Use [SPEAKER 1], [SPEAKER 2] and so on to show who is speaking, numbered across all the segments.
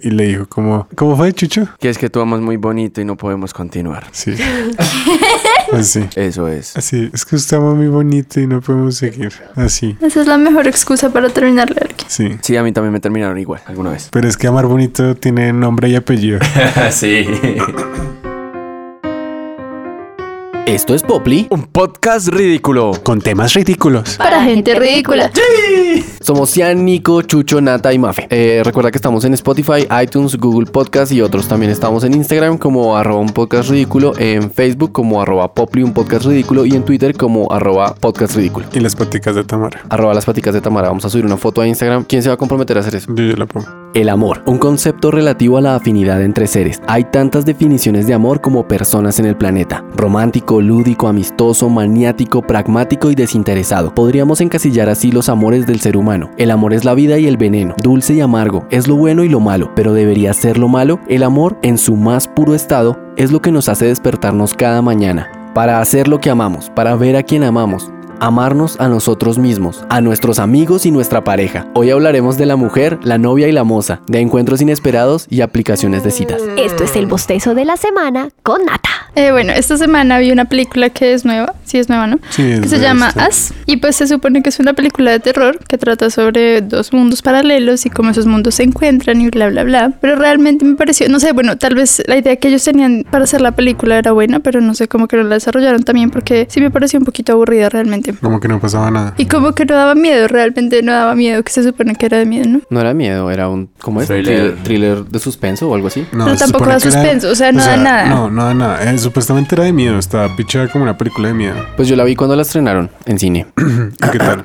[SPEAKER 1] Y le dijo como, ¿cómo fue, Chucho?
[SPEAKER 2] Que es que tú amas muy bonito y no podemos continuar.
[SPEAKER 1] Sí. Así.
[SPEAKER 2] Eso es.
[SPEAKER 1] Así. Es que usted ama muy bonito y no podemos seguir. Así.
[SPEAKER 3] Esa es la mejor excusa para terminar la alguien.
[SPEAKER 1] Sí.
[SPEAKER 2] Sí, a mí también me terminaron igual, alguna vez.
[SPEAKER 1] Pero es que amar bonito tiene nombre y apellido.
[SPEAKER 2] sí.
[SPEAKER 4] Esto es Poply.
[SPEAKER 2] Un podcast ridículo.
[SPEAKER 1] Con temas ridículos.
[SPEAKER 3] Para gente ridícula.
[SPEAKER 4] Somos Cian, Nico, Chucho, Nata y Mafe. Eh, recuerda que estamos en Spotify, iTunes, Google Podcast y otros. También estamos en Instagram como arroba un podcast ridículo, en Facebook como arroba Poply un podcast ridículo y en Twitter como arroba podcast ridículo.
[SPEAKER 1] Y las paticas de Tamara.
[SPEAKER 4] Arroba las paticas de Tamara. Vamos a subir una foto a Instagram. ¿Quién se va a comprometer a hacer eso?
[SPEAKER 1] Yo, yo la pongo.
[SPEAKER 4] El amor, un concepto relativo a la afinidad entre seres. Hay tantas definiciones de amor como personas en el planeta. Romántico, lúdico, amistoso, maniático, pragmático y desinteresado. Podríamos encasillar así los amores del ser humano. El amor es la vida y el veneno, dulce y amargo, es lo bueno y lo malo, pero debería ser lo malo. El amor, en su más puro estado, es lo que nos hace despertarnos cada mañana. Para hacer lo que amamos, para ver a quien amamos, amarnos a nosotros mismos, a nuestros amigos y nuestra pareja. Hoy hablaremos de la mujer, la novia y la moza, de encuentros inesperados y aplicaciones de citas.
[SPEAKER 5] Esto es el
[SPEAKER 2] Mm.
[SPEAKER 5] bostezo de la semana con Nata.
[SPEAKER 3] Eh, bueno, esta semana vi una película que es nueva, sí es nueva, ¿no?
[SPEAKER 1] Sí,
[SPEAKER 3] Que
[SPEAKER 1] es
[SPEAKER 3] se
[SPEAKER 1] de
[SPEAKER 3] llama
[SPEAKER 1] esto.
[SPEAKER 3] As. Y pues se supone que es una película de terror que trata sobre dos mundos paralelos y cómo esos mundos se encuentran y bla, bla, bla. Pero realmente me pareció, no sé, bueno, tal vez la idea que ellos tenían para hacer la película era buena, pero no sé cómo que no la desarrollaron también porque sí me pareció un poquito aburrida realmente.
[SPEAKER 1] Como que no pasaba nada.
[SPEAKER 3] Y como que no daba miedo, realmente no daba miedo, que se supone que era de miedo, ¿no?
[SPEAKER 4] No era miedo, era un ¿cómo es?
[SPEAKER 2] Thriller.
[SPEAKER 4] Thriller, thriller de suspenso o algo así.
[SPEAKER 1] No,
[SPEAKER 3] Pero
[SPEAKER 1] se
[SPEAKER 3] tampoco
[SPEAKER 1] supone
[SPEAKER 3] da
[SPEAKER 1] que era-
[SPEAKER 3] suspenso, o sea, no da nada.
[SPEAKER 1] No, no da nada. Eh, supuestamente era de miedo. Estaba pichada como una película de miedo.
[SPEAKER 4] Pues yo la vi cuando la estrenaron en cine.
[SPEAKER 1] ¿Y qué tal?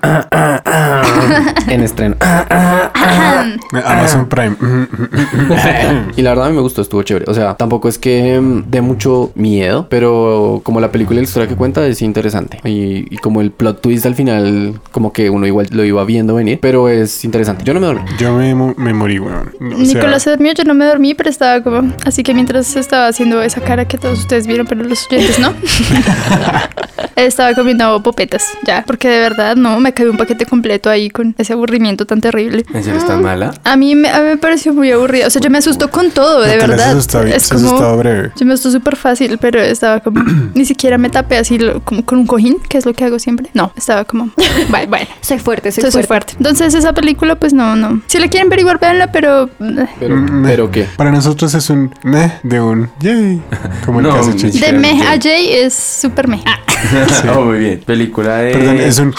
[SPEAKER 4] en estreno.
[SPEAKER 1] Amazon Prime.
[SPEAKER 4] y la verdad a mí me gustó, estuvo chévere. O sea, tampoco es que mm, dé mucho miedo, pero como la película y la historia que cuenta es interesante. Y, y como el plot twist al final, como que uno igual lo iba viendo venir, pero es interesante. Yo no me dormí.
[SPEAKER 1] Yo me, mo- me morí, weón. O sea,
[SPEAKER 3] Nicolás se dormió, yo no me dormí, pero estaba como. Así que mientras estaba haciendo esa cara que todos ustedes vieron, pero los oyentes no. estaba comiendo popetas, ya. Porque de verdad, no, me cayó un paquete completo ahí con ese aburrimiento tan terrible. Ah.
[SPEAKER 2] ¿En serio tan mala?
[SPEAKER 3] A mí, me, a mí me pareció muy aburrido. O sea, yo me asustó con todo, de
[SPEAKER 1] Nicolás
[SPEAKER 3] verdad.
[SPEAKER 1] Se asustaba,
[SPEAKER 3] es
[SPEAKER 1] se
[SPEAKER 3] como.
[SPEAKER 1] asustaba breve.
[SPEAKER 3] Yo me asustó súper fácil, pero estaba como. ni siquiera me tapé así lo- como con un cojín, que es lo que hago siempre. No, estaba como. Bueno, bueno.
[SPEAKER 5] Soy fuerte, soy
[SPEAKER 3] Soy
[SPEAKER 5] fuerte.
[SPEAKER 3] fuerte. Entonces, esa película, pues no, no. Si la quieren ver igual, véanla, pero. eh,
[SPEAKER 4] Pero,
[SPEAKER 1] Mm,
[SPEAKER 4] pero
[SPEAKER 1] eh.
[SPEAKER 4] qué.
[SPEAKER 1] Para nosotros es un meh de un yay. Como el
[SPEAKER 2] No,
[SPEAKER 1] caso
[SPEAKER 2] ni
[SPEAKER 1] Chichi.
[SPEAKER 2] siquiera.
[SPEAKER 3] De
[SPEAKER 2] Sharon
[SPEAKER 3] meh a
[SPEAKER 2] Jay.
[SPEAKER 3] Jay es super meh.
[SPEAKER 2] Oh, muy bien. Película de.
[SPEAKER 1] Perdón, es un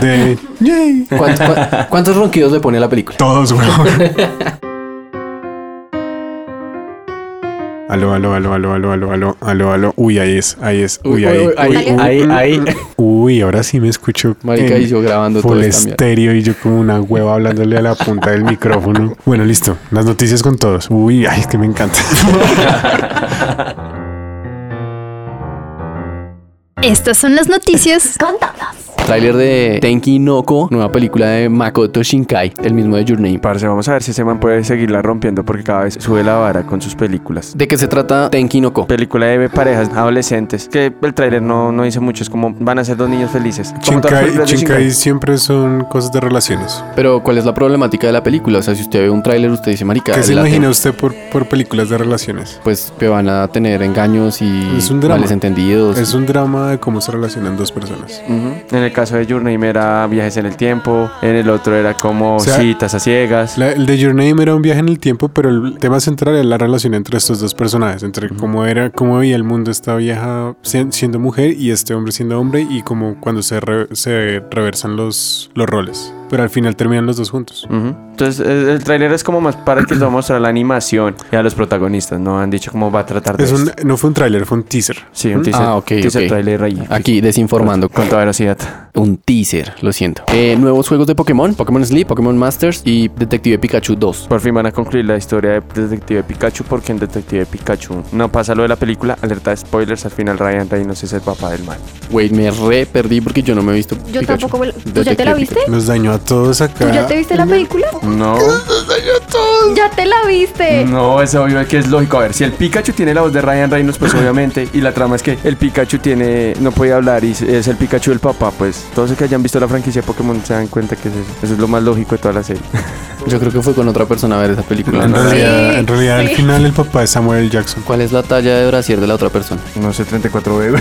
[SPEAKER 1] de yay.
[SPEAKER 4] ¿Cuántos, cua- cuántos ronquidos le pone a la película?
[SPEAKER 1] Todos, weón. Aló, aló, aló, aló, aló, aló, aló, aló, aló. Uy, ahí es, ahí es. Uy, ahí.
[SPEAKER 4] ahí,
[SPEAKER 1] uy,
[SPEAKER 4] ahí, ahí.
[SPEAKER 1] Uy, ahora sí me escucho.
[SPEAKER 4] Marica,
[SPEAKER 1] en
[SPEAKER 4] y yo grabando todo
[SPEAKER 1] full
[SPEAKER 4] esta mierda.
[SPEAKER 1] estéreo y yo como una hueva hablándole a la punta del micrófono. Bueno, listo. Las noticias con todos. Uy, ay, es que me encanta.
[SPEAKER 3] Estas son las noticias.
[SPEAKER 5] Con todos.
[SPEAKER 4] Tráiler de Tenki Noko, nueva película de Makoto Shinkai, el mismo de Your Name.
[SPEAKER 2] Parce, vamos a ver si ese man puede seguirla rompiendo porque cada vez sube la vara con sus películas.
[SPEAKER 4] ¿De qué se trata Tenki Noko?
[SPEAKER 2] Película de parejas adolescentes. Que el tráiler no, no dice mucho. Es como van a ser dos niños felices. Como todas las
[SPEAKER 1] Chinkai,
[SPEAKER 2] películas de
[SPEAKER 1] Chinkai siempre son cosas de relaciones.
[SPEAKER 4] Pero ¿cuál es la problemática de la película? O sea, si usted ve un tráiler, usted dice, marica,
[SPEAKER 1] ¿Qué se
[SPEAKER 4] la
[SPEAKER 1] imagina
[SPEAKER 4] ten-
[SPEAKER 1] usted por, por películas de relaciones?
[SPEAKER 4] pues que van a tener engaños y
[SPEAKER 1] Es un drama.
[SPEAKER 4] males entendidos.
[SPEAKER 1] Es un drama de cómo se relacionan dos personas.
[SPEAKER 2] Ujú. En el caso de Your Name era viajes en el tiempo. En el otro era como
[SPEAKER 1] sea,
[SPEAKER 2] citas a ciegas.
[SPEAKER 1] La- el de Your Name era un viaje en el tiempo, pero el tema central era la relación entre estos dos personajes, entre cómo era, cómo veía el mundo esta vieja si- siendo mujer y este hombre siendo hombre y como cuando se, re- se reversan los, los roles. Pero al final terminan los dos juntos.
[SPEAKER 2] Ujú. Entonces el, el tráiler es como más para que les va a mostrar la animación y a los protagonistas. No han dicho cómo va a tratar de
[SPEAKER 1] Es un-
[SPEAKER 2] esto.
[SPEAKER 1] no fue un tráiler, fue un teaser.
[SPEAKER 2] Sí, un teaser,
[SPEAKER 4] Ah, ok,
[SPEAKER 2] teaser
[SPEAKER 4] ok.
[SPEAKER 2] tráiler ahí.
[SPEAKER 4] Aquí desinformando.
[SPEAKER 2] Con toda velocidad.
[SPEAKER 4] Un teaser, lo siento. Eh, nuevos juegos de Pokémon, Pokémon Sleep, Pokémon Masters y Detective Pikachu 2.
[SPEAKER 2] Por fin van a concluir la historia de Detective Pikachu porque en Detective Pikachu no pasa lo de la película. Alerta de spoilers. Al final Ryan Reynolds es el papá del mal.
[SPEAKER 4] Wait, me re perdí porque yo no me he visto.
[SPEAKER 5] Yo
[SPEAKER 4] Pikachu.
[SPEAKER 5] tampoco me lo- ¿Tú ya te
[SPEAKER 4] Detective
[SPEAKER 5] la viste?
[SPEAKER 4] Pikachu.
[SPEAKER 2] Ah.
[SPEAKER 1] Los dañó a todos acá.
[SPEAKER 5] ¿Tú ya te viste la película?
[SPEAKER 2] No.
[SPEAKER 5] ¿Ya ya te la viste.
[SPEAKER 2] No, es obvio que es lógico. A ver, si el Pikachu tiene la voz de Ryan Reynolds, pues obviamente. Y la trama es que el Pikachu tiene. No puede hablar y es el Pikachu del papá. Pues todos los que hayan visto la franquicia de Pokémon se dan cuenta que es eso. Eso es lo más lógico de toda la serie.
[SPEAKER 4] Yo creo que fue con otra persona a ver esa película.
[SPEAKER 1] En
[SPEAKER 4] ¿no?
[SPEAKER 1] realidad,
[SPEAKER 5] Sí,
[SPEAKER 1] en realidad al
[SPEAKER 5] sí.
[SPEAKER 1] final el papá es Samuel L. Jackson.
[SPEAKER 4] ¿Cuál es la talla de brasier de la otra persona?
[SPEAKER 2] No sé, 34B.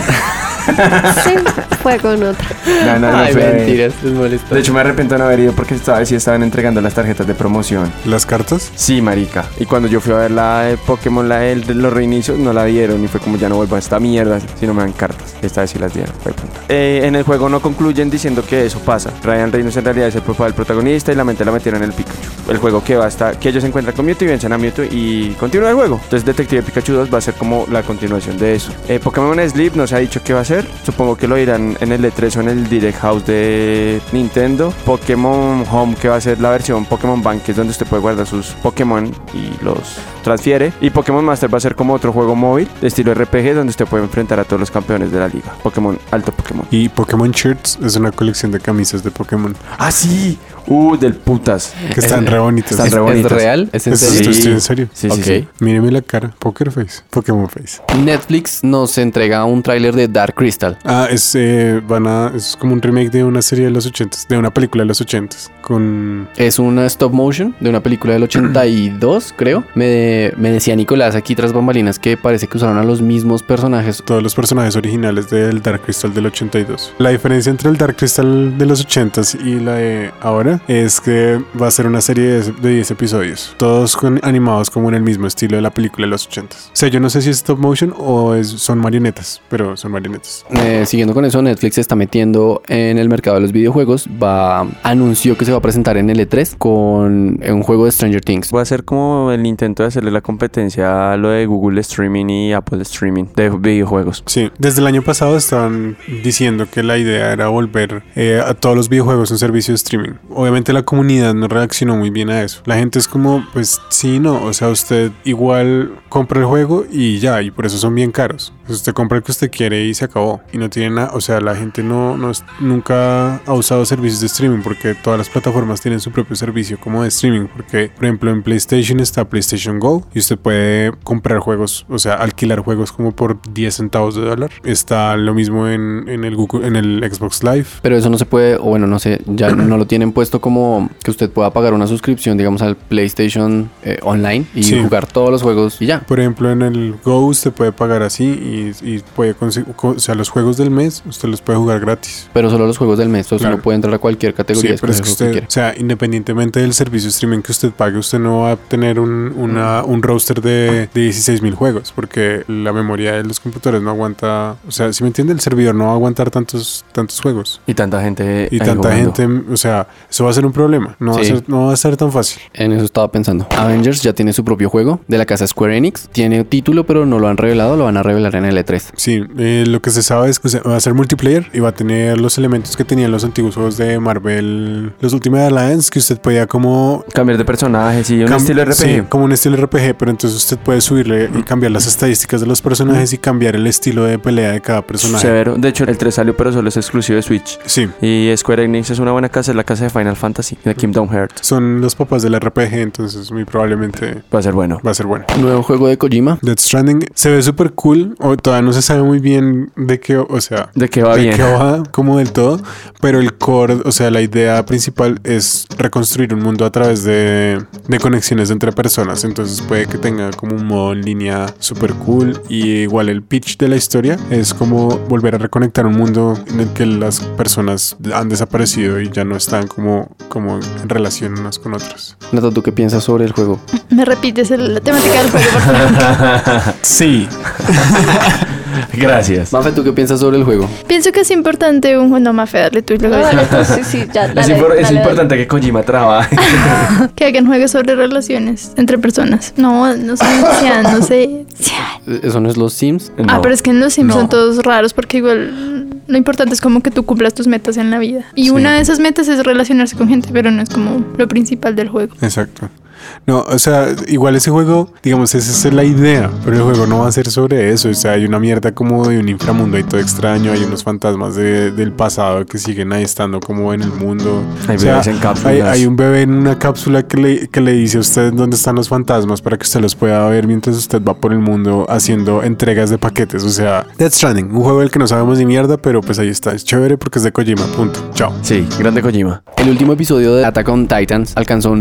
[SPEAKER 5] Sí, fue con otra.
[SPEAKER 2] No, no, no fue ahí.
[SPEAKER 4] es molesto.
[SPEAKER 2] De hecho, me arrepiento de no haber ido porque estaba, sí estaban entregando las tarjetas de promoción.
[SPEAKER 1] ¿Las cartas?
[SPEAKER 2] Sí, marica. Y cuando yo fui a ver la de Pokémon, la de los reinicios, no la dieron. Y fue como, ya no vuelvo a esta mierda si no me dan cartas. Esta vez sí las dieron. fue puta. Eh, en el juego no concluyen diciendo que eso pasa. Ryan Reynolds en realidad es el papá del protagonista y la mente la metieron en el Pikachu. El juego que va hasta que ellos se encuentran con Mewtwo y vencen a Mewtwo y continúa el juego. Entonces Detective Pikachu 2 va a ser como la continuación de eso. Eh, Pokémon Sleep nos ha dicho qué va a ser. Supongo que lo irán en el E3 o en el Direct House de Nintendo. Pokémon Home que va a ser la versión Pokémon Bank, que es donde usted puede guardar sus Pokémon y los transfiere. Y Pokémon Master va a ser como otro juego móvil de estilo RPG donde usted puede enfrentar a todos los campeones de la liga. Pokémon Alto Pokémon.
[SPEAKER 1] Y Pokémon Shirts es una colección de camisas de Pokémon
[SPEAKER 2] ¡Ah, sí! ¡Uh, del putas!
[SPEAKER 1] que están re bonitas.
[SPEAKER 2] están
[SPEAKER 4] ¿Es,
[SPEAKER 2] re
[SPEAKER 1] Eso-
[SPEAKER 4] ¿Es
[SPEAKER 2] bonitas.
[SPEAKER 4] real? ¿Es en
[SPEAKER 1] Esto
[SPEAKER 4] serio?
[SPEAKER 2] Sí.
[SPEAKER 1] estoy en serio.
[SPEAKER 2] Sí, sí,
[SPEAKER 4] Ok.
[SPEAKER 2] sí.
[SPEAKER 1] Míreme la cara. Poker Face. Pokémon Face.
[SPEAKER 4] Netflix nos entrega un tráiler de Dark Crystal.
[SPEAKER 1] Ah, es, eh, van a, es como un remake de una serie de los ochentas, de una película de los ochentas, con
[SPEAKER 4] Es una stop motion de una película del 82, creo. Me, me decía Nicolás aquí tras bambalinas que parece que usaron a los mismos personajes.
[SPEAKER 1] todos los personajes originales del Dark Crystal del 82. La diferencia entre el Dark Crystal de los 80s y la de ahora es que va a ser una serie de- de 10 episodios, todos con- animados como en el mismo estilo de la película de los 80s. O sea, yo no sé si es stop motion o es- son marionetas, pero son marionetas.
[SPEAKER 4] Eh, siguiendo con eso, Netflix se está metiendo en el mercado de los videojuegos. Va, anunció que se va a presentar en L3 con un juego de Stranger Things.
[SPEAKER 2] Voy a hacer como el intento de hacerle la competencia a lo de Google Streaming y Apple Streaming de videojuegos.
[SPEAKER 1] Pues Sí, desde el año pasado estaban diciendo que la idea era volver eh, a todos los videojuegos un servicio de streaming. Obviamente la comunidad no reaccionó muy bien a eso. La gente es como, pues sí, no, o sea, usted igual compra el juego y ya, y por eso son bien caros. Pues, usted compra el que usted quiere y se acabó. Y no tiene nada, Ah, o sea, la gente no, no es- nunca ha usado servicios de streaming porque todas las plataformas tienen su propio servicio como de streaming. Porque, por ejemplo, en PlayStation está PlayStation Go y usted puede comprar juegos, o sea, alquilar juegos como por 10 centavos de dólar. Está lo mismo en, en el, Google- en el Xbox Live.
[SPEAKER 4] Pero eso no se puede, o bueno, no sé, ya no lo tienen puesto como que usted pueda pagar una suscripción, digamos, al PlayStation eh, Online y
[SPEAKER 1] Sí.
[SPEAKER 4] jugar todos los juegos y ya.
[SPEAKER 1] Por ejemplo, en el Go usted puede pagar así y, y puede conseguir, o sea, los juegos del mes usted los puede jugar gratis.
[SPEAKER 4] Pero solo los juegos del mes, entonces
[SPEAKER 1] Claro.
[SPEAKER 4] uno puede entrar a cualquier
[SPEAKER 1] Sí,
[SPEAKER 4] categoría.
[SPEAKER 1] pero es
[SPEAKER 4] escoger
[SPEAKER 1] que
[SPEAKER 4] el juego
[SPEAKER 1] usted,
[SPEAKER 4] quiera.
[SPEAKER 1] o sea, independientemente del servicio de streaming que usted pague, usted no va a tener un, una- un roster de, de 16 mil juegos, porque la memoria de los computadores no aguanta, o sea, si me entiende, el servidor no va a aguantar tantos, tantos juegos.
[SPEAKER 2] Y tanta gente.
[SPEAKER 1] Y
[SPEAKER 2] ahí
[SPEAKER 1] tanta
[SPEAKER 2] jugando.
[SPEAKER 1] gente, o sea, eso va a ser un problema, no, va, a
[SPEAKER 4] Sí.
[SPEAKER 1] ser, no va a ser tan fácil.
[SPEAKER 4] En eso estaba pensando. Avengers ya tiene su propio juego de la casa Square Enix. Tiene título, pero no lo han revelado. Lo van a revelar en el E E3.
[SPEAKER 1] Sí, eh, lo que se sabe es que o sea, va a ser multiplayer y va a tener los elementos que tenían los antiguos juegos de Marvel, los Ultimate Alliance, que usted podía como
[SPEAKER 2] Cambiar de personajes y un
[SPEAKER 1] Cam-
[SPEAKER 2] estilo RPG.
[SPEAKER 1] Sí, como un estilo RPG, pero entonces usted puede subirle
[SPEAKER 2] Mm.
[SPEAKER 1] y cambiar las estadísticas de los personajes y cambiar el estilo de pelea de cada personaje.
[SPEAKER 2] Severo. De hecho, el 3 salió, pero solo es exclusivo de Switch.
[SPEAKER 1] Sí,
[SPEAKER 2] Y Square Enix es una buena casa, es la casa de Final Fantasy, de Kingdom Hearts.
[SPEAKER 1] son los papás del RPG, entonces muy probablemente
[SPEAKER 2] Va a ser bueno.
[SPEAKER 1] va a ser bueno.
[SPEAKER 4] Nuevo juego de Kojima.
[SPEAKER 1] Death Stranding se ve súper cool, o todavía no se sabe muy bien de qué, o sea,
[SPEAKER 2] De que va
[SPEAKER 1] de
[SPEAKER 2] bien.
[SPEAKER 1] qué va como del todo, pero el core, o sea, la idea principal es reconstruir un mundo a través de, de conexiones entre personas, entonces puede que tenga como un modo en línea súper cool y igual el pitch de la historia es como volver a reconectar un mundo en el que las personas han desaparecido y ya no están como, como en relación unas con otras.
[SPEAKER 4] Nata, ¿tú qué piensas sobre el juego?
[SPEAKER 3] Me repites el- la temática del juego, por favor.
[SPEAKER 1] Sí,
[SPEAKER 2] Gracias.
[SPEAKER 4] Mafe, ¿tú qué piensas sobre el juego?
[SPEAKER 3] Pienso que es importante un juego. No, Mafe, dale tú y luego yo.
[SPEAKER 5] pues sí, sí, ya.
[SPEAKER 2] Es, impor- es importante que Kojima trabaje.
[SPEAKER 3] Que hagan juegos sobre relaciones entre personas. No, no sé, sean, no sé. sean.
[SPEAKER 4] Eh, Eso no es los Sims.
[SPEAKER 3] Ah,
[SPEAKER 2] No.
[SPEAKER 3] pero es que en los Sims
[SPEAKER 1] No.
[SPEAKER 3] son todos raros porque igual lo importante es como que tú cumplas tus metas en la vida. Y
[SPEAKER 1] Sí.
[SPEAKER 3] una de esas metas es relacionarse con gente, pero no es como lo principal del juego.
[SPEAKER 1] exacto. No, o sea, igual ese juego, digamos, esa es la idea, pero el juego no va a ser sobre eso. O sea, hay una mierda como de un inframundo ahí todo extraño, hay unos fantasmas de- del pasado que siguen ahí estando como en el mundo.
[SPEAKER 2] Hay
[SPEAKER 1] O sea,
[SPEAKER 2] bebés en cápsulas.
[SPEAKER 1] Hay, hay un bebé en una cápsula que le, que le dice a usted dónde están los fantasmas para que usted los pueda ver mientras usted va por el mundo haciendo entregas de paquetes. O sea, Dead Stranding, un juego del que no sabemos ni mierda, pero pues ahí está. Es chévere porque es de Kojima. Punto. Chao.
[SPEAKER 2] Sí, grande Kojima.
[SPEAKER 4] El último episodio de Attack on Titans alcanzó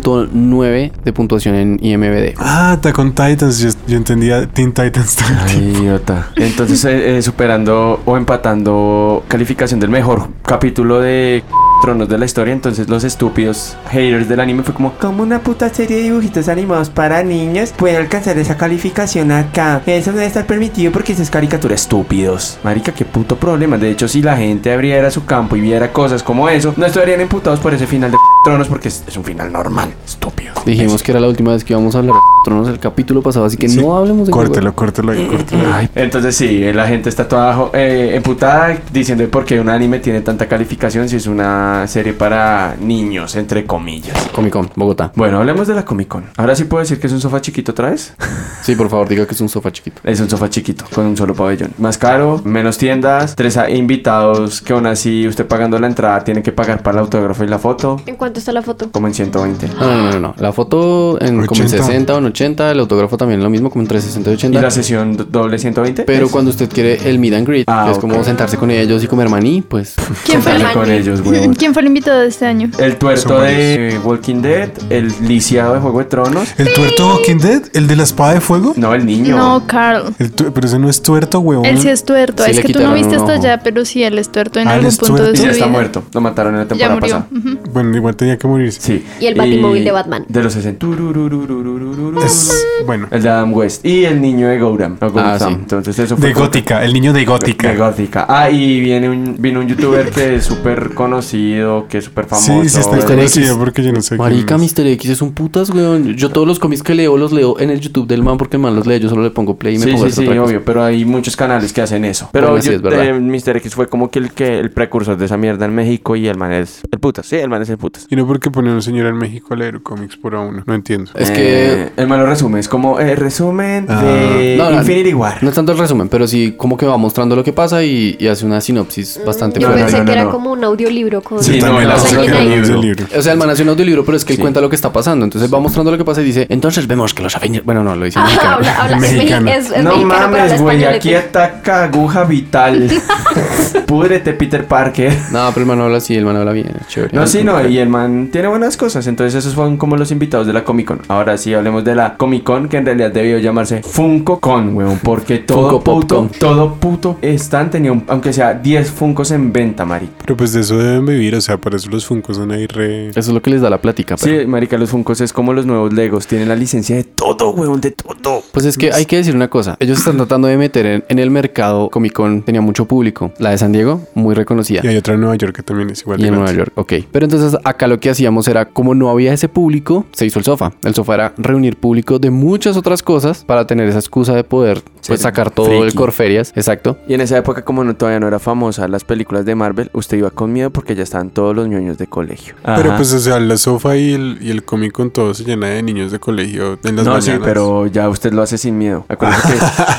[SPEAKER 4] 9.9 de puntuación en IMBD.
[SPEAKER 1] Ah, Attack on Titans. Yo, yo entendía Teen Titans. todo el tiempo.
[SPEAKER 2] Idiota. Entonces, eh, eh, superando o empatando calificación del mejor capítulo de Tronos de la historia. Entonces, los estúpidos haters del anime fue como:
[SPEAKER 6] Como una puta serie de dibujitos animados para niños puede alcanzar esa calificación acá. Eso no debe estar permitido porque eso es caricatura.
[SPEAKER 2] "Pero estúpidos. Marica, qué puto problema. De hecho, si la gente abriera su campo y viera cosas como eso, no estarían emputados por ese final de Tronos porque es, es un final normal. Estúpido.
[SPEAKER 4] Dijimos que era la última vez que íbamos a hablar de tronos el capítulo pasado, así que
[SPEAKER 1] Sí.
[SPEAKER 4] no hablemos de
[SPEAKER 1] Córtelo, córtelo
[SPEAKER 3] Eh,
[SPEAKER 1] ahí, córtelo.
[SPEAKER 2] Ay, entonces sí, eh, la gente está toda jo- eh, emputada diciendo por qué un anime tiene tanta calificación si es una serie para niños, entre comillas.
[SPEAKER 4] Comic Con, Bogotá.
[SPEAKER 2] Bueno, hablemos de la Comic Con. Ahora sí puedo decir que es un sofá chiquito otra vez.
[SPEAKER 4] Sí, por favor, diga que es un sofá chiquito.
[SPEAKER 2] Es un sofá chiquito, con un solo pabellón. Más caro, menos tiendas, tres a- invitados que aún así usted pagando la entrada tiene que pagar para el autógrafo y la foto,
[SPEAKER 5] ¿En cuánto está la foto?
[SPEAKER 2] como en 120.
[SPEAKER 4] No, no, no, no, no. La foto en, como en
[SPEAKER 1] 80.
[SPEAKER 4] 60 o en 80, el autógrafo también lo mismo, como entre 60 y
[SPEAKER 2] ¿Y
[SPEAKER 4] 80.
[SPEAKER 2] la sesión do- doble 120?
[SPEAKER 4] Pero cuando usted quiere el meet and greet,
[SPEAKER 2] Ah,
[SPEAKER 4] que es
[SPEAKER 2] ok.
[SPEAKER 4] como sentarse con ellos y comer maní, pues
[SPEAKER 3] ¿Quién fue,
[SPEAKER 2] Sentarme
[SPEAKER 5] el-
[SPEAKER 2] con ellos,
[SPEAKER 3] el,
[SPEAKER 2] weón.
[SPEAKER 3] ¿Quién fue el invitado de este año?
[SPEAKER 2] El tuerto
[SPEAKER 1] Son
[SPEAKER 2] de eh, Walking Dead, el lisiado de Juego de
[SPEAKER 3] eh.
[SPEAKER 2] Tronos.
[SPEAKER 1] ¿El tuerto Walking Dead? ¿El de la espada de fuego?
[SPEAKER 2] No, el niño.
[SPEAKER 3] No, Carl.
[SPEAKER 1] El tu- pero ese no es tuerto, huevón.
[SPEAKER 3] Él sí es tuerto.
[SPEAKER 4] Sí,
[SPEAKER 3] es
[SPEAKER 4] le
[SPEAKER 3] que tú no
[SPEAKER 4] quitaron
[SPEAKER 3] viste
[SPEAKER 4] un
[SPEAKER 3] hasta
[SPEAKER 4] ojo.
[SPEAKER 3] allá, pero sí, él es tuerto en
[SPEAKER 1] Ah, él
[SPEAKER 3] algún
[SPEAKER 1] es
[SPEAKER 3] punto
[SPEAKER 1] tuerto.
[SPEAKER 3] de
[SPEAKER 2] Y
[SPEAKER 3] su
[SPEAKER 2] ya
[SPEAKER 3] vida.
[SPEAKER 2] está muerto. Lo mataron en la
[SPEAKER 3] Ya
[SPEAKER 2] temporada
[SPEAKER 3] murió.
[SPEAKER 2] pasada.
[SPEAKER 3] Ujú.
[SPEAKER 1] Bueno, igual tenía que morirse.
[SPEAKER 2] Sí.
[SPEAKER 5] Y el Batimóvil de Batman.
[SPEAKER 2] De los 60. Tururururururururu.
[SPEAKER 1] Es, bueno,
[SPEAKER 2] El de Adam West. Y el niño de Gouram. o Gouram.
[SPEAKER 4] Ah, sí.
[SPEAKER 2] Entonces eso fue
[SPEAKER 1] de
[SPEAKER 2] como-
[SPEAKER 1] gótica, el niño de gótica.
[SPEAKER 2] De gótica. Ah, y viene un, vino un youtuber que es súper conocido, que es súper famoso.
[SPEAKER 1] Sí, sí está
[SPEAKER 4] Mr.
[SPEAKER 1] conocido
[SPEAKER 4] X.
[SPEAKER 1] porque yo no sé
[SPEAKER 4] Marica,
[SPEAKER 1] quién es.
[SPEAKER 4] Mr. X es un putas, weón. Yo todos los cómics que leo los leo en el YouTube del man porque el man los lee. Yo solo le pongo play y me
[SPEAKER 2] sí,
[SPEAKER 4] pongo a
[SPEAKER 2] sí,
[SPEAKER 4] hacer
[SPEAKER 2] sí,
[SPEAKER 4] otra cosa.
[SPEAKER 2] obvio, pero hay muchos canales que hacen eso. Pero
[SPEAKER 4] Bueno, sí,
[SPEAKER 2] yo-
[SPEAKER 4] es verdad.
[SPEAKER 2] eh, Mr. X fue como que el, que el precursor de esa mierda en México y el man es el putas. Sí, el man es el putas.
[SPEAKER 1] Y no porque pone a un señor en México a leer cómics por a uno. No entiendo.
[SPEAKER 4] Es que-
[SPEAKER 2] Eh, el man lo resume, es como el resumen
[SPEAKER 1] Ah.
[SPEAKER 2] de
[SPEAKER 4] No, no,
[SPEAKER 2] Infinity War.
[SPEAKER 4] No es tanto el resumen, pero sí como que va mostrando lo que pasa y, y hace una sinopsis bastante
[SPEAKER 5] Yo
[SPEAKER 2] No, no,
[SPEAKER 4] buena.
[SPEAKER 5] pensé
[SPEAKER 2] no,
[SPEAKER 5] que
[SPEAKER 2] no,
[SPEAKER 5] era
[SPEAKER 2] no.
[SPEAKER 5] como un audiolibro con...
[SPEAKER 2] Sí,
[SPEAKER 1] Yo
[SPEAKER 2] no,
[SPEAKER 1] también
[SPEAKER 2] la
[SPEAKER 1] pensé
[SPEAKER 5] cosa
[SPEAKER 1] que
[SPEAKER 5] que
[SPEAKER 1] era
[SPEAKER 5] hay.
[SPEAKER 1] un libro.
[SPEAKER 4] O sea, el man hace un audiolibro, pero es que él
[SPEAKER 2] Sí.
[SPEAKER 4] cuenta lo que está pasando. Entonces va mostrando lo que pasa y dice, entonces vemos que los Avengers... Bueno, no, lo dice en
[SPEAKER 5] Ah,
[SPEAKER 4] mexicano.
[SPEAKER 5] habla, habla. Es,
[SPEAKER 1] Mexicano.
[SPEAKER 5] mexicano. es, es
[SPEAKER 2] no
[SPEAKER 5] mexicano, pero habla
[SPEAKER 2] mames, güey,
[SPEAKER 5] español,
[SPEAKER 2] aquí
[SPEAKER 5] entonces-
[SPEAKER 2] ataca aguja vital. Púdrete, Peter Parker.
[SPEAKER 4] No, pero el man no habla así, el man habla bien, es chévere.
[SPEAKER 2] No, sí, no, y el man tiene buenas cosas. Entonces, esos fueron como los invitados de la Comic Con. Ahora sí, hablemos de la Comic Con, que en realidad debió llamarse Funko Con, weón. Porque todo
[SPEAKER 4] Funko Pop
[SPEAKER 2] puto,
[SPEAKER 4] Con.
[SPEAKER 2] todo puto stand tenía, un- aunque sea 10 Funcos en venta, marica.
[SPEAKER 1] Pero pues de eso deben vivir, o sea, para eso los funcos son ahí re...
[SPEAKER 4] Eso es lo que les da la plática, pero...
[SPEAKER 2] Sí, marica, los Funcos es como los nuevos Legos. Tienen la licencia de todo, weón, de todo.
[SPEAKER 4] Pues es que hay que decir una cosa. Ellos están tratando de meter en, en el mercado. Comic Con tenía mucho público. La de San Diego, muy reconocida.
[SPEAKER 1] Y hay otra en Nueva York que también es igual
[SPEAKER 4] Y
[SPEAKER 1] de
[SPEAKER 4] en Nueva
[SPEAKER 1] grande.
[SPEAKER 4] York, ok. Pero entonces acá lo que hacíamos era, como no había ese público, se hizo el sofá. El sofá era reunir público de muchas otras cosas para tener esa excusa de poder
[SPEAKER 2] Ser
[SPEAKER 4] pues, sacar todo
[SPEAKER 2] friki.
[SPEAKER 4] el Corferias. Exacto.
[SPEAKER 2] Y en esa época, como no, todavía no era famosa las películas de Marvel, usted iba con miedo porque ya estaban todos los ñoños de colegio.
[SPEAKER 1] Pero
[SPEAKER 2] Ajá.
[SPEAKER 1] pues, o sea, la sofa y el, y el cómic con todo se llena de niños de colegio en las
[SPEAKER 2] no,
[SPEAKER 1] mañanas.
[SPEAKER 2] sí, pero ya usted lo hace sin miedo. Acuérdese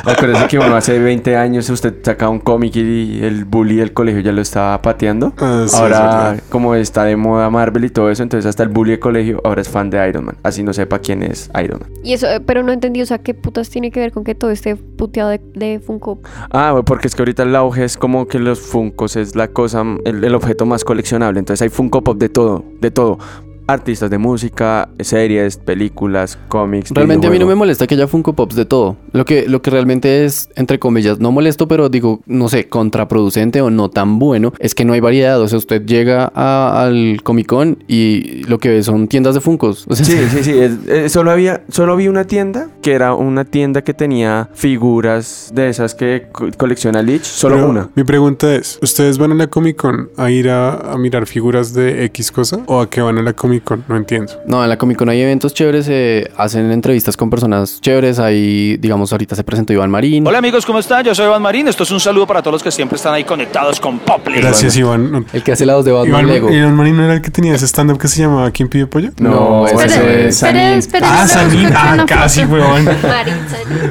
[SPEAKER 2] que, acuérdese que bueno, hace 20 años usted sacaba un cómic y el bully del colegio ya lo estaba pateando.
[SPEAKER 1] Ah, sí, es
[SPEAKER 2] ahora,
[SPEAKER 1] verdad.
[SPEAKER 2] como está de moda Marvel y todo eso, entonces hasta el bully del colegio ahora es fan de Iron Man. Así no sepa quién es Iron Man.
[SPEAKER 5] Y eso, eh, pero no entendí, o sea, ¿qué putas tiene que ver con que todo este puteado de, de Funko?
[SPEAKER 2] Ah, bueno, porque es que ahorita el auge es como que los Funkos es la cosa, el, el objeto más coleccionable. Entonces hay Funko Pop de todo, de todo. Artistas de música, series, películas, cómics.
[SPEAKER 4] Realmente a mí no me
[SPEAKER 2] videojuegos.
[SPEAKER 4] molesta que haya Funko Pops de todo. Lo que, lo que realmente es, entre comillas, no molesto, pero digo, no sé, contraproducente o no tan bueno, es que no hay variedad. O sea, usted llega a- al Comic Con y lo que ve son tiendas de Funkos. O sea,
[SPEAKER 2] Sí, sí, sí. es- eh, solo había, solo vi una tienda que era una tienda que tenía figuras de esas que co- colecciona Lich. Solo
[SPEAKER 1] Pero
[SPEAKER 2] una.
[SPEAKER 1] Mi pregunta es, ¿ustedes van a la Comic Con a ir a, a mirar figuras de X cosa? ¿O a qué van a la Comic Comic Con, no entiendo.
[SPEAKER 4] No, en la Comic Con hay eventos chéveres, se hacen entrevistas con personas chéveres. Ahí, digamos, ahorita se presentó Iván Marín.
[SPEAKER 7] Hola amigos, ¿cómo están? Yo soy Iván Marín. Esto es un saludo para todos los que siempre están ahí conectados con Poply.
[SPEAKER 1] Gracias, Iván. No.
[SPEAKER 4] El que hace la voz de Batman
[SPEAKER 1] Iván,
[SPEAKER 4] Lego.
[SPEAKER 1] Iván Marín no era el que tenía ese stand-up que se llamaba ¿Quién pide pollo?
[SPEAKER 4] No, ese
[SPEAKER 2] Pues,
[SPEAKER 3] Esperen,
[SPEAKER 2] eh,
[SPEAKER 4] es-
[SPEAKER 3] esperen, esperen.
[SPEAKER 1] Ah,
[SPEAKER 3] esperen,
[SPEAKER 1] Sanín.
[SPEAKER 3] esperen
[SPEAKER 1] Ah,
[SPEAKER 3] una
[SPEAKER 1] casi,
[SPEAKER 3] foto.
[SPEAKER 1] weón.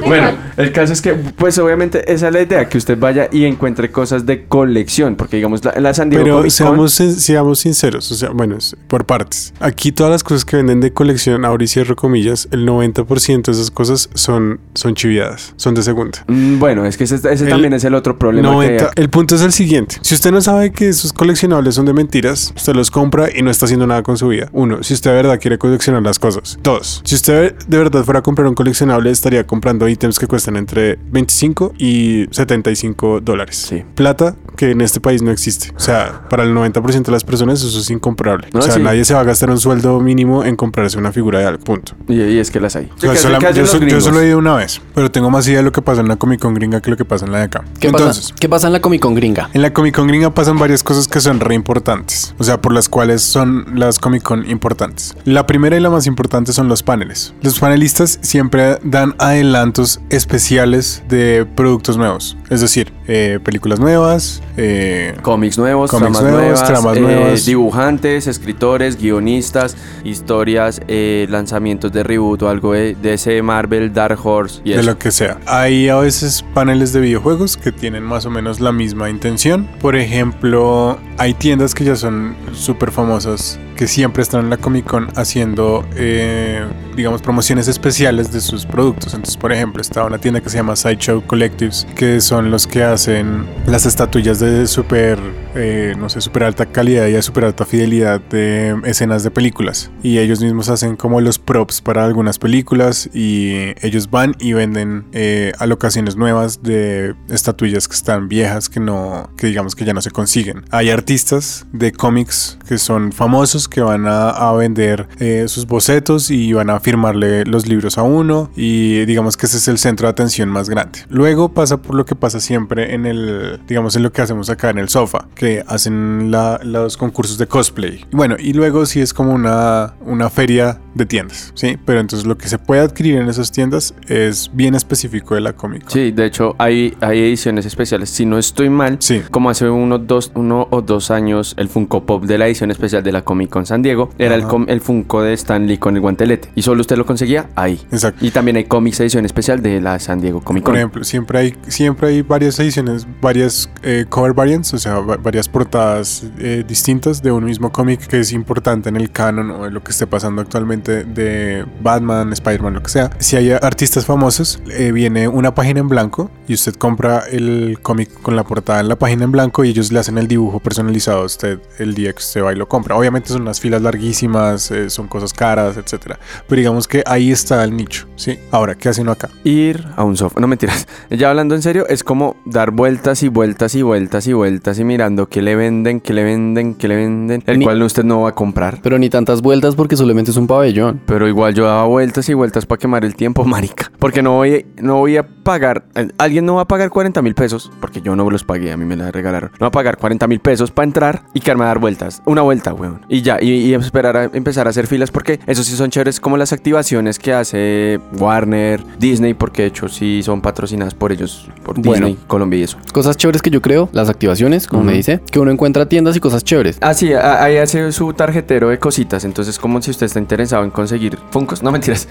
[SPEAKER 2] Bueno, el caso es que, pues obviamente esa es la idea, que usted vaya y encuentre cosas de colección, porque digamos, la, la San Diego
[SPEAKER 1] Pero
[SPEAKER 2] Comic Con-
[SPEAKER 1] seamos, sin- seamos sinceros, o sea, bueno, es por partes. Aquí todas las cosas que venden de colección, ahora y cierro comillas, el 90% de esas cosas son, son chiviadas, son de segunda.
[SPEAKER 2] Mm, bueno, es que ese, ese
[SPEAKER 1] El
[SPEAKER 2] también es el otro problema. que-
[SPEAKER 1] 90. El punto es el siguiente. Si usted no sabe que esos coleccionables son de mentiras, usted los compra y no está haciendo nada con su vida. Uno, si usted de verdad quiere coleccionar las cosas. Dos, si usted de verdad fuera a comprar un coleccionable, estaría comprando ítems que cuestan entre 25 y 75 dólares.
[SPEAKER 2] Sí.
[SPEAKER 1] Plata que en este país no existe. O sea, para el 90% de las personas eso es incomparable.
[SPEAKER 2] No,
[SPEAKER 1] o sea,
[SPEAKER 2] sí.
[SPEAKER 1] nadie se va a gastar un sueldo mínimo en comprarse una figura de algo. Punto.
[SPEAKER 2] Y, y es que las hay.
[SPEAKER 1] Yo,
[SPEAKER 2] ¿Qué hacen-
[SPEAKER 1] sola-
[SPEAKER 2] qué hacen
[SPEAKER 1] yo
[SPEAKER 2] los
[SPEAKER 1] so- yo
[SPEAKER 2] gringos?
[SPEAKER 1] solo he ido una vez, pero tengo más idea de lo que pasa en la Comic Con gringa que lo que pasa en la de acá.
[SPEAKER 4] ¿Qué, pasa? ¿Qué pasa en la Comic Con gringa?
[SPEAKER 1] En la Comic Con gringa pasan varias cosas que son re importantes, o sea, por las cuales son las Comic Con importantes. La primera y la más importante son los paneles. Los panelistas siempre dan adelantos especiales de productos nuevos, es decir, eh, películas nuevas, eh,
[SPEAKER 2] Cómics nuevos,
[SPEAKER 1] Cómics
[SPEAKER 2] tramas
[SPEAKER 1] nuevos,
[SPEAKER 2] nuevas,
[SPEAKER 1] tramas
[SPEAKER 2] eh,
[SPEAKER 1] nuevas.
[SPEAKER 2] dibujantes, escritores, guionistas, historias, eh, lanzamientos de reboot o algo de DC, Marvel, Dark Horse y
[SPEAKER 1] de
[SPEAKER 2] eso.
[SPEAKER 1] lo que sea. Hay a veces paneles de videojuegos que tienen más o menos la misma intención. Por ejemplo, hay tiendas que ya son súper famosas que siempre están en la Comic Con haciendo, eh, digamos, promociones especiales de sus productos. Entonces, por ejemplo, está una tienda que se llama Sideshow Collectives, que son los que hacen las estatuillas de súper, eh, no sé, súper alta calidad y de súper alta fidelidad de escenas de películas. Y ellos mismos hacen como los props para algunas películas y ellos van y venden eh, alocaciones nuevas de estatuillas que están viejas, que no, que digamos que ya no se consiguen. Hay artistas de cómics que son famosos que van a, a vender eh, sus bocetos y van a firmarle los libros a uno y digamos que ese es el centro de atención más grande. Luego pasa por lo que pasa siempre en el, digamos, en lo que hacemos acá en el sofá, que hacen la- los concursos de cosplay. Bueno, y luego sí es como una, una feria de tiendas, ¿sí? Pero entonces lo que se puede adquirir en esas tiendas es bien específico de la cómica.
[SPEAKER 2] Sí, de hecho hay, hay ediciones especiales. Si no estoy mal,
[SPEAKER 1] Sí.
[SPEAKER 2] como hace unos dos, uno o dos años, el Funko Pop de la edición especial de la Comic Con San Diego era el,
[SPEAKER 1] Ajá.
[SPEAKER 2] com- el Funko de Stan Lee con el guantelete. Y solo usted lo conseguía ahí.
[SPEAKER 1] Exacto.
[SPEAKER 2] Y también hay cómics edición especial de la San Diego Comic
[SPEAKER 1] Por
[SPEAKER 2] Con.
[SPEAKER 1] ejemplo, siempre hay, siempre hay varias ediciones, varias eh, cover variants, o sea, va- varias portadas eh, distintas de un mismo cómic que es importante en el canon o en lo que esté pasando actualmente de Batman, Spider-Man, lo que sea. Si hay artistas famosos, eh, viene una página en blanco y usted compra el cómic con la portada en la página en blanco y ellos le hacen el dibujo personalizado a usted el día que usted va y lo compra. Obviamente son unas filas larguísimas, eh, son cosas caras, etcétera. Pero digamos que ahí está el nicho, ¿sí? Ahora, ¿qué hace uno acá?
[SPEAKER 2] Ir a un sofá. No mentiras. Ya hablando en serio, es como dar vueltas y vueltas y vueltas y vueltas y mirando qué le venden, qué le venden, qué le venden. El
[SPEAKER 4] Ni-
[SPEAKER 2] cual usted no va a comprar.
[SPEAKER 4] Pero ni tantas vueltas porque solamente es un pabellón.
[SPEAKER 2] Pero igual yo daba vueltas y vueltas para quemar el tiempo, marica. Porque no voy, no voy a pagar. eh, Alguien no va a pagar 40 mil pesos. Porque yo no los pagué, a mí me las regalaron. No va a pagar 40 mil pesos para entrar y quedarme a dar vueltas. Una vuelta, weón. Y ya, y, y esperar a empezar a hacer filas. Porque eso sí son chéveres como las activaciones que hace Warner, Disney. Porque de hecho sí son patrocinadas por ellos, por
[SPEAKER 4] Bueno.
[SPEAKER 2] Disney, Colombia y eso.
[SPEAKER 4] Cosas chéveres que yo creo, las activaciones, como me
[SPEAKER 2] Ujú.
[SPEAKER 4] dice, que uno encuentra tiendas y cosas chéveres.
[SPEAKER 2] Ah, sí, a- ahí hace su tarjetero de cositas. Entonces, como si usted está interesado en conseguir Funcos. No mentiras.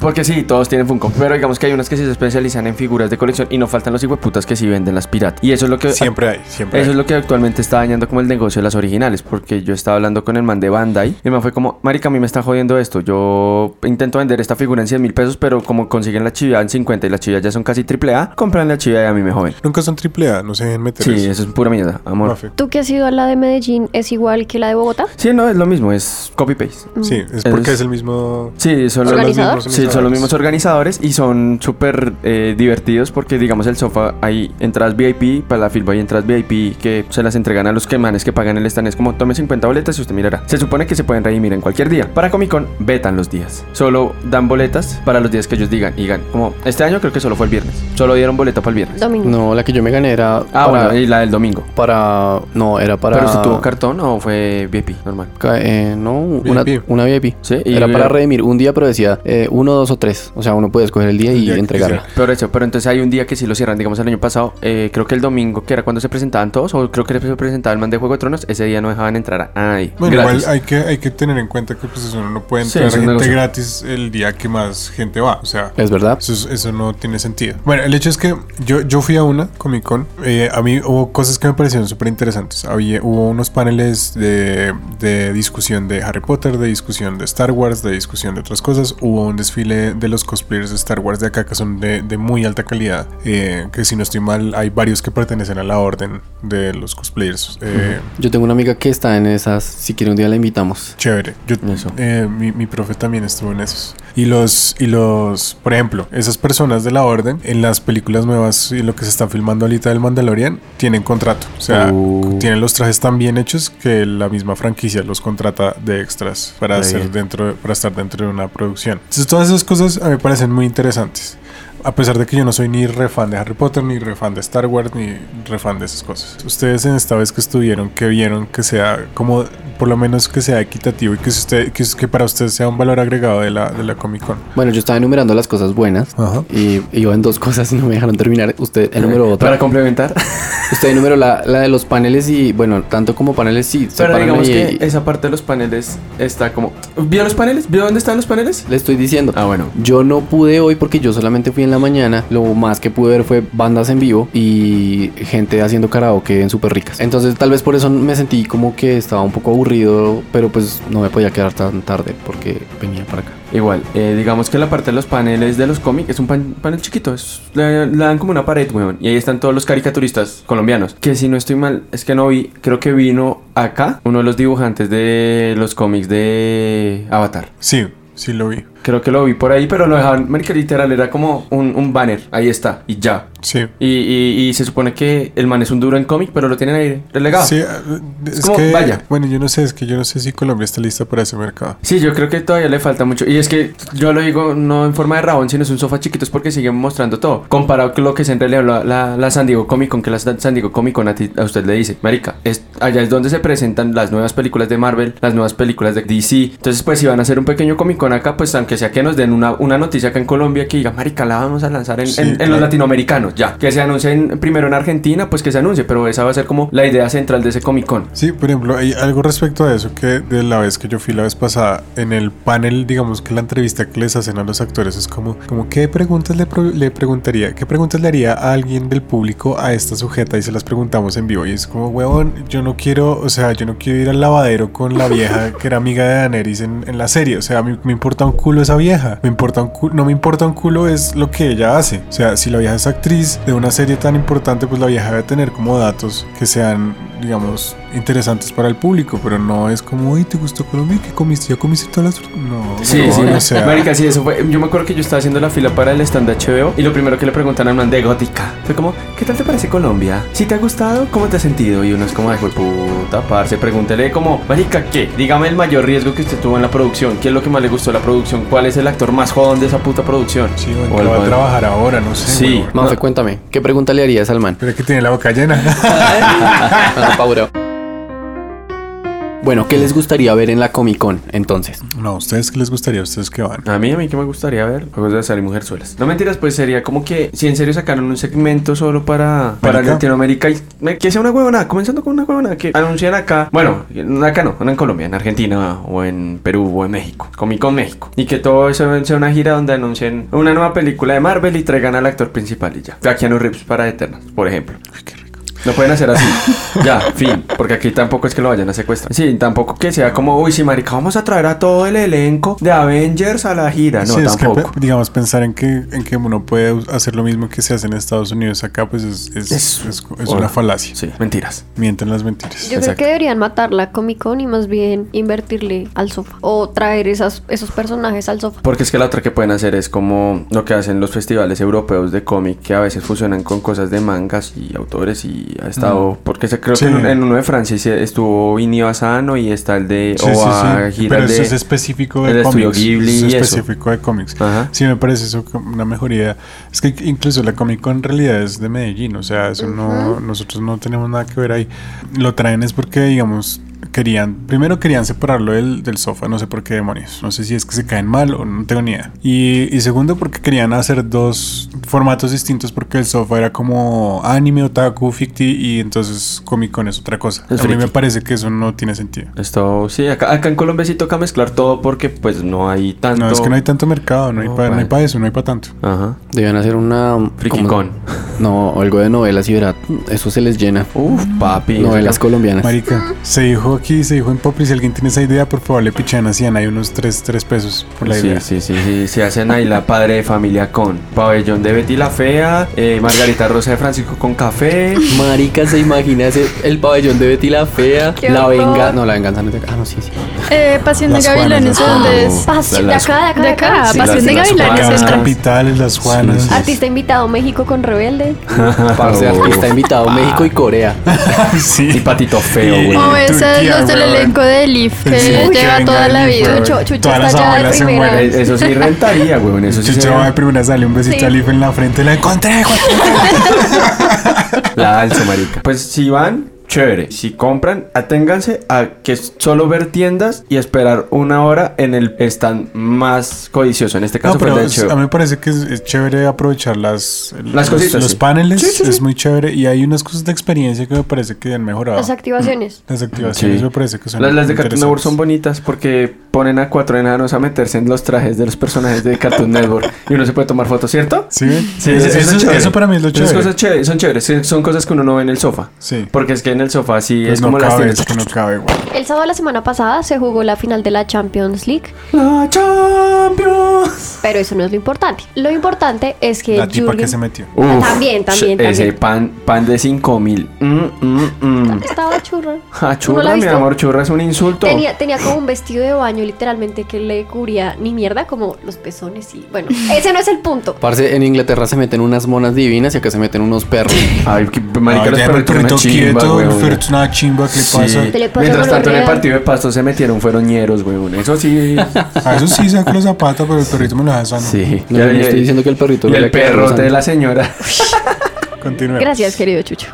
[SPEAKER 2] Porque sí, todos tienen Funko. Pero digamos que hay unas que sí se especializan en figuras de colección y no faltan los hijueputas que sí venden las piratas. Y eso es lo que.
[SPEAKER 1] Siempre hay, siempre
[SPEAKER 2] Eh, Eso
[SPEAKER 1] hay.
[SPEAKER 2] es lo que actualmente está dañando como el negocio de las originales, porque yo estaba hablando con el man de Bandai y me fue como, marica, a mí me está jodiendo esto, yo intento vender esta figura en 100 mil pesos, pero como consiguen la chivia en 50 y la chivia ya son casi triple A, compran la chivia y a mí me joven.
[SPEAKER 1] Nunca son triple A, no se dejen meter
[SPEAKER 2] Sí, eso es pura mierda, amor.
[SPEAKER 1] Mafe.
[SPEAKER 5] ¿Tú que has ido a la de Medellín es igual que la de Bogotá? Mm,
[SPEAKER 2] Sí, no, es lo mismo, es copy-paste.
[SPEAKER 1] Sí, es porque
[SPEAKER 2] Mm. Es-
[SPEAKER 1] es, el mismo...
[SPEAKER 2] Sí, son los,
[SPEAKER 5] ¿Organizador?
[SPEAKER 1] los mismos
[SPEAKER 2] sí, son los mismos
[SPEAKER 1] organizadores.
[SPEAKER 2] organizadores y son súper eh, divertidos porque, digamos, el sofá hay entradas VIP, para la firma hay entradas VIP que se las entregan a los que manes que pagan el stand. Es como, tome 50 boletas y usted mirará. Se supone que se pueden redimir en cualquier día. Para Comic Con, vetan los días. Solo dan boletas para los días que ellos digan. Y gan- como este año creo que solo fue el viernes. Solo dieron boleta para el viernes.
[SPEAKER 5] Domingo.
[SPEAKER 4] No, la que yo me gané era
[SPEAKER 2] Ah,
[SPEAKER 4] para,
[SPEAKER 2] bueno, y la del domingo.
[SPEAKER 4] para- no, era para
[SPEAKER 2] ¿Pero se tuvo cartón o fue VIP normal?
[SPEAKER 4] ca- eh, no, una
[SPEAKER 1] VIP.
[SPEAKER 4] una VIP.
[SPEAKER 2] Sí, y-
[SPEAKER 4] Era para redimir un día, pero decía eh, uno, dos o tres. O sea, uno puede escoger el día
[SPEAKER 1] El
[SPEAKER 4] y
[SPEAKER 1] día que
[SPEAKER 4] entregarla.
[SPEAKER 1] quisiera.
[SPEAKER 2] Pero eso, pero entonces hay un día que sí lo cierran, digamos el año pasado, eh, creo que el domingo, que era cuando se presentaban todos, o creo que se presentaba el man de Juego de Tronos, ese día no dejaban entrar a nadie.
[SPEAKER 1] Bueno,
[SPEAKER 2] Gratis.
[SPEAKER 1] igual hay que, hay que tener en cuenta que pues, eso no puede
[SPEAKER 2] Sí,
[SPEAKER 1] entrar
[SPEAKER 2] es un
[SPEAKER 1] gente
[SPEAKER 2] negocio.
[SPEAKER 1] gratis el día que más gente va. O sea,
[SPEAKER 4] Es verdad.
[SPEAKER 1] Eso, es- eso no tiene sentido. Bueno, el hecho es que yo, yo fui a una Comic Con. eh, a mí hubo cosas que me parecieron súper interesantes. Había, hubo unos paneles de, de discusión de Harry Potter, de discusión de Star Wars, de discusión de otras cosas. Hubo un desfile de los cosplayers de Star Wars de acá que son de, de muy alta calidad. eh, que si no estoy mal, hay varios que pertenecen a la orden de los cosplayers. eh,
[SPEAKER 4] Yo tengo una amiga que está en esas. Si quiere un día la invitamos.
[SPEAKER 1] Chévere. Yo,
[SPEAKER 2] Eso.
[SPEAKER 1] eh, mi, mi profe también estuvo en esos. Y los, y los, por ejemplo, esas personas de la orden en las películas nuevas y lo que se está filmando ahorita del Mandalorian tienen contrato. O sea,
[SPEAKER 4] Uh.
[SPEAKER 1] tienen los trajes tan bien hechos que la misma franquicia los contrata de extras para,
[SPEAKER 2] Re
[SPEAKER 1] hacer
[SPEAKER 2] bien.
[SPEAKER 1] dentro, para estar dentro de una producción. Entonces, todas esas cosas a mí me parecen muy interesantes. A pesar de que yo no soy ni refan de Harry Potter, ni refan de Star Wars, ni refan de esas cosas. Ustedes en esta vez que estuvieron, que vieron que sea como, por lo menos que sea equitativo y que, si usted, que, es- que para ustedes sea un valor agregado de la, de la Comic Con.
[SPEAKER 4] Bueno, yo estaba enumerando las cosas buenas.
[SPEAKER 1] Ajá.
[SPEAKER 4] Y iba en dos cosas y no me dejaron terminar. Usted enumeró otra.
[SPEAKER 2] Para complementar.
[SPEAKER 4] Usted enumeró la, la de los paneles y, bueno, tanto como paneles sí.
[SPEAKER 2] Pero
[SPEAKER 4] sepárenme
[SPEAKER 2] digamos
[SPEAKER 4] y-
[SPEAKER 2] que esa parte de los paneles está como... ¿Vio los paneles? ¿Vio dónde están los paneles?
[SPEAKER 4] Le estoy diciendo.
[SPEAKER 2] Ah, bueno.
[SPEAKER 4] Yo no pude hoy porque yo solamente fui en la mañana. Lo más que pude ver fue bandas en vivo y gente haciendo karaoke en súper ricas. Entonces, tal vez por eso me sentí como que estaba un poco aburrido, pero pues no me podía quedar tan tarde porque venía para acá.
[SPEAKER 2] Igual, eh, digamos que la parte de los paneles de los cómics es un pan- panel chiquito, es, le, le dan como una pared, weón. Y ahí están todos los caricaturistas colombianos. Que si no estoy mal, es que no vi, creo que vino acá uno de los dibujantes de los cómics de Avatar.
[SPEAKER 1] Sí, sí lo vi.
[SPEAKER 2] Creo que lo vi por ahí, pero lo dejaban, marica, literal, era como un, un banner, ahí está, y ya.
[SPEAKER 1] Sí.
[SPEAKER 2] Y, y- y se supone que el man es un duro en cómic, pero lo tienen ahí relegado.
[SPEAKER 1] Sí,
[SPEAKER 2] Sí.
[SPEAKER 1] eh, es,
[SPEAKER 2] como,
[SPEAKER 1] que,
[SPEAKER 2] vaya.
[SPEAKER 1] bueno, yo no sé, es que yo no sé si Colombia está lista para ese mercado.
[SPEAKER 2] yo creo que todavía le falta mucho. Y es que yo lo digo no en forma de rabón, sino es un sofá chiquito, es porque siguen mostrando todo. Comparado con lo que es en realidad la, la, la San Diego Comic Con, que la San San Diego Comic Con a, ti- a usted le dice, Marica, es, allá es donde se presentan las nuevas películas de Marvel, las nuevas películas de DC. Entonces, pues si van a hacer un pequeño Comic Con acá, pues aunque sea que nos den una, una noticia acá en Colombia que diga, Marica, la vamos a lanzar en,
[SPEAKER 1] Sí,
[SPEAKER 2] en- en los
[SPEAKER 1] claro.
[SPEAKER 2] latinoamericanos, ya. Que se anuncien primero en Argentina, pues que se anuncie, pero esa va a ser como la idea central de ese Comic Con.
[SPEAKER 1] Sí, por ejemplo, hay algo respecto a eso que de la vez que yo fui la vez pasada, en el panel, digamos que la entrevista que les hacen a los actores es como, como ¿qué preguntas le, pro- le preguntaría? ¿Qué preguntas le haría a alguien del público a esta sujeta? Y se las preguntamos en vivo. Y es como, huevón, yo no quiero, o sea, yo no quiero ir al lavadero con la vieja que era amiga de Daenerys en, en la serie. O sea, a mí me importa un culo esa vieja. Me importa un culo, no me importa un culo es lo que ella hace. O sea, si la vieja es actriz de una serie tan importante, pues la vieja debe tener como datos que sean, digamos, interesantes para el público. Pero no es como, uy, ¿te gustó Colombia? ¿Qué comiste? ¿Ya comiste todas las... fr-?" No,
[SPEAKER 2] Sí,
[SPEAKER 1] no,
[SPEAKER 2] sí,
[SPEAKER 1] o sea,
[SPEAKER 2] Marica, sí, eso fue. Yo me acuerdo que yo estaba haciendo la fila para el stand de HBO y lo primero que le preguntan al man de Gótica fue como, ¿qué tal te parece Colombia? Si te ha gustado, ¿cómo te has sentido? Y uno es como, ay, fue puta, parce. Pregúntele como, Marica, ¿qué? Dígame el mayor riesgo que usted tuvo en la producción. ¿Qué es lo que más le gustó de la producción? ¿Cuál es el actor más jodón de esa puta producción?
[SPEAKER 1] sí, bueno,
[SPEAKER 2] O
[SPEAKER 1] que
[SPEAKER 2] el
[SPEAKER 1] va a
[SPEAKER 2] man-
[SPEAKER 1] trabajar ahora, no sé.
[SPEAKER 2] Sí.
[SPEAKER 1] huevón.
[SPEAKER 4] Mafe, cuéntame, ¿qué pregunta le harías al man?
[SPEAKER 1] Pero es que tiene la boca llena.
[SPEAKER 4] Ah, Pauro. Bueno, ¿qué les gustaría ver en la Comic Con entonces?
[SPEAKER 1] no, ¿ustedes qué les gustaría? ¿Ustedes qué van?
[SPEAKER 2] A mí, a mí que me gustaría ver juegos de azar y mujerzuelas. No mentiras, pues sería como que si en serio sacaron un segmento solo para, para
[SPEAKER 1] ¿Marica?
[SPEAKER 2] Latinoamérica y me- que sea una huevonada, comenzando con una huevonada que anuncian acá, bueno, acá no, no en Colombia, en Argentina o en Perú o en México, Comic Con México. Y que todo eso sea una gira donde anuncien una nueva película de Marvel y traigan al actor principal y ya. A Keanu Reeves para Eternas, por ejemplo. No pueden hacer así. Ya, fin. Porque aquí tampoco es que lo vayan a secuestrar. Sí, tampoco que sea como, uy, sí, marica, vamos a traer a todo el elenco de Avengers a la gira. No,
[SPEAKER 1] Sí, es que,
[SPEAKER 2] tampoco.
[SPEAKER 1] pe- digamos, pensar en que, en que uno puede hacer lo mismo que se hace en Estados Unidos acá, pues es, es,
[SPEAKER 2] Es-
[SPEAKER 1] es- es una falacia.
[SPEAKER 2] Sí, mentiras.
[SPEAKER 1] Mienten las mentiras.
[SPEAKER 5] Yo creo que deberían matar la Comic Con y más bien invertirle al sofá o traer esas, esos personajes al sofá.
[SPEAKER 2] Porque es que la otra que pueden hacer es como lo que hacen los festivales europeos de cómic que a veces fusionan con cosas de mangas y autores y y ha estado, porque se creo
[SPEAKER 1] Mm. Sí.
[SPEAKER 2] que en, en uno de Francia sí estuvo Inio Asano y está el de
[SPEAKER 1] Sí, sí,
[SPEAKER 2] Oa
[SPEAKER 1] sí.
[SPEAKER 2] Gira,
[SPEAKER 1] Pero
[SPEAKER 2] el
[SPEAKER 1] eso
[SPEAKER 2] de-
[SPEAKER 1] es específico de
[SPEAKER 2] el estudio
[SPEAKER 1] cómics.
[SPEAKER 2] Ghibli
[SPEAKER 1] Eso es
[SPEAKER 2] y eso.
[SPEAKER 1] específico de cómics.
[SPEAKER 2] Ajá.
[SPEAKER 1] Sí, me parece eso como una mejor idea. Es que incluso la Comic Con en realidad es de Medellín, o sea, eso no, nosotros no tenemos nada que ver ahí. Lo traen es porque, digamos, querían, primero querían separarlo del, del sofá, no sé por qué demonios, no sé si es que se caen mal o no tengo ni idea. Y, y segundo porque querían hacer dos formatos distintos porque el sofá era como anime, otaku, ficti y entonces Comic Con es otra cosa.
[SPEAKER 2] Es
[SPEAKER 1] A mí me
[SPEAKER 2] friki.
[SPEAKER 1] parece que eso no tiene sentido.
[SPEAKER 2] Esto, sí, acá, acá en Colombia sí toca mezclar todo porque pues no hay tanto.
[SPEAKER 1] No, es que no hay tanto mercado, no hay
[SPEAKER 2] No,
[SPEAKER 1] para
[SPEAKER 2] vale.
[SPEAKER 1] eso, no hay para tanto.
[SPEAKER 2] Ajá.
[SPEAKER 4] Debían hacer una...
[SPEAKER 2] Frikicón.
[SPEAKER 4] No, algo de novelas y verá, eso se les llena.
[SPEAKER 2] Uf, papi.
[SPEAKER 4] Novelas colombianas.
[SPEAKER 1] Marica, se dijo aquí, se dijo en Popri, si alguien tiene esa idea, por favor le pichan a Cian, hay unos 3, pesos por la
[SPEAKER 2] Sí,
[SPEAKER 1] idea.
[SPEAKER 2] sí, sí, sí, se hacen ahí la padre de familia con pabellón de Betty la Fea, eh, Margarita Rosa de Francisco con café,
[SPEAKER 4] Marica, se imagina ese, el pabellón de Betty la Fea,
[SPEAKER 3] Qué
[SPEAKER 4] la
[SPEAKER 3] horror.
[SPEAKER 4] venganza, no, la venganza no es de acá. Ah, no, sí, sí.
[SPEAKER 3] Eh, Pasión de
[SPEAKER 1] Las Juanas,
[SPEAKER 3] Gavilanes,
[SPEAKER 1] las
[SPEAKER 3] ¿de dónde es?
[SPEAKER 5] Pasión de
[SPEAKER 2] las-
[SPEAKER 5] acá, de acá,
[SPEAKER 3] De acá,
[SPEAKER 2] Sí,
[SPEAKER 3] Pasión
[SPEAKER 2] las-
[SPEAKER 3] de
[SPEAKER 2] las
[SPEAKER 3] Gavilanes
[SPEAKER 1] Las
[SPEAKER 2] Juanas.
[SPEAKER 3] es
[SPEAKER 2] Ah.
[SPEAKER 1] capitales, las Juanas.
[SPEAKER 2] Sí, sí,
[SPEAKER 5] Artista invitado México con Rebelde.
[SPEAKER 2] Ah,
[SPEAKER 4] Parce, artista invitado México y Corea.
[SPEAKER 1] Sí.
[SPEAKER 2] y Patito Feo, güey.
[SPEAKER 3] O es el-
[SPEAKER 1] Turquía,
[SPEAKER 3] los del
[SPEAKER 1] weón.
[SPEAKER 3] elenco de Elif, que
[SPEAKER 1] Sí, que
[SPEAKER 3] lleva
[SPEAKER 1] venga
[SPEAKER 3] toda la
[SPEAKER 1] Elif,
[SPEAKER 3] vida.
[SPEAKER 1] weón.
[SPEAKER 5] Chucho, Chucho
[SPEAKER 1] Todas las
[SPEAKER 5] está ya de
[SPEAKER 1] abuelas se
[SPEAKER 5] primera.
[SPEAKER 1] mueren.
[SPEAKER 2] Eh, Eso sí rentaría, güey. Eso sí
[SPEAKER 1] Chucho
[SPEAKER 2] sería-
[SPEAKER 1] va de primera, sale un besito
[SPEAKER 5] Sí.
[SPEAKER 1] al IF en la frente, la encontré, güey.
[SPEAKER 2] La alzo, marica. Pues si van, chévere. Si compran, aténganse a que solo ver tiendas y esperar una hora en el stand más codicioso. En este caso
[SPEAKER 1] No,
[SPEAKER 2] fue el
[SPEAKER 1] pero
[SPEAKER 2] del
[SPEAKER 1] es- a
[SPEAKER 2] Cheo.
[SPEAKER 1] mí me parece que es, es chévere aprovechar las,
[SPEAKER 2] Las
[SPEAKER 1] los,
[SPEAKER 2] cositas,
[SPEAKER 1] los
[SPEAKER 2] sí.
[SPEAKER 1] paneles, es muy chévere y hay unas cosas de experiencia que me parece que han mejorado.
[SPEAKER 5] Las activaciones.
[SPEAKER 1] Las activaciones
[SPEAKER 2] Sí.
[SPEAKER 1] me parece que son
[SPEAKER 2] Las, las de Cartoon
[SPEAKER 1] interesantes.
[SPEAKER 2] Network son bonitas porque ponen a cuatro enanos a meterse en los trajes de los personajes de Cartoon Network y uno se puede tomar fotos, ¿cierto?
[SPEAKER 1] Sí, ven?
[SPEAKER 2] Sí,
[SPEAKER 1] eso,
[SPEAKER 2] eso,
[SPEAKER 1] eso-
[SPEAKER 2] es chévere.
[SPEAKER 1] eso para mí es lo
[SPEAKER 2] Esas
[SPEAKER 1] chévere.
[SPEAKER 2] cosas chéveres, son chéveres, sí, son cosas que uno no ve en el sofá.
[SPEAKER 1] Sí.
[SPEAKER 2] Porque es que en el sofá sí
[SPEAKER 1] Pues
[SPEAKER 2] es
[SPEAKER 1] no
[SPEAKER 2] como las
[SPEAKER 1] cabe,
[SPEAKER 2] tiendas.
[SPEAKER 1] es que no cabe, güey.
[SPEAKER 5] El sábado de la semana pasada se jugó la final de la Champions League,
[SPEAKER 2] ¡La Champions!
[SPEAKER 5] pero eso no es lo importante. Lo importante es que
[SPEAKER 1] La tipa que
[SPEAKER 5] Jürgen-
[SPEAKER 1] se metió.
[SPEAKER 5] Ah, también, también,
[SPEAKER 2] ch- Ese
[SPEAKER 5] también.
[SPEAKER 2] pan, pan de 5000. Mm, mm, mm.
[SPEAKER 5] estaba churra.
[SPEAKER 2] Ja,
[SPEAKER 5] ¿Tú no la
[SPEAKER 2] churra, mi
[SPEAKER 5] viste?
[SPEAKER 2] amor, churra es un insulto.
[SPEAKER 5] Tenía, tenía como un vestido de baño literalmente que le cubría ni mierda, como los pezones y bueno, ese no es el punto.
[SPEAKER 4] Parce, en Inglaterra se meten unas monas divinas y acá se meten unos perros.
[SPEAKER 2] Ay, que marica,
[SPEAKER 1] Ay,
[SPEAKER 2] los
[SPEAKER 1] ya el
[SPEAKER 2] perritos son una
[SPEAKER 1] perrito
[SPEAKER 2] chimba,
[SPEAKER 1] quieto, el
[SPEAKER 2] weón.
[SPEAKER 1] perrito es una chimba, ¿qué le
[SPEAKER 2] Sí.
[SPEAKER 5] Te
[SPEAKER 1] pasa?
[SPEAKER 5] le pasa
[SPEAKER 2] Mientras tanto en el
[SPEAKER 5] gonorrea.
[SPEAKER 2] partido de pasto se metieron fueron ñeros, weón. Eso sí.
[SPEAKER 1] A eso sí saco los zapatos, pero el perrito me lo deja sano.
[SPEAKER 2] sí.
[SPEAKER 4] No, yo no estoy diciendo que el perrito
[SPEAKER 2] Y
[SPEAKER 4] no
[SPEAKER 2] el
[SPEAKER 4] le quede
[SPEAKER 2] perro
[SPEAKER 4] rozando.
[SPEAKER 2] de la señora.
[SPEAKER 1] Continúa.
[SPEAKER 5] Gracias, querido Chucho.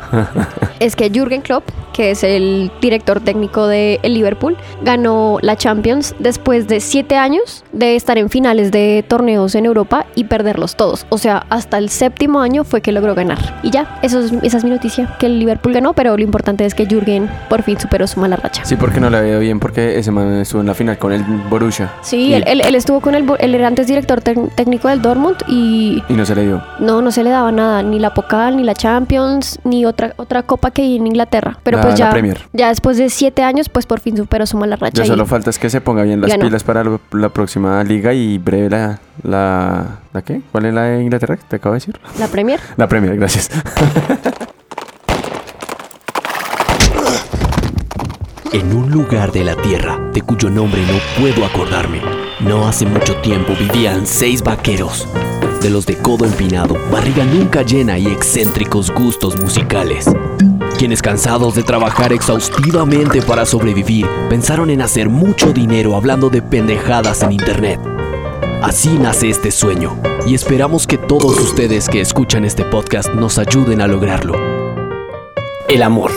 [SPEAKER 5] es que Jürgen Klopp, que es el director técnico de el Liverpool, ganó la Champions después de siete años de estar en finales de torneos en Europa y perderlos todos. O sea, hasta el séptimo año fue que logró ganar. Y ya, eso es- esa es mi noticia, que el Liverpool ganó, pero lo importante es que Jürgen por fin superó su mala racha.
[SPEAKER 2] Sí, porque no la veo bien, porque ese man estuvo en la final con el Borussia.
[SPEAKER 5] Sí,
[SPEAKER 2] Y-
[SPEAKER 5] él, él- él estuvo con el, Bo- él era antes director tec- técnico del Dortmund y
[SPEAKER 2] Y no se le dio.
[SPEAKER 5] no, no se le daba nada, ni la Pokal, ni la Champions, ni otra otra copa que hay en Inglaterra. Pero
[SPEAKER 2] La-
[SPEAKER 5] pues
[SPEAKER 2] la
[SPEAKER 5] ya,
[SPEAKER 2] Premier.
[SPEAKER 5] ya después de siete años, pues por fin superó su mala racha.
[SPEAKER 2] Ya
[SPEAKER 5] y-
[SPEAKER 2] solo falta es que se ponga bien las
[SPEAKER 5] Ganó.
[SPEAKER 2] pilas para lo- la próxima liga y breve la, la... ¿La qué? ¿Cuál es la de Inglaterra que te acabo de decir?
[SPEAKER 5] La Premier.
[SPEAKER 2] La Premier, gracias.
[SPEAKER 8] En un lugar de la Tierra, de cuyo nombre no puedo acordarme, no hace mucho tiempo vivían seis vaqueros, de los de codo empinado, barriga nunca llena y excéntricos gustos musicales, quienes cansados de trabajar exhaustivamente para sobrevivir, pensaron en hacer mucho dinero hablando de pendejadas en Internet. Así nace este sueño, y esperamos que todos ustedes que escuchan este podcast nos ayuden a lograrlo. El amor.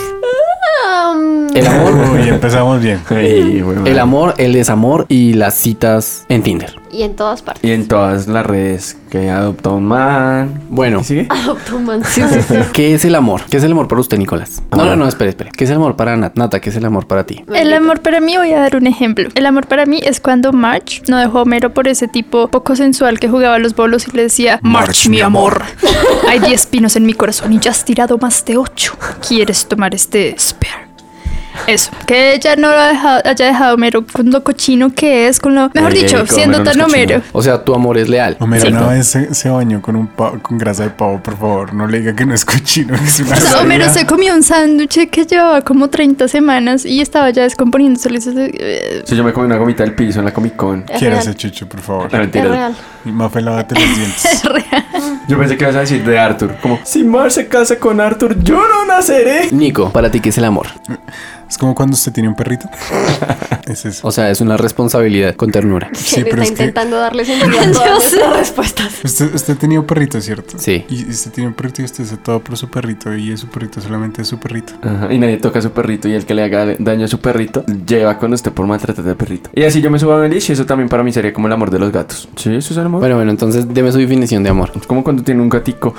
[SPEAKER 5] Um,
[SPEAKER 4] El amor,
[SPEAKER 1] Uy, empezamos bien.
[SPEAKER 2] Ey, güey,
[SPEAKER 4] el
[SPEAKER 2] man.
[SPEAKER 4] amor, el desamor y las citas en Tinder.
[SPEAKER 5] Y en todas partes.
[SPEAKER 2] Y en todas las redes que adoptó un man.
[SPEAKER 4] Bueno,
[SPEAKER 2] ¿Sigue?
[SPEAKER 5] Adoptó un man.
[SPEAKER 4] ¿qué es el amor? ¿Qué es el amor para usted, Nicolás? No, no, no, espere, espere. ¿Qué es el amor para Nat? Nata, ¿qué es el amor para ti?
[SPEAKER 3] El amor para mí, voy a dar un ejemplo. El amor para mí es cuando March no dejó a Homero por ese tipo poco sensual que jugaba a los bolos y le decía: March, mi amor, hay 10 pinos en mi corazón y ya has tirado más de 8. ¿Quieres tomar este spare? Eso, que ella no lo ha dejado- haya dejado a Homero con lo cochino que es, con lo. Mejor
[SPEAKER 2] Ey,
[SPEAKER 3] dicho,
[SPEAKER 2] ey, con
[SPEAKER 3] siendo
[SPEAKER 2] Homero no es
[SPEAKER 3] tan
[SPEAKER 2] cochino.
[SPEAKER 3] Homero.
[SPEAKER 4] O sea, tu amor es leal.
[SPEAKER 1] Homero,
[SPEAKER 4] ¿cierto?
[SPEAKER 1] una vez se, se bañó con, un pa- con grasa de pavo, por favor. No le diga que no es cochino. que Es una
[SPEAKER 3] O sea, Homero
[SPEAKER 1] barbaridad.
[SPEAKER 3] se comió un sándwich que llevaba como 30 semanas y estaba ya descomponiéndose. le hizo- eh,
[SPEAKER 2] Si yo me comí una gomita del piso en la Comic Con.
[SPEAKER 5] Es
[SPEAKER 1] Quiero
[SPEAKER 5] real.
[SPEAKER 1] ese chucho, por favor.
[SPEAKER 2] No,
[SPEAKER 5] Es
[SPEAKER 2] mentira.
[SPEAKER 5] real.
[SPEAKER 1] Y Mafe, lávate los dientes.
[SPEAKER 3] real.
[SPEAKER 2] Yo pensé que ibas a decir de Arthur. Como,
[SPEAKER 6] Si Mar se casa con Arthur, yo no naceré.
[SPEAKER 4] Nico, para ti, ¿qué es el amor?
[SPEAKER 1] Es como cuando usted tiene un perrito. es eso.
[SPEAKER 4] O sea, es una responsabilidad con ternura.
[SPEAKER 1] Sí, pero
[SPEAKER 5] está
[SPEAKER 1] es que
[SPEAKER 5] intentando darle sentido a todas nuestras respuestas.
[SPEAKER 1] usted, usted tenía un perrito, ¿cierto?
[SPEAKER 4] Sí.
[SPEAKER 1] Y usted tiene un perrito y usted hace todo por su perrito y su perrito solamente es su perrito.
[SPEAKER 2] Ajá, y nadie toca a su perrito y el que le haga daño a su perrito lleva con usted por maltratar al perrito. Y así yo me subo a Belich y eso también para mí sería como el amor de los gatos. Sí, eso es el amor.
[SPEAKER 4] Bueno, bueno, entonces deme su definición de amor.
[SPEAKER 2] Es como cuando tiene un gatico.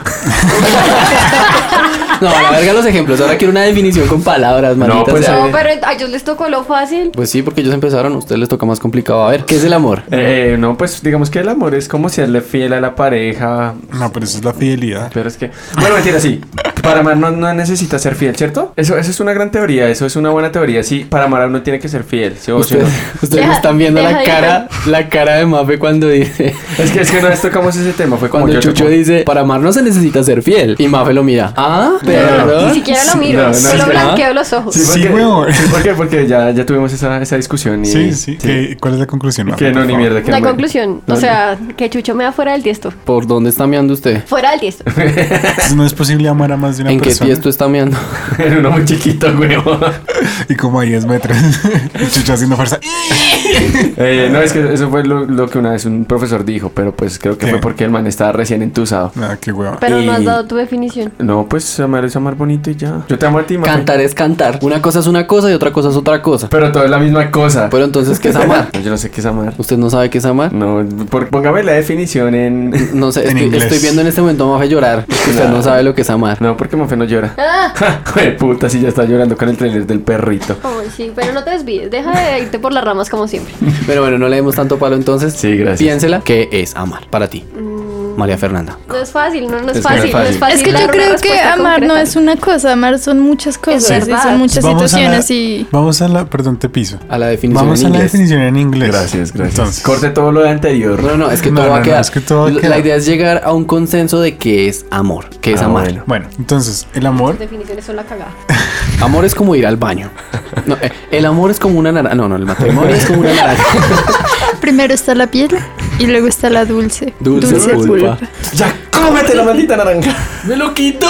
[SPEAKER 4] No, a la verga los ejemplos. Ahora quiero una definición con palabras, manita.
[SPEAKER 2] pues,
[SPEAKER 4] o sea,
[SPEAKER 5] No, pero a ellos les tocó lo fácil.
[SPEAKER 4] pues sí, porque ellos empezaron. A ustedes les toca más complicado. A ver, ¿qué es el amor?
[SPEAKER 2] Eh, no, pues digamos que el amor es como serle fiel a la pareja.
[SPEAKER 1] No, pero eso es la fidelidad.
[SPEAKER 2] Pero es que. Bueno, mentira, sí. Para amar no, no necesita ser fiel, ¿cierto? Eso, eso es una gran teoría, eso es una buena teoría. Sí, para amar uno tiene que ser fiel. ¿sí o sí o no.
[SPEAKER 4] Ustedes, ustedes
[SPEAKER 5] Deja-
[SPEAKER 4] están viendo
[SPEAKER 5] deja
[SPEAKER 4] la
[SPEAKER 5] de-
[SPEAKER 4] cara, la cara de Mafe cuando dice.
[SPEAKER 2] Es que, es que no les tocamos ese tema. Fue como
[SPEAKER 4] Cuando
[SPEAKER 2] yo- yo-
[SPEAKER 4] Chucho dice, para amar no se necesita ser fiel. Y Mafe lo mira. Ah, pero.
[SPEAKER 5] Ni siquiera lo
[SPEAKER 2] no, ¿Ah?
[SPEAKER 5] miro,
[SPEAKER 2] no,
[SPEAKER 5] solo
[SPEAKER 4] no.
[SPEAKER 5] blanqueo los ojos.
[SPEAKER 1] Sí, weón.
[SPEAKER 2] Sí, ¿Por qué? Porque ya, ya tuvimos esa, esa discusión. Y,
[SPEAKER 1] Sí, sí. ¿Qué- ¿Cuál es la conclusión? Mafe,
[SPEAKER 2] Que no,
[SPEAKER 1] por
[SPEAKER 2] ni
[SPEAKER 1] favor?
[SPEAKER 2] mierda. Que
[SPEAKER 5] La
[SPEAKER 2] no me-
[SPEAKER 5] conclusión, o
[SPEAKER 2] no, no.
[SPEAKER 5] sea, que Chucho me da fuera del tiesto.
[SPEAKER 4] ¿Por dónde está meando usted?
[SPEAKER 5] Fuera del tiesto.
[SPEAKER 1] Entonces, no es posible amar a más de una
[SPEAKER 4] ¿En qué
[SPEAKER 1] persona.
[SPEAKER 4] tiesto está meando?
[SPEAKER 2] Era uno muy chiquito, güey.
[SPEAKER 1] Y como a 10 metros. Chucho haciendo fuerza.
[SPEAKER 2] Eh, no, es que eso fue lo, lo que una vez un profesor dijo, pero pues creo que
[SPEAKER 1] ¿Qué?
[SPEAKER 2] fue porque el man estaba recién entusado.
[SPEAKER 1] Nada, Ah, qué hueva.
[SPEAKER 5] Pero no has
[SPEAKER 2] Y-
[SPEAKER 5] dado tu definición.
[SPEAKER 2] No, pues amar es amar bonito y ya. Yo te amo a ti, Mafe.
[SPEAKER 4] Cantar es cantar. Una cosa es una cosa y otra cosa es otra cosa.
[SPEAKER 2] Pero todo es la misma cosa. Pues,
[SPEAKER 4] Pero entonces, ¿qué es amar?
[SPEAKER 2] Yo no sé qué es amar.
[SPEAKER 4] ¿Usted no sabe qué es amar?
[SPEAKER 2] No, por- póngame la definición en...
[SPEAKER 4] No sé,
[SPEAKER 1] En
[SPEAKER 4] estoy,
[SPEAKER 1] inglés.
[SPEAKER 4] estoy viendo en este momento a Mafe llorar. porque Usted no sabe lo que es amar.
[SPEAKER 2] No, porque Mafe no llora.
[SPEAKER 5] Ah.
[SPEAKER 2] Ja, Joder, puta, si ya está llorando con el trailer del perrito.
[SPEAKER 5] Ay, sí, pero no te desvíes. Deja de irte por las ramas como siempre.
[SPEAKER 4] Pero bueno, no le demos tanto palo entonces.
[SPEAKER 2] Sí, gracias.
[SPEAKER 4] Piénsela. ¿Qué es amar para ti,
[SPEAKER 5] Mm,
[SPEAKER 4] María Fernanda?
[SPEAKER 5] No es fácil, no, no es,
[SPEAKER 2] Es que
[SPEAKER 5] fácil,
[SPEAKER 2] no es
[SPEAKER 5] no es
[SPEAKER 2] fácil.
[SPEAKER 5] fácil.
[SPEAKER 3] Es que
[SPEAKER 5] dar
[SPEAKER 3] yo
[SPEAKER 5] una
[SPEAKER 3] creo que
[SPEAKER 5] respuesta
[SPEAKER 3] amar no
[SPEAKER 5] concreta.
[SPEAKER 3] es una cosa, amar son muchas cosas, y
[SPEAKER 5] verdad.
[SPEAKER 3] son muchas
[SPEAKER 1] Vamos a la-
[SPEAKER 3] situaciones y...
[SPEAKER 1] Vamos a la. Perdón, te piso.
[SPEAKER 4] A la definición
[SPEAKER 1] Vamos
[SPEAKER 4] en
[SPEAKER 1] a la
[SPEAKER 4] inglés.
[SPEAKER 1] definición en inglés.
[SPEAKER 2] Gracias, gracias.
[SPEAKER 1] Entonces,
[SPEAKER 2] Corte todo lo de anterior.
[SPEAKER 4] No, no, es que
[SPEAKER 1] No,
[SPEAKER 4] todo va a
[SPEAKER 1] no, no,
[SPEAKER 4] quedar.
[SPEAKER 1] es que todo va a
[SPEAKER 4] La- La
[SPEAKER 1] quedar.
[SPEAKER 4] idea es llegar a un consenso de qué es amor, qué es
[SPEAKER 2] Ah,
[SPEAKER 4] amar.
[SPEAKER 2] bueno.
[SPEAKER 1] Bueno, entonces, el
[SPEAKER 5] Las
[SPEAKER 1] amor.
[SPEAKER 5] definiciones son la cagada.
[SPEAKER 4] Amor es como ir al baño. No, eh, el amor es como una naranja. No, no, el matrimonio es como una naranja.
[SPEAKER 3] Primero está la piel y luego está la dulce.
[SPEAKER 4] Dulce, pulpa.
[SPEAKER 2] ¡Ya cómete la maldita naranja! ¡Me lo quitó!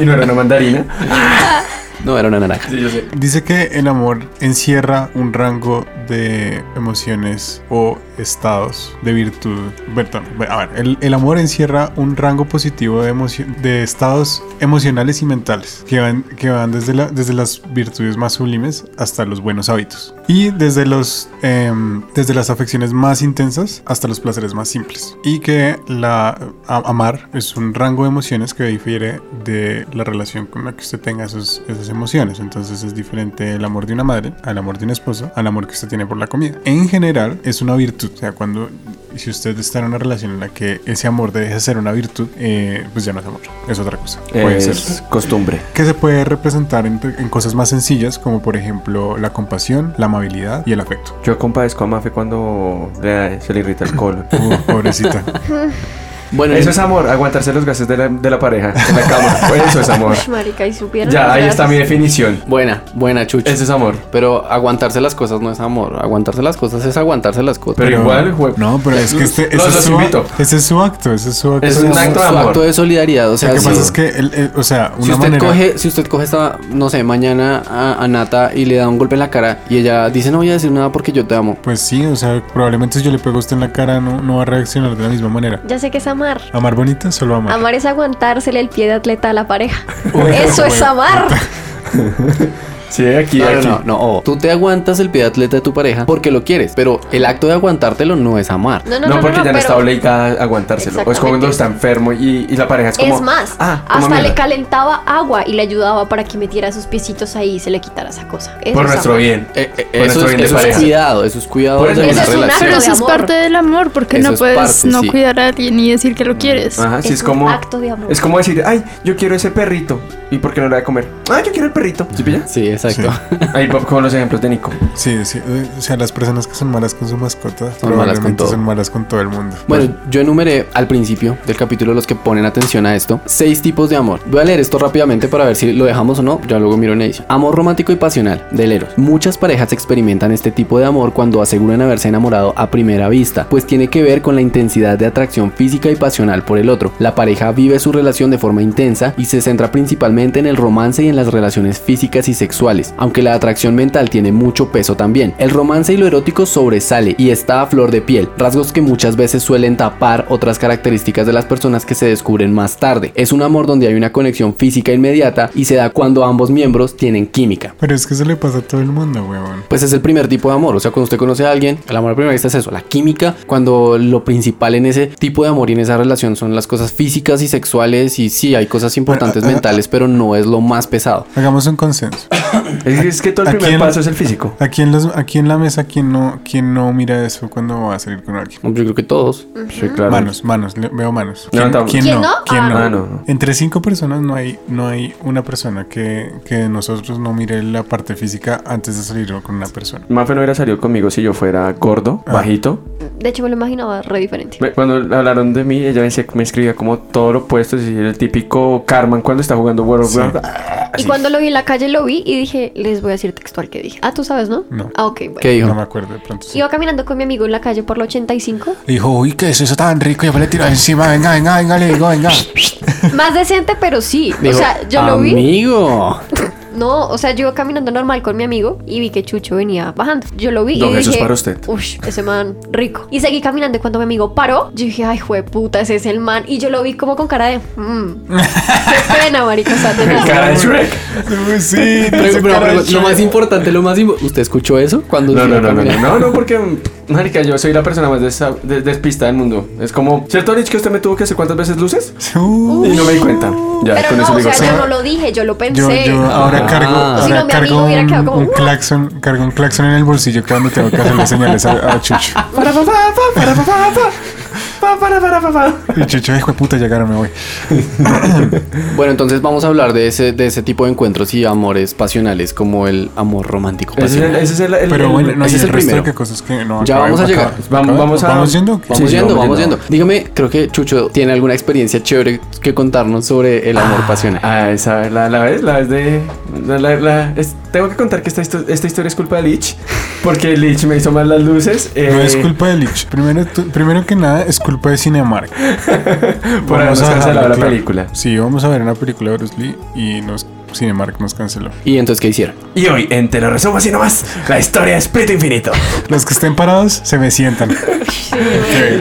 [SPEAKER 2] y no era una mandarina.
[SPEAKER 4] No, era una naranja.
[SPEAKER 2] Sí, yo sé.
[SPEAKER 1] Dice que el amor encierra un rango de emociones o estados de virtud. Perdón, a ver, el, el amor encierra un rango positivo de, emocio- de estados emocionales y mentales que van, que van desde, la- desde las virtudes más sublimes hasta los buenos hábitos y desde, los, em, desde las afecciones más intensas hasta los placeres más simples. Y que la, a- amar es un rango de emociones que difiere de la relación con la que usted tenga esos- esas emociones. Entonces es diferente el amor de una madre, al amor de un esposo, al amor que usted tiene por la comida. En general es una virtud. O sea, cuando si usted está en una relación en la que ese amor deje de ser una virtud, eh, pues ya no es amor, es otra cosa. Puede
[SPEAKER 2] es
[SPEAKER 1] ser
[SPEAKER 2] costumbre.
[SPEAKER 1] que se puede representar en, en cosas más sencillas como por ejemplo la compasión, la amabilidad y el afecto.
[SPEAKER 2] Yo compadezco a Mafe cuando le- se le irrita el colon.
[SPEAKER 1] Uh, pobrecita.
[SPEAKER 4] Bueno,
[SPEAKER 2] Eso es amor, aguantarse los gases de la, de la pareja en la cama. Eso es amor.
[SPEAKER 5] Ush, marica, y supieron.
[SPEAKER 2] Ya,
[SPEAKER 5] los
[SPEAKER 2] ahí está
[SPEAKER 5] gatos.
[SPEAKER 2] mi definición.
[SPEAKER 4] buena, buena, Chucho.
[SPEAKER 2] Eso es amor.
[SPEAKER 4] Pero aguantarse las cosas no es amor. Aguantarse las cosas es aguantarse las cosas.
[SPEAKER 2] Pero igual, jue-
[SPEAKER 1] No, pero es que este,
[SPEAKER 2] Los-
[SPEAKER 1] ese,
[SPEAKER 2] los
[SPEAKER 1] es su,
[SPEAKER 2] invito.
[SPEAKER 1] ese es su acto, ese es su acto.
[SPEAKER 2] Es un
[SPEAKER 1] de
[SPEAKER 2] acto
[SPEAKER 1] amor.
[SPEAKER 2] de
[SPEAKER 4] su
[SPEAKER 2] amor.
[SPEAKER 4] acto de solidaridad. O sea,
[SPEAKER 1] Lo que
[SPEAKER 4] si-
[SPEAKER 1] pasa es que, el- el- o sea, una
[SPEAKER 4] si usted
[SPEAKER 1] manera...
[SPEAKER 4] coge, si usted coge esta, no sé, mañana a, a Nata y le da un golpe en la cara y ella dice no voy a decir nada porque yo te amo.
[SPEAKER 1] Pues sí, o sea, probablemente si yo le pego a usted en la cara no, no va a reaccionar de la misma manera.
[SPEAKER 5] Ya sé que es amar.
[SPEAKER 2] Ah,
[SPEAKER 1] Amar bonita, solo amar.
[SPEAKER 5] Amar es aguantársele el pie de atleta a la pareja. Eso es amar.
[SPEAKER 2] Sí, aquí,
[SPEAKER 4] No, no,
[SPEAKER 2] aquí.
[SPEAKER 4] no, no, ojo. tú te aguantas el pie de atleta de tu pareja porque lo quieres, pero el acto de aguantártelo no es amar.
[SPEAKER 5] No, no,
[SPEAKER 2] No,
[SPEAKER 5] no,
[SPEAKER 2] porque ya no
[SPEAKER 5] pero
[SPEAKER 2] está obligada a aguantárselo. O es como cuando
[SPEAKER 5] Exactamente.
[SPEAKER 2] está enfermo y, y la pareja es como.
[SPEAKER 5] Es más,
[SPEAKER 2] ah, coma
[SPEAKER 5] hasta le
[SPEAKER 2] mierda.
[SPEAKER 5] calentaba agua y le ayudaba para que metiera sus piecitos ahí y se le quitara esa cosa. Eso
[SPEAKER 2] Por
[SPEAKER 5] es
[SPEAKER 2] nuestro
[SPEAKER 5] amar.
[SPEAKER 2] bien.
[SPEAKER 4] Eh, eh,
[SPEAKER 2] Por nuestro
[SPEAKER 4] eso es,
[SPEAKER 2] bien de
[SPEAKER 4] eso es
[SPEAKER 2] pareja.
[SPEAKER 4] cuidado, eso es cuidado
[SPEAKER 2] Por eso
[SPEAKER 4] de
[SPEAKER 2] es
[SPEAKER 4] una
[SPEAKER 5] un acto
[SPEAKER 4] relación.
[SPEAKER 3] Pero eso
[SPEAKER 5] de
[SPEAKER 3] es
[SPEAKER 5] amor.
[SPEAKER 3] parte del amor, porque
[SPEAKER 4] Eso
[SPEAKER 3] no
[SPEAKER 4] es
[SPEAKER 3] puedes
[SPEAKER 4] parte,
[SPEAKER 3] no
[SPEAKER 4] sí. Ah.
[SPEAKER 3] cuidar a alguien y decir que lo quieres.
[SPEAKER 2] Ajá, sí,
[SPEAKER 5] Es
[SPEAKER 2] es, como.
[SPEAKER 5] un acto de amor.
[SPEAKER 2] Es como decir, ay, yo quiero ese perrito. ¿Y por qué no le voy a comer? Ah, yo quiero el perrito. ¿Sí pilla?
[SPEAKER 4] Sí, es exacto.
[SPEAKER 2] Ahí va como los ejemplos de Nico.
[SPEAKER 1] Sí, sí. O sea, las personas que son malas con su mascota
[SPEAKER 4] con
[SPEAKER 1] probablemente
[SPEAKER 4] todo.
[SPEAKER 1] son malas con todo el mundo.
[SPEAKER 4] Bueno, yo enumeré al principio del capítulo los que ponen atención a esto, seis tipos de amor. Voy a leer esto rápidamente para ver si lo dejamos o no, ya luego miro en edición. Amor romántico y pasional, del Eros. Muchas parejas experimentan este tipo de amor cuando aseguran haberse enamorado a primera vista, pues tiene que ver con la intensidad de atracción física y pasional por el otro. La pareja vive su relación de forma intensa y se centra principalmente en el romance y en las relaciones físicas y sexuales, aunque la atracción mental tiene mucho peso también. El romance y lo erótico sobresale y está a flor de piel, rasgos que muchas veces suelen tapar otras características de las personas que se descubren más tarde. Es un amor donde hay una conexión física inmediata y se da cuando ambos miembros tienen química.
[SPEAKER 1] Pero es que se le pasa a todo el mundo, weón.
[SPEAKER 4] Pues es el primer tipo de amor, o sea, cuando usted conoce a alguien, el amor a primera vista es eso, la química, cuando lo principal en ese tipo de amor y en esa relación son las cosas físicas y sexuales y sí, hay cosas importantes
[SPEAKER 1] ah, ah,
[SPEAKER 4] mentales, pero no es lo más pesado.
[SPEAKER 1] Hagamos un consenso.
[SPEAKER 2] Es, que- es que todo el
[SPEAKER 1] ¿A
[SPEAKER 2] primer
[SPEAKER 1] quién-
[SPEAKER 2] paso es el físico.
[SPEAKER 1] Aquí en, los, aquí en la mesa, ¿quién no, ¿quién no mira eso cuando va a salir con alguien?
[SPEAKER 4] Yo creo que todos.
[SPEAKER 2] Sí, claro.
[SPEAKER 1] Manos, manos, le- veo manos. ¿Quién,
[SPEAKER 2] Levantamos.
[SPEAKER 5] ¿Quién no?
[SPEAKER 1] ¿Quién
[SPEAKER 5] Ah,
[SPEAKER 1] no?
[SPEAKER 2] Ah, no, no.
[SPEAKER 1] Entre cinco personas no hay, no hay una persona que, que de nosotros no mire la parte física antes de salir con una persona.
[SPEAKER 2] Mafe no hubiera salido conmigo si yo fuera gordo,
[SPEAKER 1] Ah.
[SPEAKER 2] bajito.
[SPEAKER 5] De hecho, me lo imaginaba re diferente.
[SPEAKER 2] Me- Cuando hablaron de mí, ella me, decía- me escribía como todo lo opuesto. así, el típico Carman cuando está jugando World of
[SPEAKER 1] Sí.
[SPEAKER 2] Warcraft.
[SPEAKER 5] Y cuando lo vi en la calle, lo vi y dije, les voy a decir textual que dije. Ah, tú sabes, ¿no?
[SPEAKER 1] No.
[SPEAKER 5] Ah, ok, bueno.
[SPEAKER 4] ¿Qué dijo?
[SPEAKER 1] No me acuerdo de pronto. sí.
[SPEAKER 5] Iba caminando con mi amigo en la calle por la 85.
[SPEAKER 1] Dijo, uy, ¿qué es eso tan rico? Ya me le tiro encima, venga, venga, venga, le digo, venga.
[SPEAKER 5] Más decente, pero sí.
[SPEAKER 4] Dijo,
[SPEAKER 5] o sea, yo lo vi.
[SPEAKER 4] Amigo.
[SPEAKER 5] No, o sea, yo iba caminando normal con mi amigo y vi que Chucho venía bajando. Yo lo vi
[SPEAKER 2] Don
[SPEAKER 5] y
[SPEAKER 2] Jesús
[SPEAKER 5] dije,
[SPEAKER 2] para usted.
[SPEAKER 5] Ush, ese man rico. Y seguí caminando y cuando mi amigo paró, yo dije, ay, puta, ese es el man. Y yo lo vi como con cara de, mmm, qué pena, marico, o sea, tenaz.
[SPEAKER 2] Cara de Shrek.
[SPEAKER 1] Uy, sí,
[SPEAKER 4] Pero-
[SPEAKER 1] dice,
[SPEAKER 4] pero-
[SPEAKER 1] "Cara
[SPEAKER 4] pero
[SPEAKER 1] de
[SPEAKER 4] lo más
[SPEAKER 1] chulo".
[SPEAKER 4] importante, lo más importante. ¿Usted escuchó eso? Cuando
[SPEAKER 2] No,
[SPEAKER 4] usted
[SPEAKER 2] no,
[SPEAKER 4] iba
[SPEAKER 2] no, no, no,
[SPEAKER 4] caminando.
[SPEAKER 2] no, no, porque, marica, yo soy la persona más desa- de- despistada del mundo. Es como, ¿cierto, Rich, que usted me tuvo que hacer cuántas veces luces?
[SPEAKER 1] Uy,
[SPEAKER 2] Y no me di cuenta. Ya,
[SPEAKER 5] Pero
[SPEAKER 2] con
[SPEAKER 5] no,
[SPEAKER 2] eso
[SPEAKER 5] o
[SPEAKER 2] digo,
[SPEAKER 5] sea,
[SPEAKER 2] todo.
[SPEAKER 5] yo no lo dije, yo lo pensé.
[SPEAKER 1] Yo, yo ahora
[SPEAKER 4] Ah.
[SPEAKER 1] cargo,
[SPEAKER 4] Si
[SPEAKER 5] no,
[SPEAKER 1] ahora
[SPEAKER 5] mi
[SPEAKER 1] cargo
[SPEAKER 5] amigo hubiera
[SPEAKER 1] un,
[SPEAKER 5] quedado como,
[SPEAKER 1] un
[SPEAKER 5] "What?"
[SPEAKER 1] claxon, cargo un claxon en el bolsillo cuando tengo que hacerle señales a, a Chucho.
[SPEAKER 2] Para, pa, pa, pa, para, pa, pa, pa. Pa, para, para, pa, pa.
[SPEAKER 1] Y Chucho, hijo de puta, llegaron, me voy.
[SPEAKER 4] Bueno, entonces vamos a hablar de ese, de ese tipo de encuentros y amores pasionales, como el amor romántico.
[SPEAKER 2] Pues Ese es el,
[SPEAKER 4] pasional.
[SPEAKER 2] ese es el, el-
[SPEAKER 1] Pero bueno,
[SPEAKER 2] el-
[SPEAKER 1] no, y
[SPEAKER 4] ese
[SPEAKER 1] el,
[SPEAKER 4] es el
[SPEAKER 1] resto de
[SPEAKER 4] primero.
[SPEAKER 1] que cosas que no
[SPEAKER 4] Ya
[SPEAKER 1] acaban-
[SPEAKER 4] vamos a llegar.
[SPEAKER 1] acaban-
[SPEAKER 2] Vamos- vamos a-
[SPEAKER 1] ¿Vamos yendo?
[SPEAKER 4] Vamos
[SPEAKER 2] Sí, sí,
[SPEAKER 4] yendo, vamos
[SPEAKER 2] vamos
[SPEAKER 4] yendo.
[SPEAKER 2] yendo.
[SPEAKER 4] Dígame, creo que Chucho tiene alguna experiencia chévere que contarnos sobre el amor pasional.
[SPEAKER 2] Ah, esa, la, la vez, la vez de... La, la- la- es- tengo que contar que esta, histo- esta historia es culpa de Lich, porque Lich me hizo mal las luces.
[SPEAKER 1] No
[SPEAKER 2] eh,
[SPEAKER 1] es culpa de Lich. Primero, tú- primero que nada, es culpa de Cinemark.
[SPEAKER 2] Por habernos cancelado
[SPEAKER 1] dejarlo
[SPEAKER 2] la
[SPEAKER 1] claro.
[SPEAKER 2] película.
[SPEAKER 1] Sí, vamos a ver una película de Bruce Lee y nos, Cinemark nos canceló.
[SPEAKER 4] ¿Y entonces qué hicieron?
[SPEAKER 2] Y hoy, en Te lo resumo así nomás, la historia de Espíritu Infinito.
[SPEAKER 1] Los que estén parados se me sientan. Ok.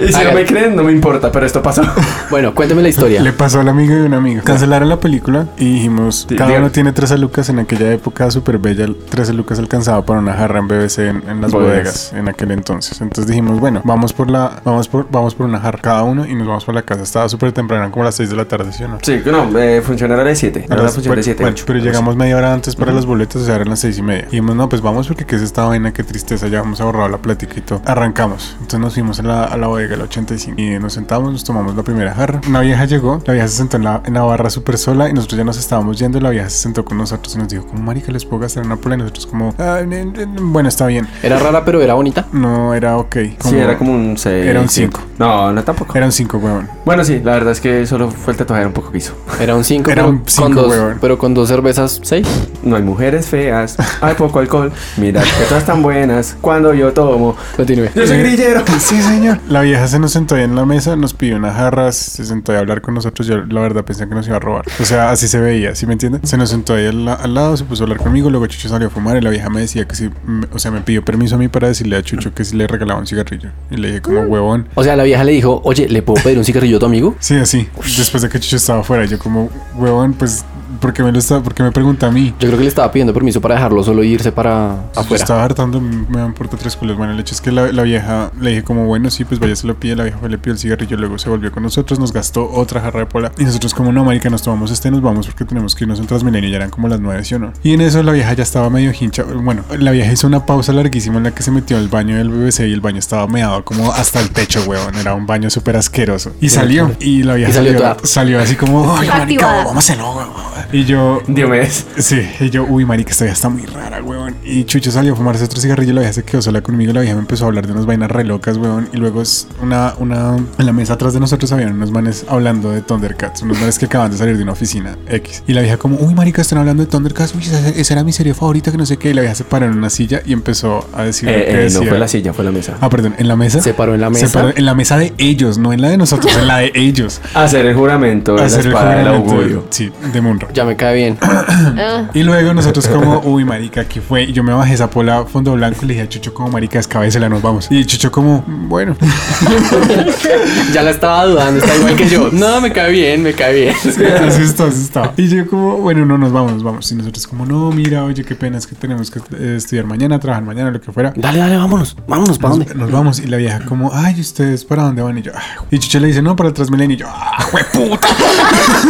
[SPEAKER 2] Y si no
[SPEAKER 4] Hágale.
[SPEAKER 2] me creen, no me importa, pero esto pasó.
[SPEAKER 4] Bueno, cuéntame la historia.
[SPEAKER 1] Le pasó al amigo de un amigo. Cancelaron la película y dijimos,
[SPEAKER 2] Sí,
[SPEAKER 1] cada
[SPEAKER 2] diga-
[SPEAKER 1] uno tiene 13 lucas. En aquella época súper bella, 13 lucas alcanzaba para una jarra en BBC en, en las
[SPEAKER 2] Bodegas.
[SPEAKER 1] bodegas. en aquel entonces. Entonces dijimos, bueno, vamos por la, vamos por, vamos por una jarra cada uno y nos vamos para la casa. Estaba súper temprano, como a las 6 de la tarde, ¿sí o no?
[SPEAKER 2] Sí, no, eh, funcionará de 7.
[SPEAKER 1] A
[SPEAKER 2] Ahora
[SPEAKER 1] las-
[SPEAKER 2] funciona de
[SPEAKER 1] bueno,
[SPEAKER 2] 7.
[SPEAKER 1] bueno, pero llegamos media hora antes para las boletas, o sea, eran las seis y media. Y dijimos, no, pues vamos porque qué es esta vaina, qué tristeza, ya hemos ahorrado la plática y todo. Arrancamos. Entonces nos fuimos a la, a la bodega, la 85, y nos sentamos, nos tomamos la primera jarra. Una vieja llegó, la vieja se sentó en la, en la barra súper sola y nosotros ya nos estábamos yendo. y La vieja se sentó con nosotros y nos dijo, como marica, les puedo gastar una pola. Y nosotros, como, "Ah, ne- ne- ne- bueno, está bien.
[SPEAKER 4] Era rara, pero era bonita.
[SPEAKER 1] No era ok.
[SPEAKER 2] Sí, era como un 6.
[SPEAKER 1] Era un cinco.
[SPEAKER 2] No, no tampoco.
[SPEAKER 1] Era un 5, huevón.
[SPEAKER 2] Bueno, sí, la verdad es que solo fue el tatuaje un poco que hizo.
[SPEAKER 4] Era un 5,
[SPEAKER 1] Era
[SPEAKER 4] pero,
[SPEAKER 1] un
[SPEAKER 4] con
[SPEAKER 1] cinco,
[SPEAKER 4] dos-
[SPEAKER 1] weón.
[SPEAKER 4] pero con dos cervezas, seis.
[SPEAKER 2] No hay mujeres feas, hay poco alcohol. Mira, que todas tan buenas. Cuando yo tomo.
[SPEAKER 4] Continúe.
[SPEAKER 2] Yo soy
[SPEAKER 1] Eh,
[SPEAKER 2] grillero.
[SPEAKER 1] Sí, señor. La vieja se nos sentó ahí en la mesa, nos pidió unas jarras, se sentó ahí a hablar con nosotros. Yo, la verdad, pensé que nos iba a robar. O sea, así se veía, ¿sí me entienden? Se nos sentó ahí al, la- al lado, se puso a hablar conmigo. Luego Chucho salió a fumar y la vieja me decía que si, me- o sea, me pidió permiso a mí para decirle a Chucho que si le regalaba un cigarrillo. Y le dije, como huevón.
[SPEAKER 4] O sea, la vieja le dijo, oye, ¿le puedo pedir un cigarrillo a tu amigo?
[SPEAKER 1] Sí, así. Después de que Chucho estaba afuera, yo, como huevón, pues, ¿por qué me lo está, por qué me pregunta a mí?
[SPEAKER 4] Yo creo que le estaba pidiendo permiso para dejarlo solo e irse para
[SPEAKER 1] Yo
[SPEAKER 4] afuera.
[SPEAKER 1] estaba hartando, me han puesto tres culos. Bueno, el hecho es que la, la vieja le dije como, bueno, sí, pues vaya, se lo pide, la vieja fue, le pidió el cigarrillo, luego se volvió con nosotros, nos gastó otra jarra de pola. Y nosotros como, no, marica, nos tomamos este, nos vamos porque tenemos que irnos en Transmilenio, ya eran como las nueve, ¿sí o no? Y en eso la vieja ya estaba medio hincha. Bueno, la vieja hizo una pausa larguísima en la que se metió al baño del BBC y el baño estaba meado como hasta el techo, huevón. Era un baño súper asqueroso. Y salió. Y la vieja
[SPEAKER 4] Y salió
[SPEAKER 1] salió,
[SPEAKER 4] toda-
[SPEAKER 1] salió así como, ay, marica,
[SPEAKER 5] Activada.
[SPEAKER 1] vamos a hacerlo, huevón". Y yo.
[SPEAKER 2] Diomedes.
[SPEAKER 1] Sí, y yo, uy, marica, esta vieja está muy rara, weón. Y Chucho salió a fumarse otro cigarrillo, la vieja se quedó sola conmigo, la vieja me empezó a hablar de unas vainas re locas, weón. Y luego es una, una, en la mesa atrás de nosotros habían unos manes hablando de Thundercats, unos manes que acaban de salir de una oficina X. Y la vieja como, uy, marica, están hablando de Thundercats, uy, esa, esa era mi serie favorita, que no sé qué. Y la vieja se paró en una silla y empezó a decir lo que
[SPEAKER 2] Eh, eh, no
[SPEAKER 1] decía.
[SPEAKER 2] fue la silla, fue la mesa.
[SPEAKER 1] Ah, perdón, en la mesa.
[SPEAKER 4] Se paró en la
[SPEAKER 1] Se
[SPEAKER 4] mesa.
[SPEAKER 1] paró en la mesa de ellos, no en la de nosotros, en la de ellos.
[SPEAKER 2] Ah. Hacer el juramento de
[SPEAKER 1] Hacer el
[SPEAKER 2] la espada del
[SPEAKER 1] juramento de-
[SPEAKER 2] augurio.
[SPEAKER 1] Sí, de Munro.
[SPEAKER 4] Ya me cae bien.
[SPEAKER 5] Ah,
[SPEAKER 1] Y luego nosotros como, uy, marica, ¿qué fue? Y yo me bajé esa pola fondo blanco y le dije a Chucho como, marica, descabécela, nos vamos. Y Chucho como, bueno.
[SPEAKER 4] Ya la estaba dudando, está igual que yo. No, me cae bien, me cae bien.
[SPEAKER 1] así está, así está. Y yo como, bueno, no, nos vamos, nos vamos. Y nosotros como, no, mira, oye, qué pena, es que tenemos que eh, estudiar mañana, trabajar mañana, lo que fuera.
[SPEAKER 4] Dale, dale, vámonos. Vámonos, ¿para dónde?
[SPEAKER 1] Nos, nos vamos. Y la vieja como, ay, ¿ustedes para dónde van? Y yo, "Ah". y Chucho le dice, no, para el Transmilenio. Y yo, ah, puta.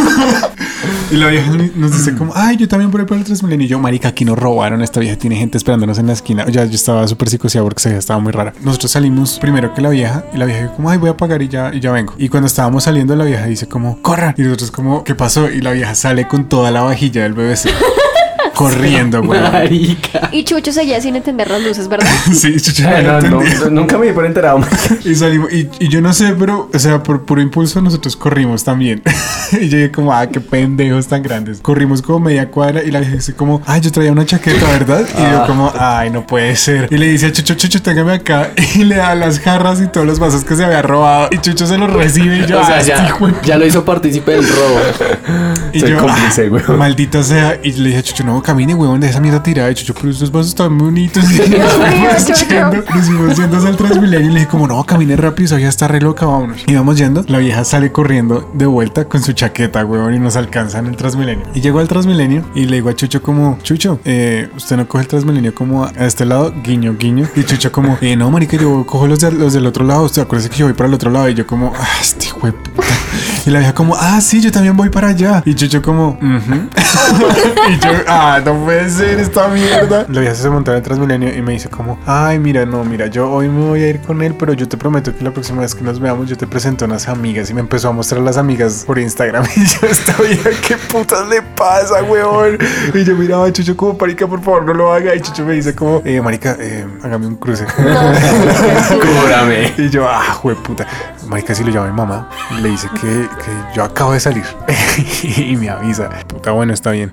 [SPEAKER 1] y la vieja nos dice como, ay, yo también por ahí para el Transmilenio. Y yo, marica, aquí nos robaron. Esta vieja tiene gente esperándonos en la esquina. Ya, yo estaba súper psicoseado porque esa vieja estaba muy rara. Nosotros salimos primero que la vieja. Y la vieja como, ay, voy a pagar y ya, y ya vengo. Y cuando estábamos saliendo, la vieja dice como, corran. Y nosotros como, ¿qué pasó? Y la vieja sale con toda la vajilla del BBC. Corriendo, güey.
[SPEAKER 4] Marica.
[SPEAKER 5] y Chucho seguía sin entender las luces, ¿verdad?
[SPEAKER 1] Sí, Chucho
[SPEAKER 2] Eh,
[SPEAKER 1] no
[SPEAKER 2] no, no,
[SPEAKER 1] entendía.
[SPEAKER 2] nunca me di por enterado.
[SPEAKER 1] Y salimos, y, y yo no sé, pero, o sea, por puro impulso nosotros corrimos también. y yo dije como, ah, qué pendejos tan grandes. Corrimos como media cuadra y la vieja dice como, ay, yo traía una chaqueta, ¿verdad? Y
[SPEAKER 4] Ah.
[SPEAKER 1] yo como, ay, no puede ser. Y le dice a Chucho, Chucho, téngame acá. Y le da las jarras y todos los vasos que se había robado. Y Chucho se los recibe y yo,
[SPEAKER 4] O sea,
[SPEAKER 1] "Ah, este
[SPEAKER 4] ya,
[SPEAKER 1] hijo de
[SPEAKER 4] ya lo hizo partícipe del robo.
[SPEAKER 1] y
[SPEAKER 2] Soy
[SPEAKER 1] yo,
[SPEAKER 2] cómplice,
[SPEAKER 1] ah,
[SPEAKER 2] weón.
[SPEAKER 1] Maldita sea. Y le dije a Chucho, no, camine, weón, de esa mierda tirada. Y Chucho, pero estos vasos están bonitos. Y nos fuimos
[SPEAKER 5] Chucho.
[SPEAKER 1] yendo, nos fuimos yendo hacia el Transmilenio. Y le dije, como, no, camine rápido, esa vieja está re loca, vámonos. Y vamos yendo. La vieja sale corriendo de vuelta con su chaqueta, weón, y nos alcanza en el Transmilenio. Y llegó al Transmilenio y le digo a Chucho, como, Chucho, eh, usted no coge el Transmilenio como a este lado, guiño, guiño. Y Chucho, como, eh, no, marica, yo cojo los, de- los del otro lado. Usted acuérdese que yo voy para el otro lado. Y yo, como, ah, este hijo de puta. Y la vieja como, ah, sí, yo también voy para allá. Y Chucho como, "Ujú". y yo, ah, no puede ser esta mierda. La vieja se montó en el Transmilenio y me dice como, ay, mira, no, mira, yo hoy me voy a ir con él, pero yo te prometo que la próxima vez que nos veamos yo te presento unas amigas. Y me empezó a mostrar las amigas por Instagram. Y yo, esta vieja, ¿qué putas le pasa, weón? Y yo miraba a Chucho como, parica, por favor, no lo haga. Y Chucho me dice como, eh, marica, eh, hágame un cruce.
[SPEAKER 2] Cúbrame.
[SPEAKER 1] Y yo, ah, jueputa. Marica, si lo llama mi mamá, le dice que, que yo acabo de salir. y me avisa. Puta, bueno, está bien.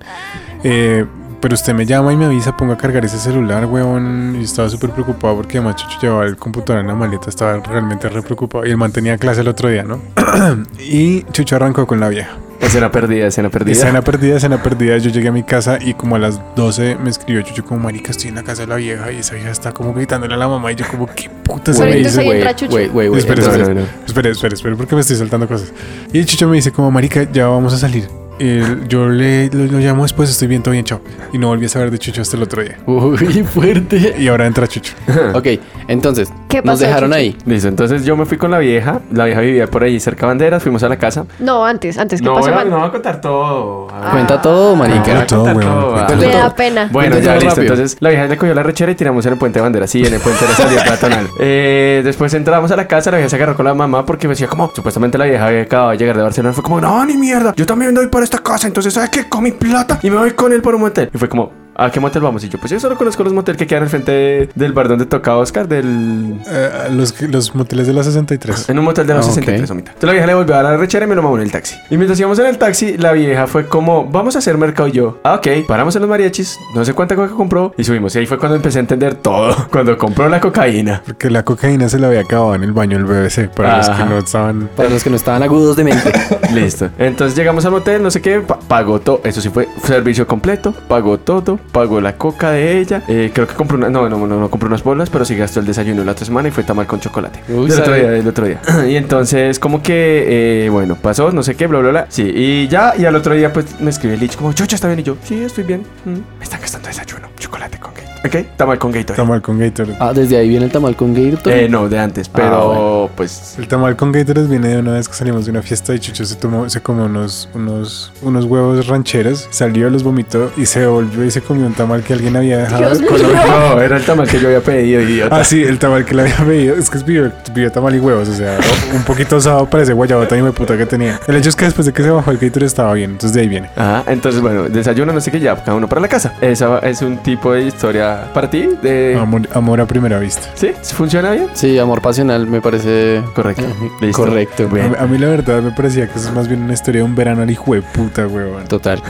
[SPEAKER 1] Eh, pero usted me llama y me avisa, pongo a cargar ese celular, weón. Y estaba súper preocupado porque además Chucho llevaba el computador en la maleta, estaba realmente re preocupado. Y él mantenía clase el otro día, ¿no? y Chucho arrancó con la vieja.
[SPEAKER 2] Escena perdida, escena perdida.
[SPEAKER 1] Escena perdida, escena perdida. Yo llegué a mi casa y como a las 12 me escribió Chucho como, marica, estoy en la casa de la vieja y esa vieja está como gritándole a la mamá y yo como, ¿qué puta se
[SPEAKER 5] Pero
[SPEAKER 1] me
[SPEAKER 5] entonces
[SPEAKER 1] hizo?"
[SPEAKER 5] ahí entra Chucho.
[SPEAKER 4] Güey, güey, güey.
[SPEAKER 1] Espera,
[SPEAKER 2] no,
[SPEAKER 1] espera,
[SPEAKER 2] no, no.
[SPEAKER 1] espera, espera, espera, porque me estoy saltando cosas. Y el Chicho me dice como, marica, ya vamos a salir. El- yo le lo, lo llamo después, estoy bien, todo bien, chao. Y no volví a saber de Chucho hasta el otro día.
[SPEAKER 4] Uy, fuerte.
[SPEAKER 1] Y ahora entra Chucho.
[SPEAKER 2] Eh.
[SPEAKER 4] Ok, entonces,
[SPEAKER 5] ¿Qué
[SPEAKER 4] nos
[SPEAKER 5] pasó,
[SPEAKER 4] dejaron
[SPEAKER 5] Chucho?
[SPEAKER 4] ahí.
[SPEAKER 2] Listo, entonces yo me fui con la vieja. La vieja vivía por ahí cerca de Banderas. Fuimos a la casa.
[SPEAKER 5] No, antes, antes, ¿qué
[SPEAKER 2] No
[SPEAKER 5] pasó,
[SPEAKER 2] voy, a,
[SPEAKER 5] man?
[SPEAKER 2] no voy a contar todo. A ver.
[SPEAKER 4] Cuenta todo, marica.
[SPEAKER 1] Cuenta todo,
[SPEAKER 2] Cuenta
[SPEAKER 1] weón.
[SPEAKER 2] todo,
[SPEAKER 4] Cuéntalo
[SPEAKER 5] Me
[SPEAKER 2] ah.
[SPEAKER 4] todo.
[SPEAKER 5] da pena.
[SPEAKER 2] Bueno,
[SPEAKER 4] Cuenta
[SPEAKER 2] ya
[SPEAKER 4] todo
[SPEAKER 2] listo.
[SPEAKER 4] rápido.
[SPEAKER 2] Entonces la vieja le cogió la rechera y tiramos en el puente de bandera. Sí, en el puente de salida peatonal. Eh, después entramos a la casa, la vieja se agarró con la mamá porque me decía como, supuestamente la vieja había acabado de llegar de Barcelona. Fue como, no, ni mierda. Yo también doy para esta casa. Entonces, ¿sabes qué? Con mi plata y me voy con él por un motel. Y fue como, ¿a qué motel vamos? Y yo, pues yo solo conozco los motel que quedan al frente de- del bar donde toca Oscar, del
[SPEAKER 1] Eh, los, los moteles de la 63.
[SPEAKER 2] en un motel de los
[SPEAKER 4] Ah, ok.
[SPEAKER 2] 63 o mitad. Entonces la vieja le volvió a dar la rechera y me lo mamó en el taxi. Y mientras íbamos en el taxi, la vieja fue como, vamos a hacer mercado y yo. Ah, ok. Paramos en los mariachis, no sé cuánta coca compró y subimos. Y ahí fue cuando empecé a entender todo. Cuando compró la cocaína.
[SPEAKER 1] Porque la cocaína se la había acabado en el baño del BBC. Para los que
[SPEAKER 2] Ajá.
[SPEAKER 1] no estaban.
[SPEAKER 4] Para los que no estaban agudos de mente.
[SPEAKER 2] Listo. Entonces llegamos al motel, no sé qué, pa- pagó todo. Eso sí fue servicio completo, pagó todo, pagó la coca de ella. Eh, creo que compró una, no, no, no, no compró unas bolas, pero sí gastó el desayuno la otra semana y fue tamal con chocolate.
[SPEAKER 4] Uy,
[SPEAKER 2] del otro
[SPEAKER 4] sabe.
[SPEAKER 2] día, del otro día. y entonces, como que, eh, bueno, pasó, no sé qué, bla, bla, bla. Sí, y ya, y al otro día, pues me escribe Lich como, Chocha, está bien. Y yo, sí, estoy bien. Mm, Me están gastando desayuno, chocolate con Kate. Ok, tamal con Gatorade.
[SPEAKER 1] Tamal con Gatorade.
[SPEAKER 4] Ah, desde ahí viene el tamal con Gatorade.
[SPEAKER 2] Eh, no, de antes, pero
[SPEAKER 4] Ah, bueno.
[SPEAKER 2] pues.
[SPEAKER 1] El tamal con Gatorade viene de una vez que salimos de una fiesta y Chucho se tomó, se comió unos, unos, unos huevos rancheros, salió, los vomitó y se volvió y se comió un tamal que alguien había dejado.
[SPEAKER 2] con- No, era el tamal que yo había pedido, idiota.
[SPEAKER 1] Ah, sí, el tamal que le había pedido. Es que es pidió, pidió tamal y huevos, o sea, un poquito osado para ese guayabota y me puta que tenía. El hecho es que después de que se bajó el Gatorade estaba bien, entonces de ahí viene.
[SPEAKER 2] Ajá, entonces bueno, desayuno, no sé qué, ya, cada uno para la casa. Esa es un tipo de historia para ti, de...
[SPEAKER 1] Amor, amor a primera vista.
[SPEAKER 2] ¿Sí? ¿Funciona bien?
[SPEAKER 4] Sí, amor pasional me parece
[SPEAKER 2] Correcto. Listo.
[SPEAKER 4] correcto.
[SPEAKER 1] A mí,
[SPEAKER 2] Bien.
[SPEAKER 1] a mí la verdad me parecía que eso es más bien una historia de un verano al hijo de puta, huevón.
[SPEAKER 4] Total.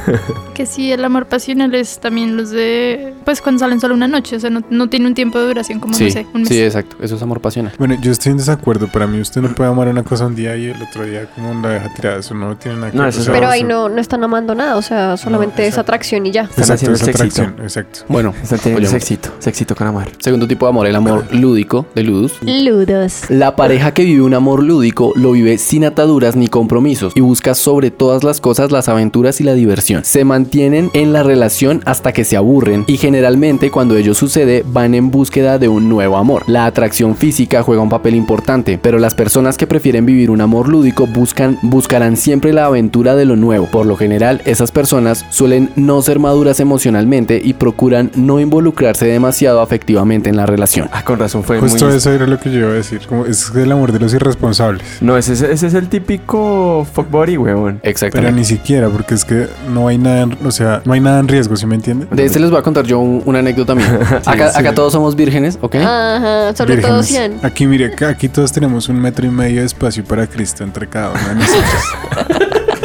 [SPEAKER 3] Que sí, el amor pasional es también los de. Pues cuando salen solo una noche, o sea, no, no tiene un tiempo de duración como,
[SPEAKER 4] Sí,
[SPEAKER 3] no sé, un mes.
[SPEAKER 4] sí, exacto. Eso es amor pasional.
[SPEAKER 1] Bueno, yo estoy en desacuerdo. Para mí, usted no puede amar una cosa un día y el otro día, como la deja tirada. Eso no tiene nada que
[SPEAKER 2] No,
[SPEAKER 1] ver.
[SPEAKER 2] eso es-
[SPEAKER 5] Pero ahí no, no están amando nada, o sea, solamente es
[SPEAKER 1] exacto.
[SPEAKER 5] atracción y ya.
[SPEAKER 2] Están
[SPEAKER 1] Exacto,
[SPEAKER 2] haciendo
[SPEAKER 1] es
[SPEAKER 2] sexito.
[SPEAKER 1] atracción. Exacto.
[SPEAKER 4] Bueno,
[SPEAKER 2] Están teniendo
[SPEAKER 4] Oye,
[SPEAKER 2] sexito, sexito con amor.
[SPEAKER 4] segundo tipo de amor, el amor lúdico de Ludus.
[SPEAKER 5] Ludos.
[SPEAKER 4] La pareja que vive un amor lúdico lo vive sin ataduras ni compromisos y busca sobre todas las cosas las aventuras y la diversión. Se mantienen en la relación hasta que se aburren y generalmente cuando ello sucede van en búsqueda de un nuevo amor. La atracción física juega un papel importante, pero las personas que prefieren vivir un amor lúdico buscan buscarán siempre la aventura de lo nuevo. Por lo general, esas personas suelen no ser maduras emocionalmente y procuran no involucrarse demasiado afectivamente en la relación.
[SPEAKER 2] Ah, con razón fue
[SPEAKER 1] Justo
[SPEAKER 2] muy...
[SPEAKER 1] eso era lo que yo iba a decir. Como es el amor de los irresponsables.
[SPEAKER 2] No, ese, es- ese es el típico fuckbody, weón.
[SPEAKER 4] Exactamente.
[SPEAKER 1] Pero ni siquiera, porque es que no hay nada, en- o sea, no hay nada en riesgo, ¿sí me entiende?
[SPEAKER 4] De este les voy a contar yo un- una anécdota mía. acá,
[SPEAKER 1] sí.
[SPEAKER 4] acá todos somos vírgenes, ¿ok?
[SPEAKER 5] Ah. Ajá, sobre todo
[SPEAKER 1] Vírgenes.
[SPEAKER 5] 100.
[SPEAKER 1] Aquí, mire, acá- aquí todos tenemos un metro y medio de espacio para Cristo entre cada uno de nosotros.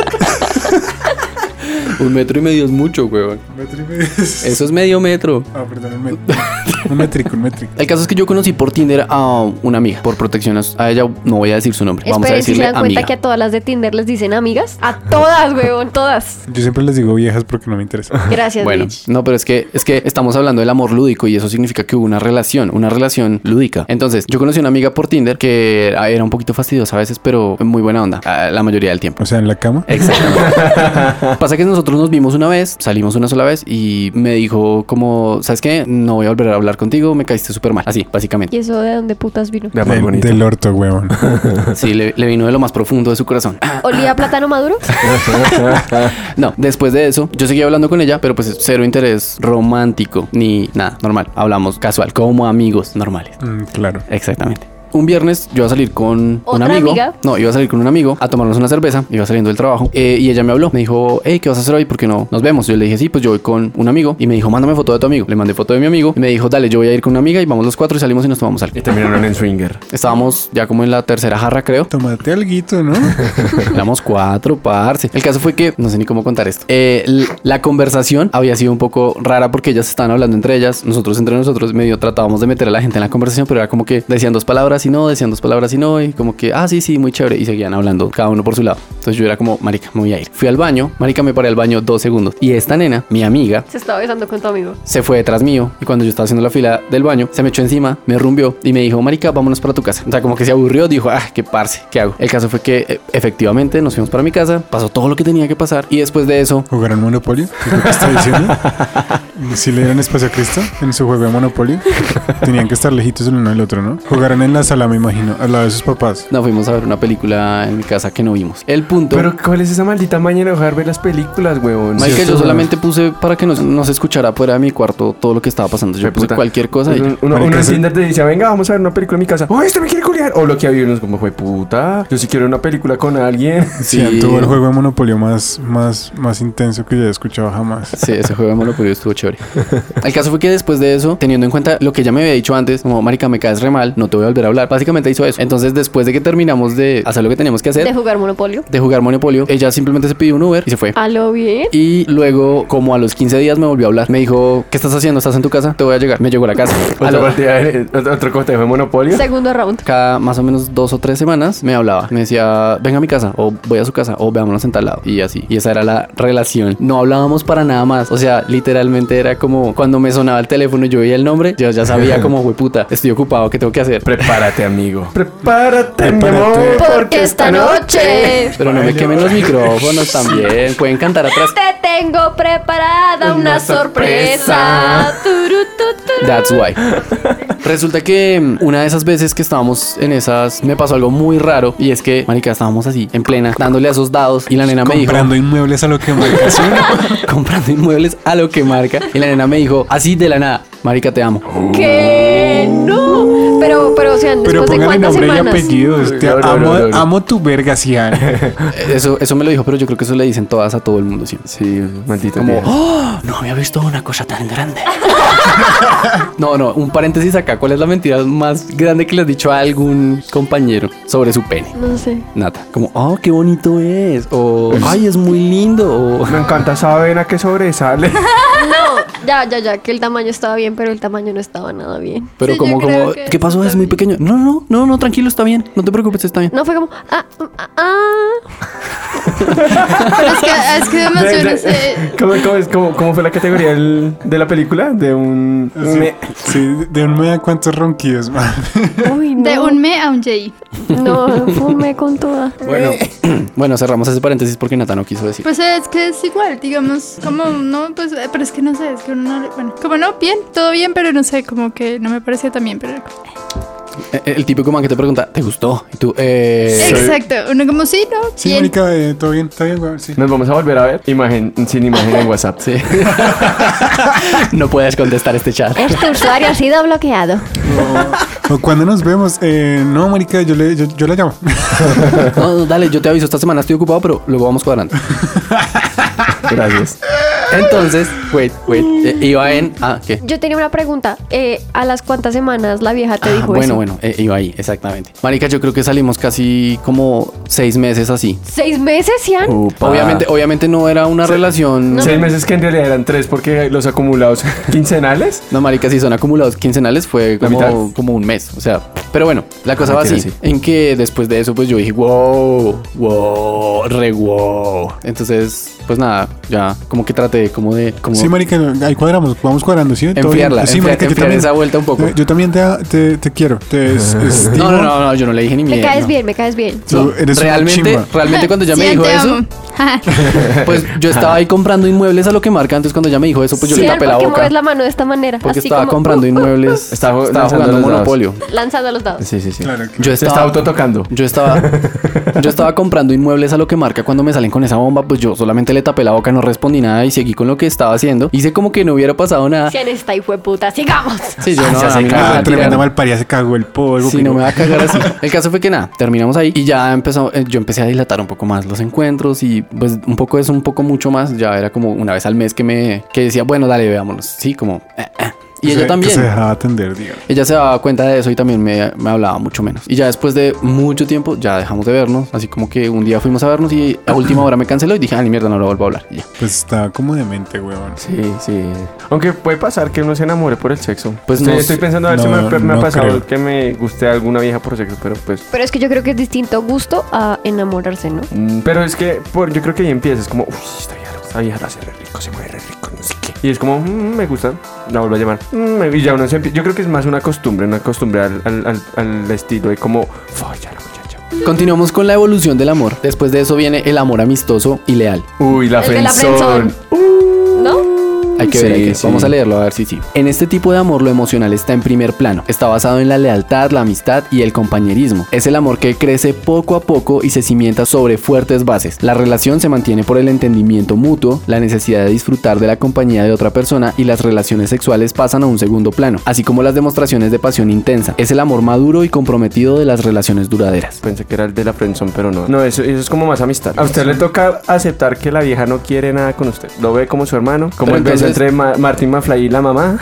[SPEAKER 4] Un metro y medio es mucho, weón.
[SPEAKER 1] un metro y medio.
[SPEAKER 4] Eso es medio metro.
[SPEAKER 1] Ah, perdón, un metro. Un métrico, un métrico.
[SPEAKER 4] El caso es que yo conocí por Tinder a una amiga. Por protección a, su- a ella, no voy a decir su nombre. Vamos a
[SPEAKER 5] Esperen si se
[SPEAKER 4] decirle
[SPEAKER 5] dan cuenta
[SPEAKER 4] amiga.
[SPEAKER 5] que a todas las de Tinder les dicen amigas. A todas, weón, todas.
[SPEAKER 1] Yo siempre les digo viejas porque no me interesa.
[SPEAKER 5] Gracias,
[SPEAKER 4] Bueno,
[SPEAKER 5] bitch.
[SPEAKER 4] no, pero es que es que estamos hablando del amor lúdico y eso significa que hubo una relación, una relación lúdica. Entonces, yo conocí a una amiga por Tinder que era era un poquito fastidiosa a veces, pero muy buena onda ah, la mayoría del tiempo.
[SPEAKER 1] O sea, en la cama.
[SPEAKER 4] Pasa que nosotros nos vimos una vez, salimos una sola vez y me dijo como, ¿sabes qué? No voy a volver a hablar contigo, me caíste súper mal. Así, básicamente.
[SPEAKER 5] ¿Y eso de dónde putas vino?
[SPEAKER 2] De amor
[SPEAKER 1] Del-
[SPEAKER 2] bonito.
[SPEAKER 1] del orto, huevón.
[SPEAKER 4] Sí, le, le vino de lo más profundo de su corazón.
[SPEAKER 5] ¿Olía a plátano maduro?
[SPEAKER 4] No, después de eso, yo seguí hablando con ella, pero pues cero interés romántico ni nada, normal. Hablamos casual, como amigos normales.
[SPEAKER 1] Mm, claro.
[SPEAKER 4] Exactamente. Un viernes yo iba a salir con un
[SPEAKER 5] ¿Otra
[SPEAKER 4] amigo.
[SPEAKER 5] amiga?
[SPEAKER 4] No, iba a salir con un amigo a tomarnos una cerveza. Iba saliendo del trabajo eh, y ella me habló. Me dijo, hey, ¿qué vas a hacer hoy? ¿Por qué no nos vemos? Yo le dije, sí, pues yo voy con un amigo. Y me dijo, mándame foto de tu amigo. Le mandé foto de mi amigo. Y me dijo, dale, yo voy a ir con una amiga y vamos los cuatro y salimos y nos tomamos algo.
[SPEAKER 2] Y terminaron en swinger.
[SPEAKER 4] Estábamos ya como en la tercera jarra, creo.
[SPEAKER 1] Tómate alguito, ¿no?
[SPEAKER 4] Éramos cuatro, parce. El caso fue que, no sé ni cómo contar esto. Eh, l- la conversación había sido un poco rara porque ellas estaban hablando entre ellas, nosotros entre nosotros, medio tratábamos de meter a la gente en la conversación, pero era como que decían dos palabras y no, decían dos palabras y no, y como que, ah, sí, sí, muy chévere. Y seguían hablando cada uno por su lado. Entonces yo era como, marica, me voy a ir. Fui al baño, marica, me paré al baño dos segundos. Y esta nena, mi amiga,
[SPEAKER 5] Se estaba besando con tu amigo.
[SPEAKER 4] se fue detrás mío y cuando yo estaba haciendo la fila del baño, se me echó encima, me rumbió y me dijo, marica, vámonos para tu casa. O sea, como que se aburrió, dijo, ah, qué parce, ¿qué hago? El caso fue que eh, efectivamente nos fuimos para mi casa, pasó todo lo que tenía que pasar y después de eso,
[SPEAKER 1] ¿Jugarán Monopolio? ¿Qué es lo que está diciendo? Mm, Si le dieron espacio a Cristo en su juego de Monopolio, tenían que estar lejitos el uno del otro, ¿no? Jugarán en la sala, me imagino, al lado de sus papás.
[SPEAKER 4] nos fuimos a ver una película en mi casa que no vimos. El punto...
[SPEAKER 2] Pero ¿cuál es esa maldita mañana de dejar ver las películas, weón?
[SPEAKER 4] Marica,
[SPEAKER 2] ¿Cierto?
[SPEAKER 4] yo solamente puse para que no, no se escuchara fuera de mi cuarto todo lo que estaba pasando. Yo
[SPEAKER 2] Fue
[SPEAKER 4] puse
[SPEAKER 2] puta.
[SPEAKER 4] cualquier cosa y
[SPEAKER 2] Uno, uno,
[SPEAKER 1] Marica,
[SPEAKER 2] uno en
[SPEAKER 1] ese-
[SPEAKER 2] Tinder te dice, venga, vamos a ver una película en mi casa. ¡Oh, este me quiere culiar! O lo que había unos como, fue puta, yo sí quiero una película con alguien.
[SPEAKER 1] Sí, tuvo el juego de Monopolio más, más, más intenso que yo he escuchado jamás.
[SPEAKER 4] Sí, ese juego de Monopoly estuvo chévere. El caso fue que después de eso, teniendo en cuenta lo que ya me había dicho antes, como marica, me caes re mal, no te voy a volver a hablar. Básicamente hizo eso. Entonces, después de que terminamos de hacer lo que teníamos que
[SPEAKER 5] ¿De
[SPEAKER 4] hacer,
[SPEAKER 5] jugar Monopolio?
[SPEAKER 4] de jugar Monopolio, ella simplemente se pidió un Uber y se fue.
[SPEAKER 5] ¿A lo bien?
[SPEAKER 4] Y luego, como a los 15 días, me volvió a hablar. Me dijo, ¿qué estás haciendo? ¿Estás en tu casa? Te voy a llegar. Me llegó a la casa. A
[SPEAKER 2] Otra
[SPEAKER 4] lo-
[SPEAKER 2] partida, de- otro otro cotejo de Monopolio.
[SPEAKER 5] Segundo round.
[SPEAKER 4] cada más o menos dos o tres semanas me hablaba. Me decía, venga a mi casa, o voy a su casa, o veámonos en tal lado. Y así. Y esa era la relación. No hablábamos para nada más. O sea, literalmente era como cuando me sonaba el teléfono y yo veía el nombre, yo ya sabía como, güey, puta, estoy ocupado, ¿qué tengo que hacer?
[SPEAKER 2] Prepara
[SPEAKER 9] Prepárate, amigo.
[SPEAKER 6] Prepárate, mi
[SPEAKER 1] Prepárate.
[SPEAKER 6] amor,
[SPEAKER 5] Porque esta noche
[SPEAKER 4] Pero no me quemen los micrófonos también. Pueden cantar atrás.
[SPEAKER 5] te tengo preparada una sorpresa. Turu, tu, turu.
[SPEAKER 4] That's why. Resulta que mm, una de esas veces que estábamos en esas, me pasó algo muy raro. Y es que, marica, estábamos así, en plena, dándole a esos dados. Y la nena me dijo,
[SPEAKER 1] Comprando inmuebles a lo que marca. ¿sí?
[SPEAKER 4] comprando inmuebles a lo que marca. Y la nena me dijo, así de la nada, marica, te amo.
[SPEAKER 5] ¿Qué? No. Pero, pero, o sea,
[SPEAKER 1] Pero
[SPEAKER 5] después de
[SPEAKER 1] póngale
[SPEAKER 5] cuántas
[SPEAKER 1] nombre y
[SPEAKER 5] semanas.
[SPEAKER 1] apellido. Te
[SPEAKER 9] No, no,
[SPEAKER 1] amo,
[SPEAKER 9] no, no, no.
[SPEAKER 1] amo tu verga, ah. Cian.
[SPEAKER 4] Eso, eso me lo dijo, pero yo creo que eso le dicen todas a todo el mundo siempre.
[SPEAKER 2] Sí, maldito.
[SPEAKER 4] Como, "Oh, no había visto una cosa tan grande. no, no, un paréntesis acá. ¿Cuál es la mentira más grande que le has dicho a algún compañero sobre su pene?
[SPEAKER 5] No sé.
[SPEAKER 4] Nata. Como, oh, qué bonito es. O,
[SPEAKER 2] Pues,
[SPEAKER 4] ay, es muy lindo. O,
[SPEAKER 6] oh, Me encanta esa avena que sobresale.
[SPEAKER 5] No, ya, ya, ya, que el tamaño estaba bien, pero el tamaño no estaba nada bien.
[SPEAKER 4] pero
[SPEAKER 5] Sí,
[SPEAKER 4] como,
[SPEAKER 5] yo creo
[SPEAKER 4] como,
[SPEAKER 5] que
[SPEAKER 4] ¿qué pasó? Es muy pequeño. No, no, no, no, tranquilo, está bien. No te preocupes, está bien.
[SPEAKER 5] No fue como, ah, ah, ah.
[SPEAKER 3] Pero es que, es que además
[SPEAKER 6] De-
[SPEAKER 3] yo no
[SPEAKER 6] de-
[SPEAKER 3] sé.
[SPEAKER 6] ¿Cómo, cómo es- cómo- cómo fue la categoría del- de la película? De un...
[SPEAKER 1] Sí, sí, de un me da cuántos ronquidos, man.
[SPEAKER 5] Uy, no.
[SPEAKER 3] De un me a un J.
[SPEAKER 5] No, fumé con toda.
[SPEAKER 4] Bueno, bueno, cerramos ese paréntesis porque Nata no quiso decir.
[SPEAKER 3] Pues es que es igual, digamos, como no, pues, eh, pero es que no sé, es que uno no, bueno, como no, bien, todo bien, pero no sé, como que no me parecía tan bien, pero...
[SPEAKER 4] Eh, eh, El típico man que te pregunta, ¿te gustó? Y tú, eh.
[SPEAKER 3] Exacto, uno como sí, no,
[SPEAKER 1] Sí,
[SPEAKER 3] bien.
[SPEAKER 1] marica, eh, todo bien, está bien, weón, sí.
[SPEAKER 2] Nos vamos a volver a ver imagen, sin imagen en WhatsApp.
[SPEAKER 4] Sí. no puedes contestar este chat.
[SPEAKER 5] Este usuario ha sido bloqueado.
[SPEAKER 1] O, o cuando nos vemos, eh, no, marica, yo, le, yo, yo la llamo.
[SPEAKER 4] No, no, dale, yo te aviso, esta semana estoy ocupado, pero luego vamos cuadrando.
[SPEAKER 2] Gracias.
[SPEAKER 4] Entonces, wait, wait, eh, iba en... Ah, ¿qué?
[SPEAKER 5] Yo tenía una pregunta. eh, ¿A las cuántas semanas la vieja te
[SPEAKER 4] Ah,
[SPEAKER 5] dijo
[SPEAKER 4] bueno,
[SPEAKER 5] eso?
[SPEAKER 4] bueno, eh, iba ahí, exactamente. Marica, yo creo que salimos casi como seis meses así.
[SPEAKER 5] ¿Seis meses, Ian?
[SPEAKER 4] Uh,
[SPEAKER 2] Upa.
[SPEAKER 6] oh,
[SPEAKER 4] Obviamente, obviamente no era una relación...
[SPEAKER 6] Seis meses que en realidad eran tres porque los acumulados quincenales.
[SPEAKER 4] No, marica, si son acumulados quincenales fue
[SPEAKER 6] La
[SPEAKER 4] como,
[SPEAKER 6] mitad.
[SPEAKER 4] como un mes, o sea... Pero bueno, la cosa va así,
[SPEAKER 2] mentira,
[SPEAKER 4] en que después de eso pues yo dije, wow, wow, re wow. Entonces, pues nada, ya como que traté como de... Como
[SPEAKER 1] Sí, marica, ahí cuadramos, vamos cuadrando, ¿sí? Todo bien.
[SPEAKER 4] Enfriarla,
[SPEAKER 1] sí,
[SPEAKER 4] enfriar-
[SPEAKER 1] marica, yo
[SPEAKER 4] enfriar
[SPEAKER 1] también-
[SPEAKER 4] esa vuelta un poco.
[SPEAKER 1] eh, Yo también te, te, te quiero, te es- estimo.
[SPEAKER 4] No, no, no, no, yo no le dije ni
[SPEAKER 5] Me
[SPEAKER 4] mierda.
[SPEAKER 5] caes bien, me caes bien.
[SPEAKER 1] Tú eres una
[SPEAKER 4] realmente,
[SPEAKER 1] chimba.
[SPEAKER 4] realmente cuando ella me
[SPEAKER 3] Sí,
[SPEAKER 4] dijo
[SPEAKER 3] te
[SPEAKER 4] eso,
[SPEAKER 3] amo. Ja.
[SPEAKER 4] pues yo estaba ahí comprando inmuebles a lo que marca. Entonces cuando ella me dijo eso, pues yo le
[SPEAKER 5] Sí,
[SPEAKER 4] tapé la
[SPEAKER 5] porque
[SPEAKER 4] boca.
[SPEAKER 5] mueves la mano de esta manera.
[SPEAKER 4] Porque
[SPEAKER 5] así
[SPEAKER 4] estaba
[SPEAKER 5] como,
[SPEAKER 4] comprando
[SPEAKER 5] uh,
[SPEAKER 4] inmuebles.
[SPEAKER 2] Estaba-
[SPEAKER 4] Estaba,
[SPEAKER 2] lanzando
[SPEAKER 4] jugando
[SPEAKER 2] los dados.
[SPEAKER 4] Monopolio.
[SPEAKER 5] Lanzando los dados.
[SPEAKER 2] Sí, sí, sí.
[SPEAKER 1] Claro, claro.
[SPEAKER 4] Yo
[SPEAKER 2] Se está
[SPEAKER 4] estaba,
[SPEAKER 2] autotocando.
[SPEAKER 4] yo estaba, yo estaba comprando inmuebles a lo que marca cuando me salen con esa bomba, pues yo solamente le tapé la boca, no respondí nada y seguí con lo que estaba haciendo. Hice como que no hubiera pasado nada.
[SPEAKER 5] Sean esta hijo de puta, sigamos.
[SPEAKER 4] Sí, yo no, a mí
[SPEAKER 2] se hace
[SPEAKER 4] no me
[SPEAKER 2] cagar,
[SPEAKER 4] van
[SPEAKER 1] Ah,
[SPEAKER 4] a tirar.
[SPEAKER 1] tremenda malparía, se cagó el polvo.
[SPEAKER 4] Sí,
[SPEAKER 1] pero-
[SPEAKER 4] no me va a cagar así. El caso fue que nada, terminamos ahí y ya empezó, eh, yo empecé a dilatar un poco más los encuentros y pues un poco es un poco mucho más, ya era como una vez al mes que me que decía, bueno, dale, veámonos. Sí, como... eh, eh. Y
[SPEAKER 1] que se- Que
[SPEAKER 4] ella
[SPEAKER 1] se
[SPEAKER 4] también.
[SPEAKER 1] dejaba atender, digo.
[SPEAKER 4] Ella se daba cuenta de eso y también me, me hablaba mucho menos. Y ya después de mucho tiempo, ya dejamos de vernos. Así como que un día fuimos a vernos y a última hora me canceló y dije, ah, ni mierda, no lo vuelvo a hablar. Y ya.
[SPEAKER 1] Pues estaba como demente, weón.
[SPEAKER 2] Sí, sí.
[SPEAKER 6] Aunque puede pasar que uno se enamore por el sexo.
[SPEAKER 4] Pues
[SPEAKER 6] Pues estoy,
[SPEAKER 4] no
[SPEAKER 6] estoy
[SPEAKER 4] sé.
[SPEAKER 6] pensando a ver si
[SPEAKER 1] No,
[SPEAKER 6] me, me
[SPEAKER 1] no
[SPEAKER 6] ha pasado
[SPEAKER 1] creo.
[SPEAKER 6] que me guste alguna vieja por sexo, pero pues.
[SPEAKER 5] Pero es que yo creo que es distinto gusto a enamorarse, ¿no?
[SPEAKER 6] mm, Pero es que por, yo creo que ahí empieza. Es como, uy, esta vieja, esta vieja la hace re rico, se mueve re rico, no sé qué. Y es como, "Mm, me gusta, la vuelvo a llamar. "Mm, me- y ya uno se empie- Yo creo que es más una costumbre, una costumbre al, al, al- al estilo de como, "Folla la muchacha.
[SPEAKER 4] Continuamos con la evolución del amor. Después de eso viene el amor amistoso y leal.
[SPEAKER 6] Uy, la
[SPEAKER 5] El de la
[SPEAKER 6] friendzone.
[SPEAKER 5] ¿No?
[SPEAKER 4] Hay que ver, hay
[SPEAKER 2] Sí,
[SPEAKER 4] que-
[SPEAKER 2] sí.
[SPEAKER 4] vamos a leerlo a ver si sí. En este tipo de amor lo emocional está en primer plano. Está basado en la lealtad, la amistad y el compañerismo. Es el amor que crece poco a poco y se cimienta sobre fuertes bases. La relación se mantiene por el entendimiento mutuo, la necesidad de disfrutar de la compañía de otra persona y las relaciones sexuales pasan a un segundo plano, así como las demostraciones de pasión intensa. Es el amor maduro y comprometido de las relaciones duraderas.
[SPEAKER 2] Pensé que era el de la friendzone, pero no.
[SPEAKER 6] No, eso, eso es como más amistad. A usted le toca aceptar que la vieja no quiere nada con usted. Lo ve como su hermano, como
[SPEAKER 4] Pero
[SPEAKER 6] el beso
[SPEAKER 4] entonces-
[SPEAKER 6] entre Ma- Martín Maflay y la mamá.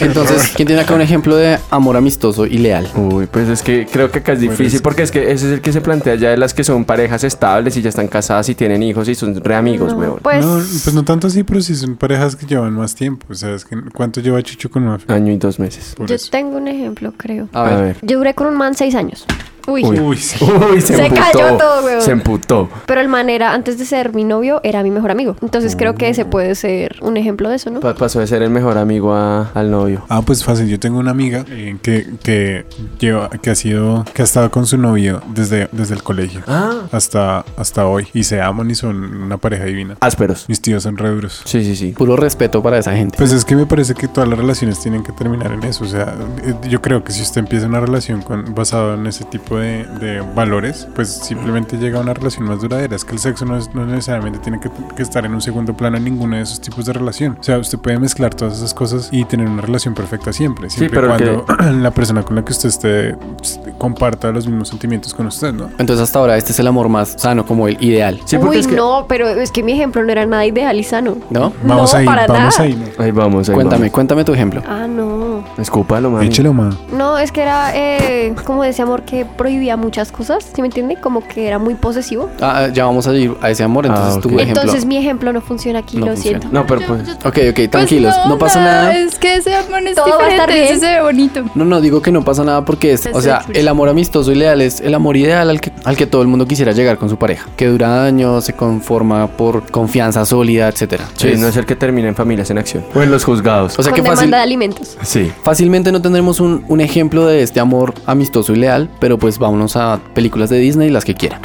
[SPEAKER 4] Entonces, ¿quién tiene acá un ejemplo de amor amistoso y leal?
[SPEAKER 6] Uy, pues es que creo que acá es difícil porque es que ese es el que se plantea ya de las que son parejas estables y ya están casadas y tienen hijos y son re amigos,
[SPEAKER 5] No,
[SPEAKER 6] weón.
[SPEAKER 5] Pues,
[SPEAKER 1] No, pues no tanto así, pero sí son parejas que llevan más tiempo. O sea, es que ¿cuánto lleva Chucho con Mafia?
[SPEAKER 6] Año y dos meses.
[SPEAKER 1] Por
[SPEAKER 5] yo
[SPEAKER 1] eso.
[SPEAKER 5] tengo un ejemplo, creo.
[SPEAKER 4] A ver.
[SPEAKER 5] Yo duré con un man seis años. Uy.
[SPEAKER 1] Uy, sí.
[SPEAKER 6] Ah. Uy, se,
[SPEAKER 5] Se
[SPEAKER 6] emputó.
[SPEAKER 5] cayó todo, weón.
[SPEAKER 6] Se emputó.
[SPEAKER 5] Pero el man era, antes de ser mi novio, era mi mejor amigo. Entonces creo que ese puede ser un ejemplo de eso, ¿no?
[SPEAKER 6] Pa- pasó de ser el mejor amigo a- al novio.
[SPEAKER 1] Ah, pues fácil. Yo tengo una amiga eh, que, que lleva, que ha sido, que ha estado con su novio desde, desde el colegio
[SPEAKER 6] Ah.
[SPEAKER 1] hasta, hasta hoy. Y se aman y son una pareja divina.
[SPEAKER 6] Ásperos.
[SPEAKER 1] Mis tíos son re duros.
[SPEAKER 6] Sí, sí, sí.
[SPEAKER 4] Puro respeto para esa gente.
[SPEAKER 1] Pues es que me parece que todas las relaciones tienen que terminar en eso. O sea, eh, yo creo que si usted empieza una relación con, basada en ese tipo de, de valores, pues simplemente llega a una relación más duradera. Es que el sexo no, es- no necesariamente tiene que, que estar en un segundo plano en ninguno de esos tipos de relación. O sea, usted puede mezclar todas esas cosas y tener una relación perfecta siempre. Siempre
[SPEAKER 6] pero
[SPEAKER 1] y cuando la persona con la que usted esté pues, comparta los mismos sentimientos con usted, ¿no?
[SPEAKER 4] Entonces hasta ahora este es el amor más sano, como el ideal.
[SPEAKER 6] Sí, porque
[SPEAKER 5] Uy,
[SPEAKER 6] es que-
[SPEAKER 5] no, pero es que mi ejemplo no era nada ideal y sano.
[SPEAKER 4] ¿No?
[SPEAKER 1] Vamos
[SPEAKER 5] no,
[SPEAKER 1] ahí,
[SPEAKER 5] para
[SPEAKER 1] vamos
[SPEAKER 5] nada.
[SPEAKER 1] ahí. ¿no?
[SPEAKER 6] Ahí vamos, ahí
[SPEAKER 4] Cuéntame, cuéntame tu ejemplo.
[SPEAKER 5] Ah, no.
[SPEAKER 6] vamos. Escúpalo, mami.
[SPEAKER 1] Échelo, man.
[SPEAKER 5] No, es que era eh, como de ese amor que prohibía muchas cosas, ¿sí me entiende? Como que era muy posesivo.
[SPEAKER 4] Ah, ya vamos a ir a ese amor, entonces
[SPEAKER 6] Ah,
[SPEAKER 4] tu
[SPEAKER 6] ok.
[SPEAKER 4] ejemplo.
[SPEAKER 5] Entonces mi ejemplo no funciona aquí,
[SPEAKER 4] No
[SPEAKER 5] lo
[SPEAKER 4] funciona.
[SPEAKER 5] siento.
[SPEAKER 6] No, pero pues...
[SPEAKER 4] Ok, ok, tranquilos, no, pasa nada.
[SPEAKER 3] Es que ese amor es
[SPEAKER 5] Todo va a estar
[SPEAKER 3] diferente,
[SPEAKER 5] bien.
[SPEAKER 3] ese se ve bonito.
[SPEAKER 4] No, no, digo que no pasa nada porque es, o
[SPEAKER 5] Pensé
[SPEAKER 4] sea,
[SPEAKER 5] churi.
[SPEAKER 4] el amor amistoso y leal es el amor ideal al que, al que todo el mundo quisiera llegar con su pareja, que dura años, se conforma por confianza sólida, etcétera.
[SPEAKER 6] Sí,
[SPEAKER 4] Es-
[SPEAKER 6] no es el que termina en familias en acción. O en los juzgados.
[SPEAKER 4] o sea
[SPEAKER 5] Con
[SPEAKER 4] que
[SPEAKER 5] demanda
[SPEAKER 4] fácil,
[SPEAKER 5] de alimentos.
[SPEAKER 6] Sí.
[SPEAKER 4] fácilmente no tendremos un, un ejemplo de este amor amistoso y leal, pero pues vámonos a películas de Disney, las que quieran.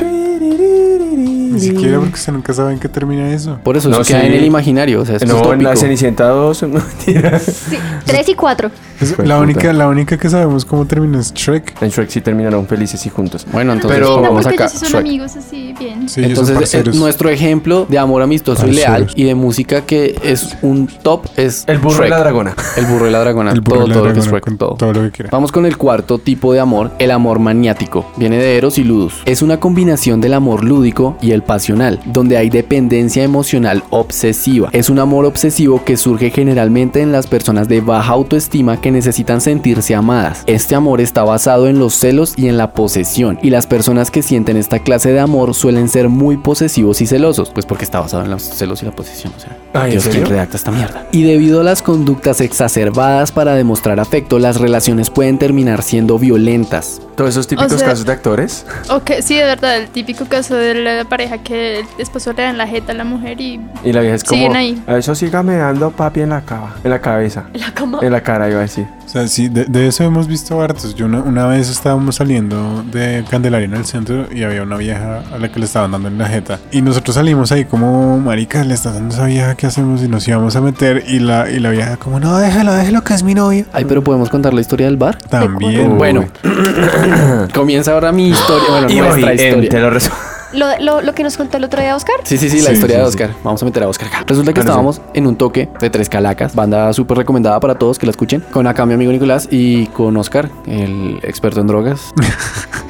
[SPEAKER 1] Ni siquiera porque usted nunca sabe en qué termina eso.
[SPEAKER 4] Por eso,
[SPEAKER 6] No,
[SPEAKER 4] eso queda
[SPEAKER 6] sí.
[SPEAKER 4] en el imaginario, o sea, es
[SPEAKER 6] No, en
[SPEAKER 4] utópico.
[SPEAKER 6] la Cenicienta 2... No, mentira.
[SPEAKER 5] Sí, tres y cuatro.
[SPEAKER 1] Es
[SPEAKER 6] Hijo de
[SPEAKER 1] la,
[SPEAKER 6] puta.
[SPEAKER 1] única, la única que sabemos cómo termina es Shrek.
[SPEAKER 6] En Shrek sí terminaron felices y juntos.
[SPEAKER 4] Bueno, entonces
[SPEAKER 6] Pero-
[SPEAKER 3] no,
[SPEAKER 4] vamos
[SPEAKER 3] porque
[SPEAKER 4] acá.
[SPEAKER 3] ellos sí son
[SPEAKER 4] Shrek.
[SPEAKER 3] amigos así, bien.
[SPEAKER 1] Sí, ellos son
[SPEAKER 4] Entonces, eh,
[SPEAKER 1] parceros.
[SPEAKER 4] nuestro ejemplo de amor amistoso y
[SPEAKER 1] Parceros.
[SPEAKER 4] leal y de música que es un top es
[SPEAKER 6] El burro y
[SPEAKER 4] Shrek.
[SPEAKER 6] la dragona.
[SPEAKER 4] El burro y la dragona.
[SPEAKER 1] El burro
[SPEAKER 4] todo,
[SPEAKER 1] y la
[SPEAKER 4] todo lo que es
[SPEAKER 1] dragona
[SPEAKER 4] Shrek,
[SPEAKER 1] con
[SPEAKER 4] todo.
[SPEAKER 1] todo lo que quiera.
[SPEAKER 4] Vamos con el cuarto tipo de amor, el amor maniático. Viene de Eros y Ludus. Es una combinación del amor lúdico y el pasional, donde hay dependencia emocional obsesiva. Es un amor obsesivo que surge generalmente en las personas de baja autoestima que necesitan sentirse amadas. Este amor está basado en los celos y en la posesión, y las personas que sienten esta clase de amor suelen ser muy posesivos y celosos, pues porque está basado en los celos y la posesión, o sea.
[SPEAKER 6] Ay,
[SPEAKER 4] Dios, ¿quién redacta esta mierda? Ah, Y debido a las conductas exacerbadas para demostrar afecto, las relaciones pueden terminar siendo violentas.
[SPEAKER 6] Todos esos típicos
[SPEAKER 3] O sea-
[SPEAKER 6] casos de actores.
[SPEAKER 3] Ok, sí, de verdad, el típico caso de la pareja que el esposo le dan la jeta a la mujer y...
[SPEAKER 6] Y la vieja es como...
[SPEAKER 3] Siguen ahí.
[SPEAKER 6] "A Eso sígame dando papi en la cava. En la cabeza.
[SPEAKER 5] La cama.
[SPEAKER 6] En la cara, iba a decir.
[SPEAKER 1] O sea, sí, de, de eso hemos visto hartos. Yo una, una vez estábamos saliendo de Candelaria en el centro y había una vieja a la que le estaban dando en la jeta. Y nosotros salimos ahí como, marica, le están dando esa vieja, ¿qué hacemos? Y nos íbamos a meter y la, y la vieja como, no, déjalo, déjalo que es mi novio.
[SPEAKER 4] Ay, pero podemos contar la historia del bar.
[SPEAKER 1] También.
[SPEAKER 4] Bueno, comienza ahora mi historia. Bueno, nuestra historia.
[SPEAKER 6] lo resuelvo.
[SPEAKER 5] Lo, lo- lo que nos contó el otro día Oscar.
[SPEAKER 4] Sí, sí, sí, la
[SPEAKER 1] Sí,
[SPEAKER 4] historia
[SPEAKER 1] sí,
[SPEAKER 4] de
[SPEAKER 1] sí.
[SPEAKER 4] Oscar. Vamos a meter a Oscar acá. Resulta que
[SPEAKER 6] Ah, no sé.
[SPEAKER 4] estábamos en un toque de Tres Calacas, banda súper recomendada para todos que la escuchen, con acá mi amigo Nicolás y con Oscar, el experto en drogas.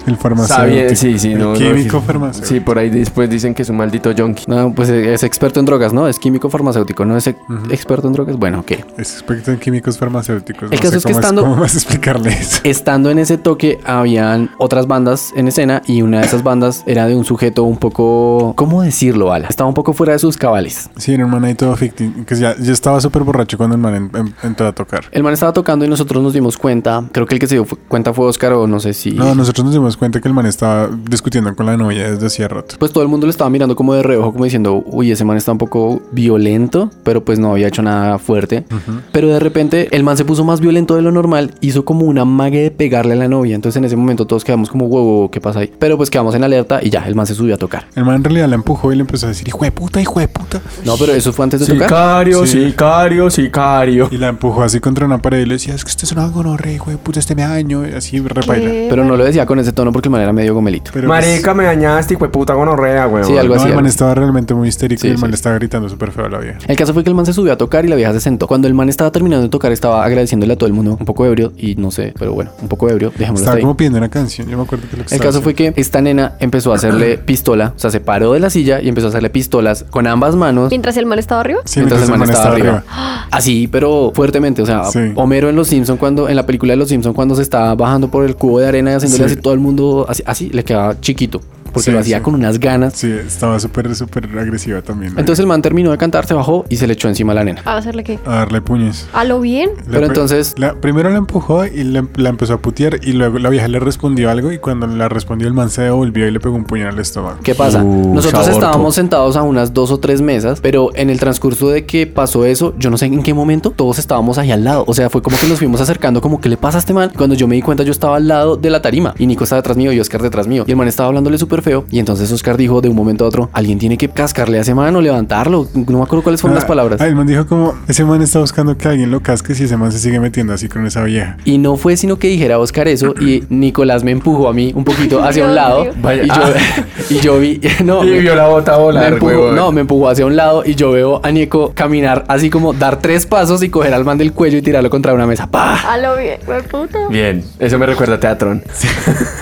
[SPEAKER 1] El farmacéutico.
[SPEAKER 6] Sabía, sí, sí.
[SPEAKER 1] El
[SPEAKER 6] no, no,
[SPEAKER 1] químico
[SPEAKER 6] sí.
[SPEAKER 1] farmacéutico.
[SPEAKER 6] Sí, por ahí después dicen que es un maldito yonki.
[SPEAKER 4] No, pues es experto en drogas, ¿no? Es químico farmacéutico, no es ex- experto en drogas. Bueno, ok.
[SPEAKER 1] Es experto en químicos farmacéuticos.
[SPEAKER 4] El caso es que
[SPEAKER 1] cómo
[SPEAKER 4] estando-
[SPEAKER 1] ¿Cómo vas a explicarle eso?
[SPEAKER 4] Estando en ese toque habían otras bandas en escena y una de esas bandas era de un sujeto un poco... ¿Cómo decirlo, Ala? Estaba un poco fuera de sus cabales.
[SPEAKER 1] Sí, era un man ahí todo ficticio. Que ya, ya estaba súper borracho cuando el man en- en- entró a tocar.
[SPEAKER 4] El man estaba tocando y nosotros nos dimos cuenta. Creo que el que se dio fu- cuenta fue Oscar o no sé si...
[SPEAKER 1] No, nosotros nos dimos cuenta que el man estaba discutiendo con la novia desde hacía rato.
[SPEAKER 4] Pues todo el mundo le estaba mirando como de reojo, como diciendo, uy, ese man está un poco violento, pero pues no había hecho nada fuerte. Pero de repente el man se puso más violento de lo normal, hizo como una mague de pegarle a la novia. Entonces en ese momento todos quedamos como, wow, wow, wow, ¿qué pasa ahí? Pero pues quedamos en alerta y ya, el man se subió a tocar.
[SPEAKER 1] El man en realidad la empujó y le empezó a decir, hijo de puta, hijo de puta.
[SPEAKER 4] No, pero eso fue antes de tocar.
[SPEAKER 6] Sicario,
[SPEAKER 1] Sí.
[SPEAKER 6] sicario, sicario.
[SPEAKER 1] Y la empujó así contra una pared y le decía, es que usted es un algonorre, hijo de puta, este me daño. Y así repaila.
[SPEAKER 5] Eh,
[SPEAKER 4] Pero no lo decía con ese tono porque el man era medio gomelito.
[SPEAKER 1] Pero
[SPEAKER 6] Marica, me dañaste, hijo de puta gonorrea, güey.
[SPEAKER 4] Sí, algo
[SPEAKER 1] pues, no,
[SPEAKER 4] así.
[SPEAKER 1] el
[SPEAKER 4] algo
[SPEAKER 1] man
[SPEAKER 4] así.
[SPEAKER 1] estaba realmente muy histérico
[SPEAKER 4] Sí,
[SPEAKER 1] y el man
[SPEAKER 4] sí.
[SPEAKER 1] le estaba gritando súper feo a la vieja.
[SPEAKER 4] El caso fue que el man se subió a tocar y la vieja se sentó. Cuando el man estaba terminando de tocar, estaba agradeciéndole a todo el mundo un poco ebrio y no sé, pero bueno, un poco ebrio. Dejémoslo hasta
[SPEAKER 1] Estaba
[SPEAKER 4] ahí.
[SPEAKER 1] como pidiendo una canción, yo me acuerdo que lo que
[SPEAKER 4] El caso fue que esta nena empezó a hacerle pistola, o sea, se paró de la silla y empezó a hacerle pistolas con ambas manos.
[SPEAKER 5] Mientras el mal estaba arriba.
[SPEAKER 1] Sí, mientras el man estaba arriba.
[SPEAKER 4] Así, pero fuertemente. O sea,
[SPEAKER 1] Sí.
[SPEAKER 4] Homero en Los Simpson cuando, en la película de Los Simpson cuando se estaba bajando por el cubo de arena y haciéndole
[SPEAKER 1] Sí.
[SPEAKER 4] así todo el mundo así, así le quedaba chiquito. porque
[SPEAKER 1] Sí,
[SPEAKER 4] lo hacía
[SPEAKER 1] sí.
[SPEAKER 4] con unas ganas.
[SPEAKER 1] Sí, estaba súper, súper agresiva también. ¿no?
[SPEAKER 4] Entonces el man terminó de cantar, se bajó y se le echó encima a la nena.
[SPEAKER 5] ¿A hacerle qué?
[SPEAKER 1] A darle puños.
[SPEAKER 5] ¿A lo bien?
[SPEAKER 1] La
[SPEAKER 4] Pero
[SPEAKER 1] pri-
[SPEAKER 4] entonces-
[SPEAKER 1] la- primero la empujó y la, la empezó a putear. Y luego la vieja le respondió algo. Y cuando la respondió, el man se devolvió y le pegó un puñal al estómago.
[SPEAKER 4] ¿Qué pasa?
[SPEAKER 2] Uh,
[SPEAKER 4] Nosotros
[SPEAKER 2] sabor,
[SPEAKER 4] estábamos
[SPEAKER 2] po.
[SPEAKER 4] sentados a unas dos o tres mesas, pero en el transcurso de que pasó eso, yo no sé en qué momento, todos estábamos ahí al lado. O sea, fue como que nos fuimos acercando, como que le pasa a este man. Cuando yo me di cuenta, yo estaba al lado de la tarima y Nico estaba detrás mío y Oscar detrás mío. Y el man estaba hablándole súper feo. Y entonces Oscar dijo de un momento a otro: Alguien tiene que cascarle a ese man o levantarlo. No me acuerdo cuáles fueron las
[SPEAKER 1] Ah,
[SPEAKER 4] palabras.
[SPEAKER 1] ah, el man dijo como, ese man está buscando que alguien lo casque si ese man se sigue metiendo así con esa vieja.
[SPEAKER 4] Y no fue sino que dijera Oscar eso y Nicolás me empujó a mí un poquito hacia un
[SPEAKER 5] Dios
[SPEAKER 4] lado
[SPEAKER 5] mío.
[SPEAKER 4] y, yo, y yo vi no
[SPEAKER 6] Y
[SPEAKER 4] me-
[SPEAKER 6] vio la bota volar,
[SPEAKER 4] me empujó-
[SPEAKER 6] huevón.
[SPEAKER 4] no me empujó hacia un lado y yo veo a Nico caminar así como dar tres pasos y coger al man del cuello y tirarlo contra una mesa ¡Pah!
[SPEAKER 5] ¿A lo bien? güey, puta?
[SPEAKER 6] Bien, eso me recuerda a Teatrón.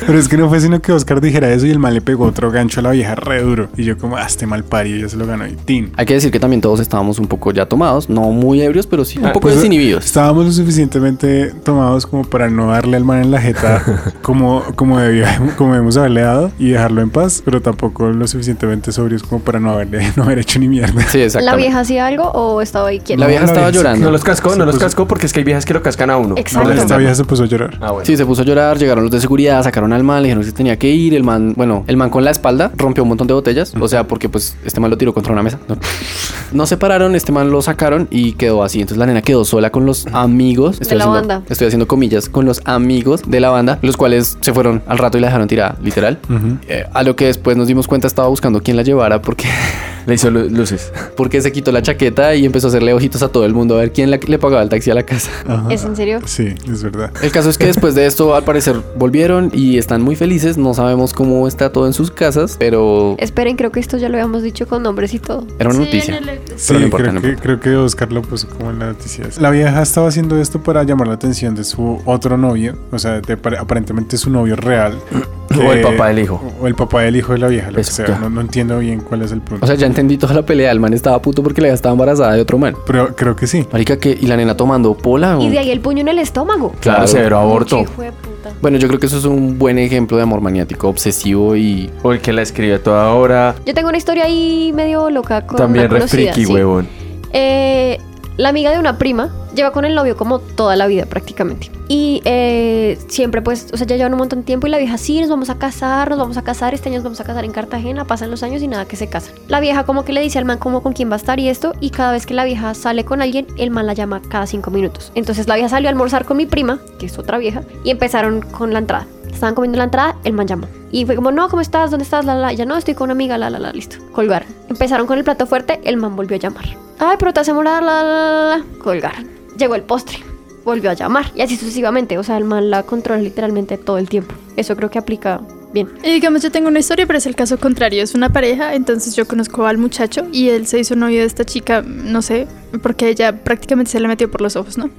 [SPEAKER 1] Pero es que no fue sino que Oscar dijera eso y el man le pegó otro gancho a la vieja re duro. Y yo como, ah, este mal parido, ya se lo ganó y tin.
[SPEAKER 4] hay que decir que también todos estábamos un poco ya tomados no muy ebrios pero sí un poco desinhibidos
[SPEAKER 1] Estábamos lo suficientemente tomados como para no darle al man en la jeta como, como, debíamos, como debemos haberle dado y dejarlo en paz, pero tampoco lo suficientemente sobrios como para no haberle no haber hecho ni mierda.
[SPEAKER 4] sí
[SPEAKER 5] ¿La
[SPEAKER 4] exactamente
[SPEAKER 5] vieja hacía algo o estaba ahí quieta?
[SPEAKER 4] La vieja
[SPEAKER 1] No,
[SPEAKER 4] estaba
[SPEAKER 1] vieja-
[SPEAKER 4] llorando
[SPEAKER 6] No los cascó,
[SPEAKER 1] Se
[SPEAKER 6] no los
[SPEAKER 1] puso-
[SPEAKER 6] cascó porque es que hay viejas que lo cascan a uno.
[SPEAKER 5] Exacto.
[SPEAKER 1] Esta vieja se puso a llorar.
[SPEAKER 6] Ah, bueno.
[SPEAKER 4] Sí, se puso a llorar, llegaron los de seguridad, sacaron al man, le dijeron que tenía que ir, el man, bueno, el man con la espalda rompió un montón de botellas, o sea, porque pues este man lo tiró contra una mesa. No, No se pararon, este man lo sacaron y quedó así, entonces la nena quedó sola con los amigos,
[SPEAKER 5] la
[SPEAKER 4] haciendo,
[SPEAKER 5] banda.
[SPEAKER 4] estoy haciendo comillas, con los amigos de la banda, los cuales se fueron al rato y la dejaron tirada, literal. Eh, a lo que después nos dimos cuenta estaba buscando quién la llevara porque
[SPEAKER 6] Le hizo lu- luces.
[SPEAKER 4] porque se quitó la chaqueta y empezó a hacerle ojitos a todo el mundo a ver quién la- le pagaba el taxi a la casa.
[SPEAKER 1] Ajá.
[SPEAKER 5] ¿Es en serio?
[SPEAKER 1] Sí, es verdad.
[SPEAKER 4] El caso es que después de esto, al parecer, volvieron y están muy felices. No sabemos cómo está todo en sus casas, pero
[SPEAKER 5] Esperen, creo que esto ya lo habíamos dicho con nombres y todo.
[SPEAKER 4] era una noticia.
[SPEAKER 1] Sí,
[SPEAKER 4] no importa,
[SPEAKER 1] creo,
[SPEAKER 4] no
[SPEAKER 1] que, creo que Oscar lo puso como en las noticias. La vieja estaba haciendo esto para llamar la atención de su otro novio, o sea, de apare- aparentemente su novio real.
[SPEAKER 6] O el
[SPEAKER 1] Eh,
[SPEAKER 6] papá del hijo.
[SPEAKER 1] O el papá del hijo de la vieja, lo que
[SPEAKER 6] Eso,
[SPEAKER 1] sea.
[SPEAKER 6] ya.
[SPEAKER 1] No, no entiendo bien cuál es el punto.
[SPEAKER 4] O sea, ya entendí toda la pelea. El man estaba puto porque la vieja estaba embarazada de otro man.
[SPEAKER 1] pero creo que sí.
[SPEAKER 4] Marica, que y la nena tomando pola.
[SPEAKER 5] Y de ahí el puño en el estómago.
[SPEAKER 6] Claro, severo aborto.
[SPEAKER 5] Hijo de puta.
[SPEAKER 4] Bueno, yo creo que eso es un buen ejemplo de amor maniático, obsesivo y
[SPEAKER 6] O el que la escribe a toda hora.
[SPEAKER 5] Yo tengo una historia ahí medio loca con
[SPEAKER 6] También
[SPEAKER 5] una
[SPEAKER 6] re
[SPEAKER 5] conocida,
[SPEAKER 6] friki,
[SPEAKER 5] sí.
[SPEAKER 6] huevón.
[SPEAKER 5] Eh, la amiga de una prima lleva con el novio como toda la vida prácticamente. Y eh, siempre pues, o sea, ya llevan un montón de tiempo y la vieja, sí, nos vamos a casar, nos vamos a casar, este año nos vamos a casar en Cartagena, pasan los años y nada que se casan. La vieja como que le dice al man como con quién va a estar y esto, y cada vez que la vieja sale con alguien, el man la llama cada cinco minutos. Entonces la vieja salió a almorzar con mi prima, que es otra vieja, y empezaron con la entrada. Estaban comiendo la entrada, el man llamó. Y fue como, no, ¿cómo estás? ¿Dónde estás? La, la, la. ya no, estoy con una amiga, la, la, la, listo. Colgar. Empezaron con el plato fuerte, el man volvió a llamar. Ay, pero te hace morar, la, la, la, la. Colgar. Llegó el postre, volvió a llamar. Y así sucesivamente, o sea, el man la controla literalmente todo el tiempo. Eso creo que aplica bien.
[SPEAKER 3] Y digamos, yo tengo una historia, pero es el caso contrario. Es una pareja, entonces yo conozco al muchacho y él se hizo novio de esta chica, no sé, porque ella prácticamente se le metió por los ojos, ¿no?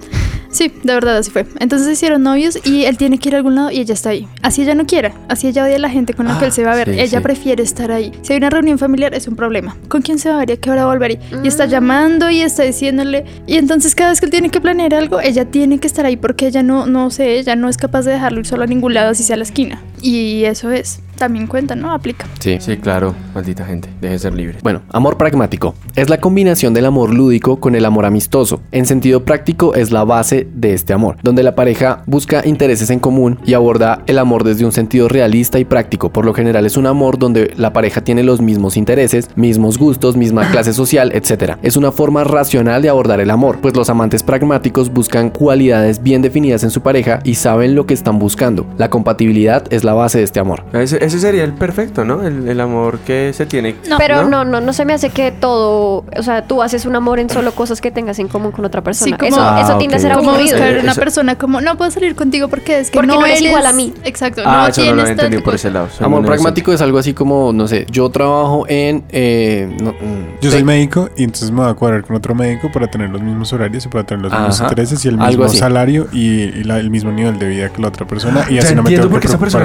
[SPEAKER 3] Sí, de verdad así fue. Entonces se hicieron novios y él tiene que ir a algún lado y ella está ahí. Así ella no quiera, así ella odia a la gente con la que él se va a ver.
[SPEAKER 6] Ah, sí,
[SPEAKER 3] ella
[SPEAKER 6] sí.
[SPEAKER 3] prefiere estar ahí. Si hay una reunión familiar es un problema. ¿Con quién se va a ver y a qué hora va a volver? Y está
[SPEAKER 5] Mm.
[SPEAKER 3] llamando y está diciéndole. Y entonces cada vez que él tiene que planear algo, ella tiene que estar ahí porque ella no, no sé, ella no es capaz de dejarlo ir solo a ningún lado, así sea a la esquina. Y eso es. También cuenta, ¿no? Aplica.
[SPEAKER 4] sí.
[SPEAKER 6] Sí, claro, maldita gente. Deje ser libre.
[SPEAKER 4] Bueno, amor pragmático es la combinación del amor lúdico con el amor amistoso. En sentido práctico es la base de este amor, donde la pareja busca intereses en común y aborda el amor desde un sentido realista y práctico. Por lo general es un amor donde la pareja tiene los mismos intereses, mismos gustos, misma clase social, etc. Es una forma racional de abordar el amor, pues los amantes pragmáticos buscan cualidades bien definidas en su pareja y saben lo que están buscando. La compatibilidad es la base de este amor.
[SPEAKER 6] Ese, ese sería el perfecto, ¿no? El, el amor que se tiene.
[SPEAKER 5] Pero
[SPEAKER 6] ¿No?
[SPEAKER 5] ¿no? no, no, se me hace que todo, o sea, tú haces un amor en solo cosas que tengas en común con otra persona.
[SPEAKER 3] como-
[SPEAKER 5] eso
[SPEAKER 3] Ah,
[SPEAKER 5] eso tiende a
[SPEAKER 6] ok,
[SPEAKER 5] ser
[SPEAKER 6] ok.
[SPEAKER 3] Como
[SPEAKER 5] aburrido.
[SPEAKER 3] buscar
[SPEAKER 6] Eh,
[SPEAKER 3] una
[SPEAKER 6] eso-
[SPEAKER 3] persona como, no puedo salir contigo porque es que
[SPEAKER 5] Porque no eres
[SPEAKER 3] eres
[SPEAKER 5] igual a mí.
[SPEAKER 3] Exacto.
[SPEAKER 6] Ah, eso no
[SPEAKER 3] no
[SPEAKER 6] lo
[SPEAKER 3] tienes
[SPEAKER 6] había
[SPEAKER 3] tal
[SPEAKER 6] entendido por
[SPEAKER 3] cosa.
[SPEAKER 6] ese lado. Soy
[SPEAKER 4] Amor
[SPEAKER 6] muy
[SPEAKER 4] pragmático es algo así como, no sé, yo trabajo en... eh, no, mm,
[SPEAKER 1] Yo
[SPEAKER 4] tec-
[SPEAKER 1] soy médico y entonces me voy a cuadrar con otro médico para tener los mismos horarios y para tener los mismos
[SPEAKER 4] Ajá.
[SPEAKER 1] intereses y el
[SPEAKER 4] Algo
[SPEAKER 1] mismo
[SPEAKER 4] así.
[SPEAKER 1] salario y, y la- el mismo nivel de vida que la otra persona. Y
[SPEAKER 6] Ah, Ya
[SPEAKER 1] así no me
[SPEAKER 6] entiendo
[SPEAKER 1] tengo
[SPEAKER 6] por
[SPEAKER 1] que
[SPEAKER 6] qué esa persona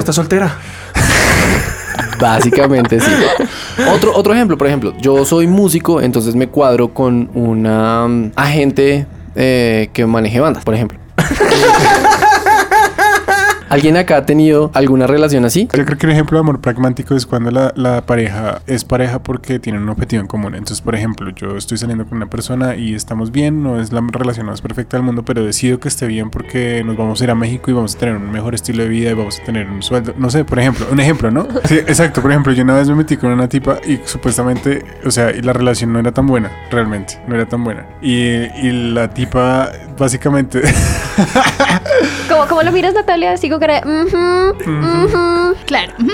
[SPEAKER 6] está
[SPEAKER 1] preocupar.
[SPEAKER 6] soltera.
[SPEAKER 4] Básicamente sí. Otro, otro ejemplo, por ejemplo, yo soy músico, entonces me cuadro con una mm, agente eh, que maneje bandas, por ejemplo. ¿Alguien acá ha tenido alguna relación así?
[SPEAKER 1] Yo creo que el ejemplo de amor pragmático es cuando la, la pareja es pareja porque tienen un objetivo en común. Entonces, por ejemplo, yo estoy saliendo con una persona y estamos bien, no es la relación más perfecta del mundo, pero decido que esté bien porque nos vamos a ir a México y vamos a tener un mejor estilo de vida y vamos a tener un sueldo. No sé, por ejemplo, un ejemplo, ¿no? Sí, exacto. Por ejemplo, yo una vez me metí con una tipa y supuestamente, o sea, y la relación no era tan buena, realmente, no era tan buena. Y, y la tipa, básicamente.
[SPEAKER 5] Como, como lo miras, Natalia, así con cara de, "Ujú, ujú".
[SPEAKER 3] Claro. ujú.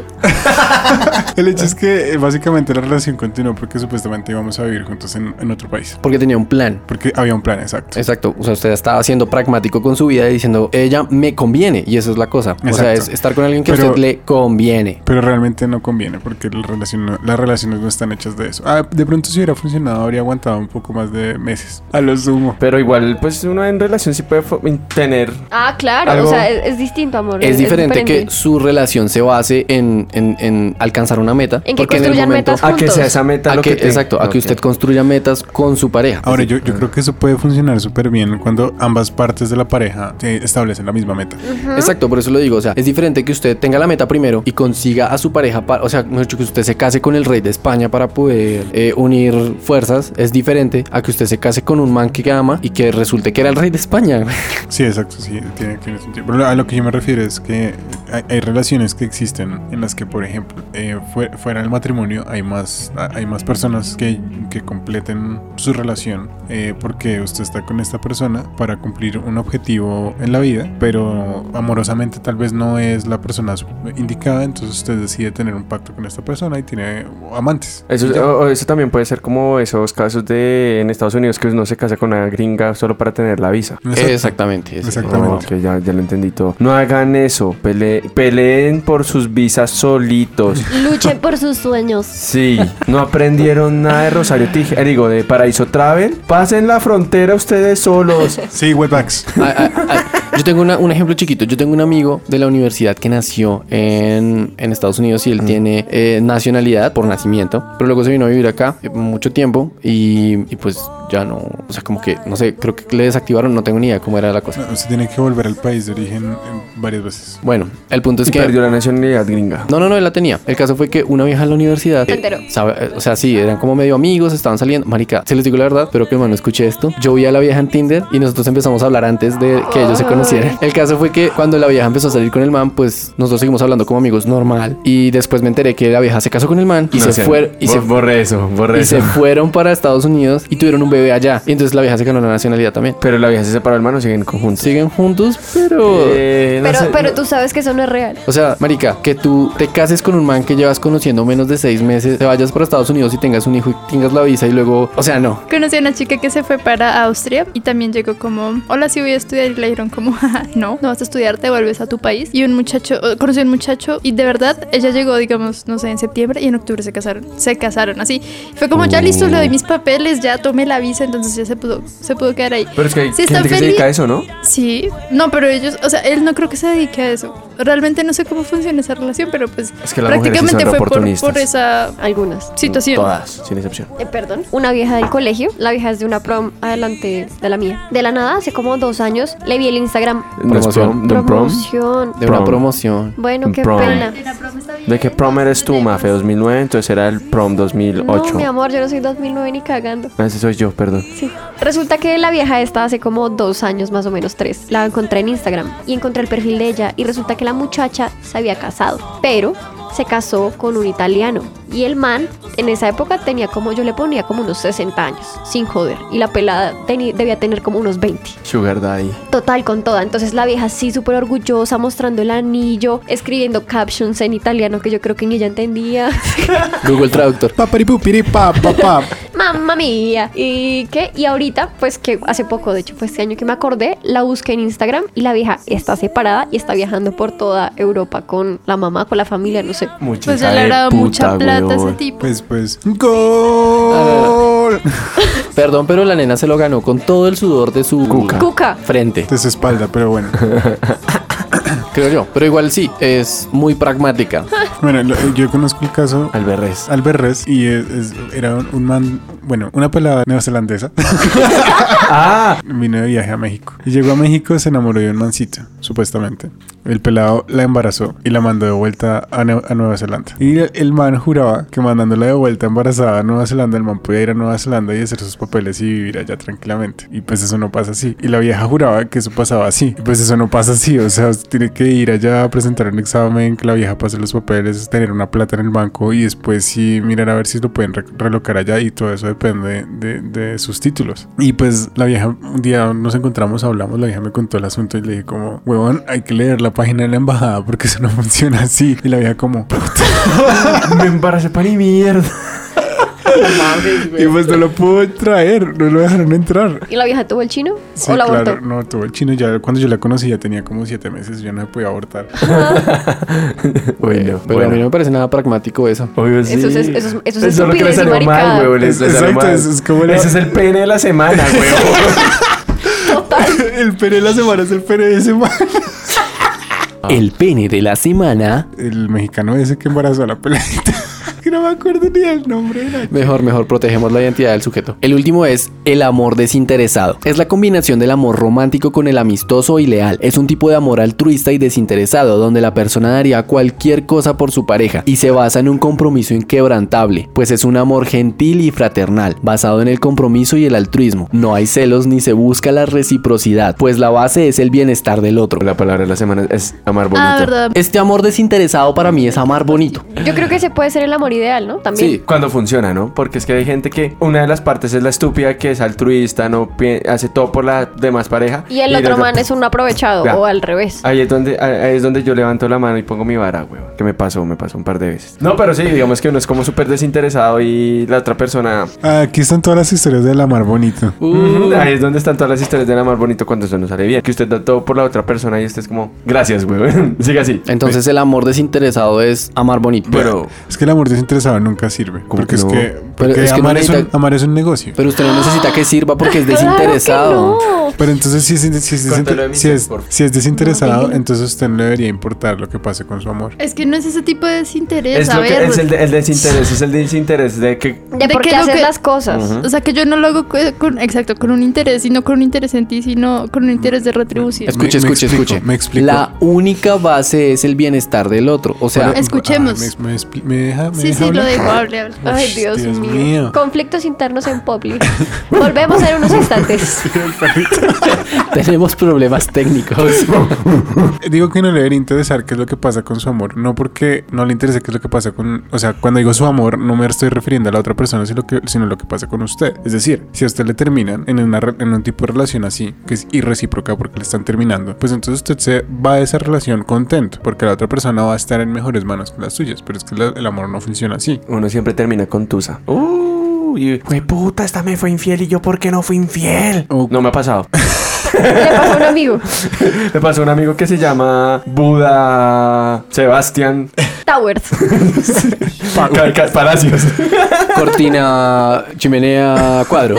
[SPEAKER 1] El hecho es que eh, básicamente la relación continuó porque supuestamente íbamos a vivir juntos en, en otro país.
[SPEAKER 4] Porque tenía un plan.
[SPEAKER 1] Porque había un plan, exacto.
[SPEAKER 4] Exacto, o sea, usted estaba siendo pragmático con su vida y diciendo, ella me conviene, y eso es la cosa. O sea,
[SPEAKER 1] Exacto.
[SPEAKER 4] es estar con alguien que a
[SPEAKER 1] Pero-
[SPEAKER 4] usted le conviene.
[SPEAKER 1] Pero realmente no conviene porque la relación no- las relaciones no están hechas de eso. Ah, de pronto si hubiera funcionado habría aguantado un poco más de meses. A lo sumo.
[SPEAKER 6] Pero igual, pues uno en relación sí puede fo- tener.
[SPEAKER 5] Ah, claro.
[SPEAKER 6] Algo-
[SPEAKER 5] O sea, es, es distinto, amor.
[SPEAKER 4] Es diferente, que su relación se base en, en- en alcanzar una meta.
[SPEAKER 5] En que
[SPEAKER 4] porque
[SPEAKER 5] construyan metas
[SPEAKER 6] A que
[SPEAKER 5] Juntos.
[SPEAKER 6] sea esa meta
[SPEAKER 4] a
[SPEAKER 6] lo
[SPEAKER 4] que-
[SPEAKER 6] que. te-
[SPEAKER 4] exacto, a
[SPEAKER 6] Ok.
[SPEAKER 4] que usted construya metas con su pareja.
[SPEAKER 1] Ahora, yo, yo creo que eso puede funcionar súper bien cuando ambas partes de la pareja eh, establecen la misma meta.
[SPEAKER 4] Exacto, por eso lo digo. O sea, es diferente que usted tenga la meta primero y consiga a su pareja, pa- o sea, mejor dicho, que usted se case con el rey de España para poder eh, unir fuerzas. Es diferente a que usted se case con un man que ama y que resulte que era el rey de España.
[SPEAKER 1] Sí, exacto, sí, tiene, tiene sentido. Pero a lo que yo me refiero es que hay, hay relaciones que existen en las que, por ejemplo, eh, fue- fuera del matrimonio hay más, hay más personas que, que completen su relación eh, porque usted está con esta persona para cumplir un objetivo en la vida, pero amorosamente tal vez no es la persona su- indicada, entonces usted decide tener un pacto con esta persona y tiene amantes.
[SPEAKER 6] Eso,
[SPEAKER 1] Y ya.
[SPEAKER 6] o- o eso también puede ser como esos casos de en Estados Unidos que uno se casa con una gringa solo para tener la visa.
[SPEAKER 1] Exacto.
[SPEAKER 4] eh, Exactamente.
[SPEAKER 1] Exactamente.
[SPEAKER 6] Oh, ok, ya, ya lo entendí todo. No hagan eso. pele- peleen por sus visas solitos.
[SPEAKER 5] Luchen por sus sueños.
[SPEAKER 6] Sí, no aprendieron nada de Rosario Tijeras. Digo, de Paraíso Travel. Pasen la frontera ustedes solos.
[SPEAKER 1] Sí, wetbacks.
[SPEAKER 4] Ah, ah, ah, Yo tengo una- un ejemplo chiquito. Yo tengo un amigo de la universidad que nació en, en Estados Unidos y él tiene eh, nacionalidad por nacimiento, pero luego se vino a vivir acá eh, mucho tiempo y, y pues ya no, o sea, como que, no sé, creo que le desactivaron, no tengo ni idea cómo era la cosa.
[SPEAKER 1] No, Usted tiene que volver al país de origen eh, varias veces.
[SPEAKER 4] Bueno, el punto es
[SPEAKER 6] Y
[SPEAKER 4] que...
[SPEAKER 6] perdió la nacionalidad gringa.
[SPEAKER 4] No, no, no, él la tenía. El caso fue que una vieja en la universidad.
[SPEAKER 5] Se enteró.
[SPEAKER 4] sabe- eh, o sea, sí, eran como medio amigos, estaban saliendo. Marica, se les digo la verdad, pero que hermano escuché esto. Yo vi a la vieja en Tinder y nosotros empezamos a hablar antes de que ellos se conocieran. El caso fue que cuando la vieja empezó a salir con el man, pues nosotros seguimos hablando como amigos normal. Y después me enteré que la vieja se casó con el man y se fueron. Y se
[SPEAKER 6] borré eso, borré
[SPEAKER 4] y se fueron para Estados Unidos y tuvieron un bebé allá. Y entonces la vieja se ganó la nacionalidad también.
[SPEAKER 6] Pero la vieja se separó, hermano, siguen conjuntos.
[SPEAKER 4] Siguen juntos, pero...
[SPEAKER 6] Eh, no
[SPEAKER 5] Pero,
[SPEAKER 6] sé,
[SPEAKER 5] pero tú sabes que eso no es real.
[SPEAKER 4] O sea, marica, que tú te cases con un man que llevas conociendo menos de seis meses, te vayas para Estados Unidos y tengas un hijo y tengas la visa y luego, o sea, no.
[SPEAKER 3] Conocí a una chica que se fue para Austria y también llegó como, hola, sí voy a estudiar. Y le dijeron como, "Ja, no, no vas a estudiar, te vuelves a tu país. Y un muchacho, eh, conocí a un muchacho y de verdad, ella llegó, digamos, no sé, en septiembre y en octubre se casaron. Se casaron así. Fue como, ya listo, le doy mis papeles, ya tomé la visa, entonces ya se pudo, se pudo quedar ahí.
[SPEAKER 6] pero es que hay
[SPEAKER 3] si
[SPEAKER 6] gente
[SPEAKER 3] están
[SPEAKER 6] que se
[SPEAKER 3] feliz-
[SPEAKER 6] dedica a eso, ¿no?
[SPEAKER 3] Sí, no, pero ellos, o sea, él no creo que se dedique a eso. Realmente no sé cómo funciona esa relación, pero pues
[SPEAKER 6] Es que las mujeres sí
[SPEAKER 3] prácticamente
[SPEAKER 6] son
[SPEAKER 3] fue por,
[SPEAKER 6] oportunistas.
[SPEAKER 3] por esa
[SPEAKER 5] Algunas.
[SPEAKER 3] situación.
[SPEAKER 6] Todas, sin excepción.
[SPEAKER 5] Eh, perdón. Una vieja del colegio. La vieja es de una prom adelante de la mía. De la nada, hace como dos años, le vi el Instagram.
[SPEAKER 6] ¿No es prom? ¿De un prom?
[SPEAKER 5] Promoción.
[SPEAKER 4] De
[SPEAKER 6] Prom.
[SPEAKER 4] una promoción.
[SPEAKER 5] Bueno, qué
[SPEAKER 6] Prom.
[SPEAKER 5] pena.
[SPEAKER 6] ¿De qué prom eres tú, Mafe? 2009, entonces era el prom 2008.
[SPEAKER 5] No, mi amor, yo no soy 2009 ni cagando.
[SPEAKER 6] Ah, Ese soy yo, perdón.
[SPEAKER 5] Sí. Resulta que la vieja esta hace como dos años, más o menos tres. La encontré en Instagram y encontré el perfil de ella y resulta que la muchacha se había casado, pero se casó con un italiano. Y el man en esa época tenía como, yo le ponía como unos 60 años, sin joder. Y la pelada teni- debía tener como unos 20.
[SPEAKER 6] Sugar Daddy.
[SPEAKER 5] Total con toda. Entonces la vieja sí súper orgullosa, mostrando el anillo, escribiendo captions en italiano que yo creo que ni ella entendía.
[SPEAKER 4] Google Traductor.
[SPEAKER 1] Paparipupiripa, papá.
[SPEAKER 5] Mamma mía. ¿Y qué? Y ahorita, pues que hace poco, de hecho fue este año que me acordé, la busqué en Instagram y la vieja está separada y está viajando por toda Europa con la mamá, con la familia, no sé.
[SPEAKER 6] Mucha
[SPEAKER 3] Pues ya le
[SPEAKER 6] hija
[SPEAKER 3] ha
[SPEAKER 6] de
[SPEAKER 3] dado mucha
[SPEAKER 6] puta,
[SPEAKER 3] plata a ese
[SPEAKER 6] weón.
[SPEAKER 3] tipo.
[SPEAKER 1] Pues, pues. ¡Gol!
[SPEAKER 4] Perdón, pero la nena se lo ganó con todo el sudor de su
[SPEAKER 6] Cuca.
[SPEAKER 5] Cuca.
[SPEAKER 4] frente,
[SPEAKER 1] De su espalda, pero bueno.
[SPEAKER 4] creo yo. Pero igual sí, es muy pragmática.
[SPEAKER 1] Bueno, lo- yo conozco el caso
[SPEAKER 6] Alberrez.
[SPEAKER 1] Alberres y es- es- era un, un man, bueno, una pelada neozelandesa.
[SPEAKER 6] ¡Ah!
[SPEAKER 1] Vino de viaje a México. Y llegó a México, se enamoró de un mancito. supuestamente. El pelado la embarazó y la mandó de vuelta a, Nue- a Nueva Zelanda. Y el, el man juraba que mandándola de vuelta embarazada a Nueva Zelanda, el man podía ir a Nueva Zelanda y hacer sus papeles y vivir allá tranquilamente. Y pues eso no pasa así. Y la vieja juraba que eso pasaba así. Y pues eso no pasa así. O sea, usted tiene que ir allá a presentar un examen, que la vieja pase los papeles, tener una plata en el banco y después sí mirar a ver si lo pueden re- relocar allá. Y todo eso depende de, de sus títulos. Y pues la vieja, un día nos encontramos, hablamos, la vieja me contó el asunto y le dije como, huevón, hay que leer la página de la embajada porque eso no funciona así. Y la vieja como,
[SPEAKER 2] Me embaracé para mi mierda.
[SPEAKER 1] y pues no lo pudo traer, no lo dejaron entrar.
[SPEAKER 5] ¿Y la vieja tuvo el chino?
[SPEAKER 1] Sí,
[SPEAKER 5] ¿O la
[SPEAKER 1] claro,
[SPEAKER 5] abortó?
[SPEAKER 1] no, tuvo el chino ya, cuando yo la conocí ya tenía como siete meses, ya no se podía abortar.
[SPEAKER 2] Bueno,
[SPEAKER 4] Pero a mí no me parece nada pragmático eso.
[SPEAKER 2] Obvio, sí.
[SPEAKER 5] Eso es- eso es- eso es
[SPEAKER 2] lo que le
[SPEAKER 5] estupidez y
[SPEAKER 2] salió mal,
[SPEAKER 5] maricada.
[SPEAKER 2] güey. le
[SPEAKER 1] Es-
[SPEAKER 2] salió
[SPEAKER 1] exacto,
[SPEAKER 2] mal.
[SPEAKER 1] es- es como la-
[SPEAKER 2] Ese es el pene de la semana, güey.
[SPEAKER 1] el pene de la semana es el pene de semana.
[SPEAKER 8] El pene de la semana
[SPEAKER 1] El mexicano ese que embarazó a la peladita. que no me acuerdo ni el nombre. de la-
[SPEAKER 4] Mejor, mejor, protegemos la identidad del sujeto. El último es el amor desinteresado. Es la combinación del amor romántico con el amistoso y leal. Es un tipo de amor altruista y desinteresado, donde la persona daría cualquier cosa por su pareja y se basa en un compromiso inquebrantable, pues es un amor gentil y fraternal, basado en el compromiso y el altruismo. No hay celos ni se busca la reciprocidad, pues la base es el bienestar del otro.
[SPEAKER 2] La palabra de la semana es amar bonito.
[SPEAKER 3] Ah, verdad.
[SPEAKER 4] Este amor desinteresado para mí es amar bonito.
[SPEAKER 5] Yo creo que ese puede ser el amor ideal, ¿no? También.
[SPEAKER 2] Sí, cuando funciona, ¿no? Porque es que hay gente que una de las partes es la estúpida que es altruista, no pi- hace todo por la demás pareja.
[SPEAKER 5] Y el otro man es un aprovechado,
[SPEAKER 2] Ya.
[SPEAKER 5] o al revés.
[SPEAKER 2] Ahí es, donde, ahí es donde yo levanto la mano y pongo mi vara, güey. Que me pasó, me pasó un par de veces. No, pero sí, digamos que uno es como súper desinteresado y la otra persona.
[SPEAKER 1] Aquí están todas las historias del amar bonito.
[SPEAKER 2] Ujú, Ahí es donde están todas las historias del amor bonito cuando eso no sale bien. Que usted da todo por la otra persona y usted es como, gracias, güey. Sigue así.
[SPEAKER 4] Entonces el amor desinteresado es amar bonito.
[SPEAKER 2] Pero,
[SPEAKER 1] Es que el amor desinteresado nunca sirve.
[SPEAKER 2] ¿Cómo
[SPEAKER 1] Porque
[SPEAKER 2] que
[SPEAKER 1] es
[SPEAKER 2] no?
[SPEAKER 1] que, porque
[SPEAKER 4] es que no
[SPEAKER 1] amar, es un,
[SPEAKER 4] necesita-
[SPEAKER 1] amar es un negocio.
[SPEAKER 4] Pero usted no necesita que sirva porque es
[SPEAKER 5] Claro que
[SPEAKER 4] desinteresado.
[SPEAKER 5] no.
[SPEAKER 1] Pero entonces si es, si es- si es-
[SPEAKER 2] Córtalo de mi
[SPEAKER 1] si
[SPEAKER 2] ser,
[SPEAKER 1] es-
[SPEAKER 2] por favor.
[SPEAKER 1] si es desinteresado, entonces a usted no le debería importar lo que pase con su amor.
[SPEAKER 3] Es que no es ese tipo de desinterés,
[SPEAKER 2] es,
[SPEAKER 3] a
[SPEAKER 2] lo que-
[SPEAKER 3] ver.
[SPEAKER 2] es el, de- el desinterés, es el desinterés de que.
[SPEAKER 5] De,
[SPEAKER 3] ¿De
[SPEAKER 5] por qué
[SPEAKER 3] qué lo
[SPEAKER 5] hacer
[SPEAKER 3] que-
[SPEAKER 5] las cosas.
[SPEAKER 3] O sea, que yo no lo hago co- con, exacto, con un interés, sino con un interés en ti, sino con un interés de retribución.
[SPEAKER 1] Es-
[SPEAKER 4] Escuche,
[SPEAKER 1] Me- me
[SPEAKER 4] escuche,
[SPEAKER 1] explico,
[SPEAKER 4] escuche.
[SPEAKER 1] me explico.
[SPEAKER 4] La única base es el bienestar del otro. O sea,
[SPEAKER 3] Bueno, Escuchemos.
[SPEAKER 1] Ah, me, me expli- me deja, me
[SPEAKER 3] sí,
[SPEAKER 1] deja
[SPEAKER 3] sí, lo
[SPEAKER 1] hablar?
[SPEAKER 3] dejo hablar.
[SPEAKER 5] Ay,
[SPEAKER 1] Ush,
[SPEAKER 5] Dios,
[SPEAKER 1] Dios
[SPEAKER 5] mío.
[SPEAKER 1] mío.
[SPEAKER 5] Conflictos internos en Popli. Volvemos en unos instantes.
[SPEAKER 4] tenemos problemas técnicos.
[SPEAKER 1] Digo que no le debería interesar qué es lo que pasa con su amor, no porque no le interese qué es lo que pasa con, o sea, cuando digo su amor no me estoy refiriendo a la otra persona, sino, que, sino lo que pasa con usted. Es decir, si a usted le terminan en, una re- en un tipo de relación así, que es irrecíproca porque le están terminando, pues entonces usted se va de esa relación contento, porque la otra persona va a estar en mejores manos que las suyas, pero es que la- el amor no funciona así.
[SPEAKER 2] Uno siempre termina con Tusa. Uh, y, güey, puta, esta me fue infiel y yo, ¿por qué no fui infiel?
[SPEAKER 1] Oh.
[SPEAKER 2] No me ha pasado.
[SPEAKER 5] Le pasó a un amigo.
[SPEAKER 2] Me pasó un amigo que se llama Buda Sebastián
[SPEAKER 5] Towers.
[SPEAKER 2] Ca- Ca- Palacios.
[SPEAKER 4] Cortina, chimenea, cuadro.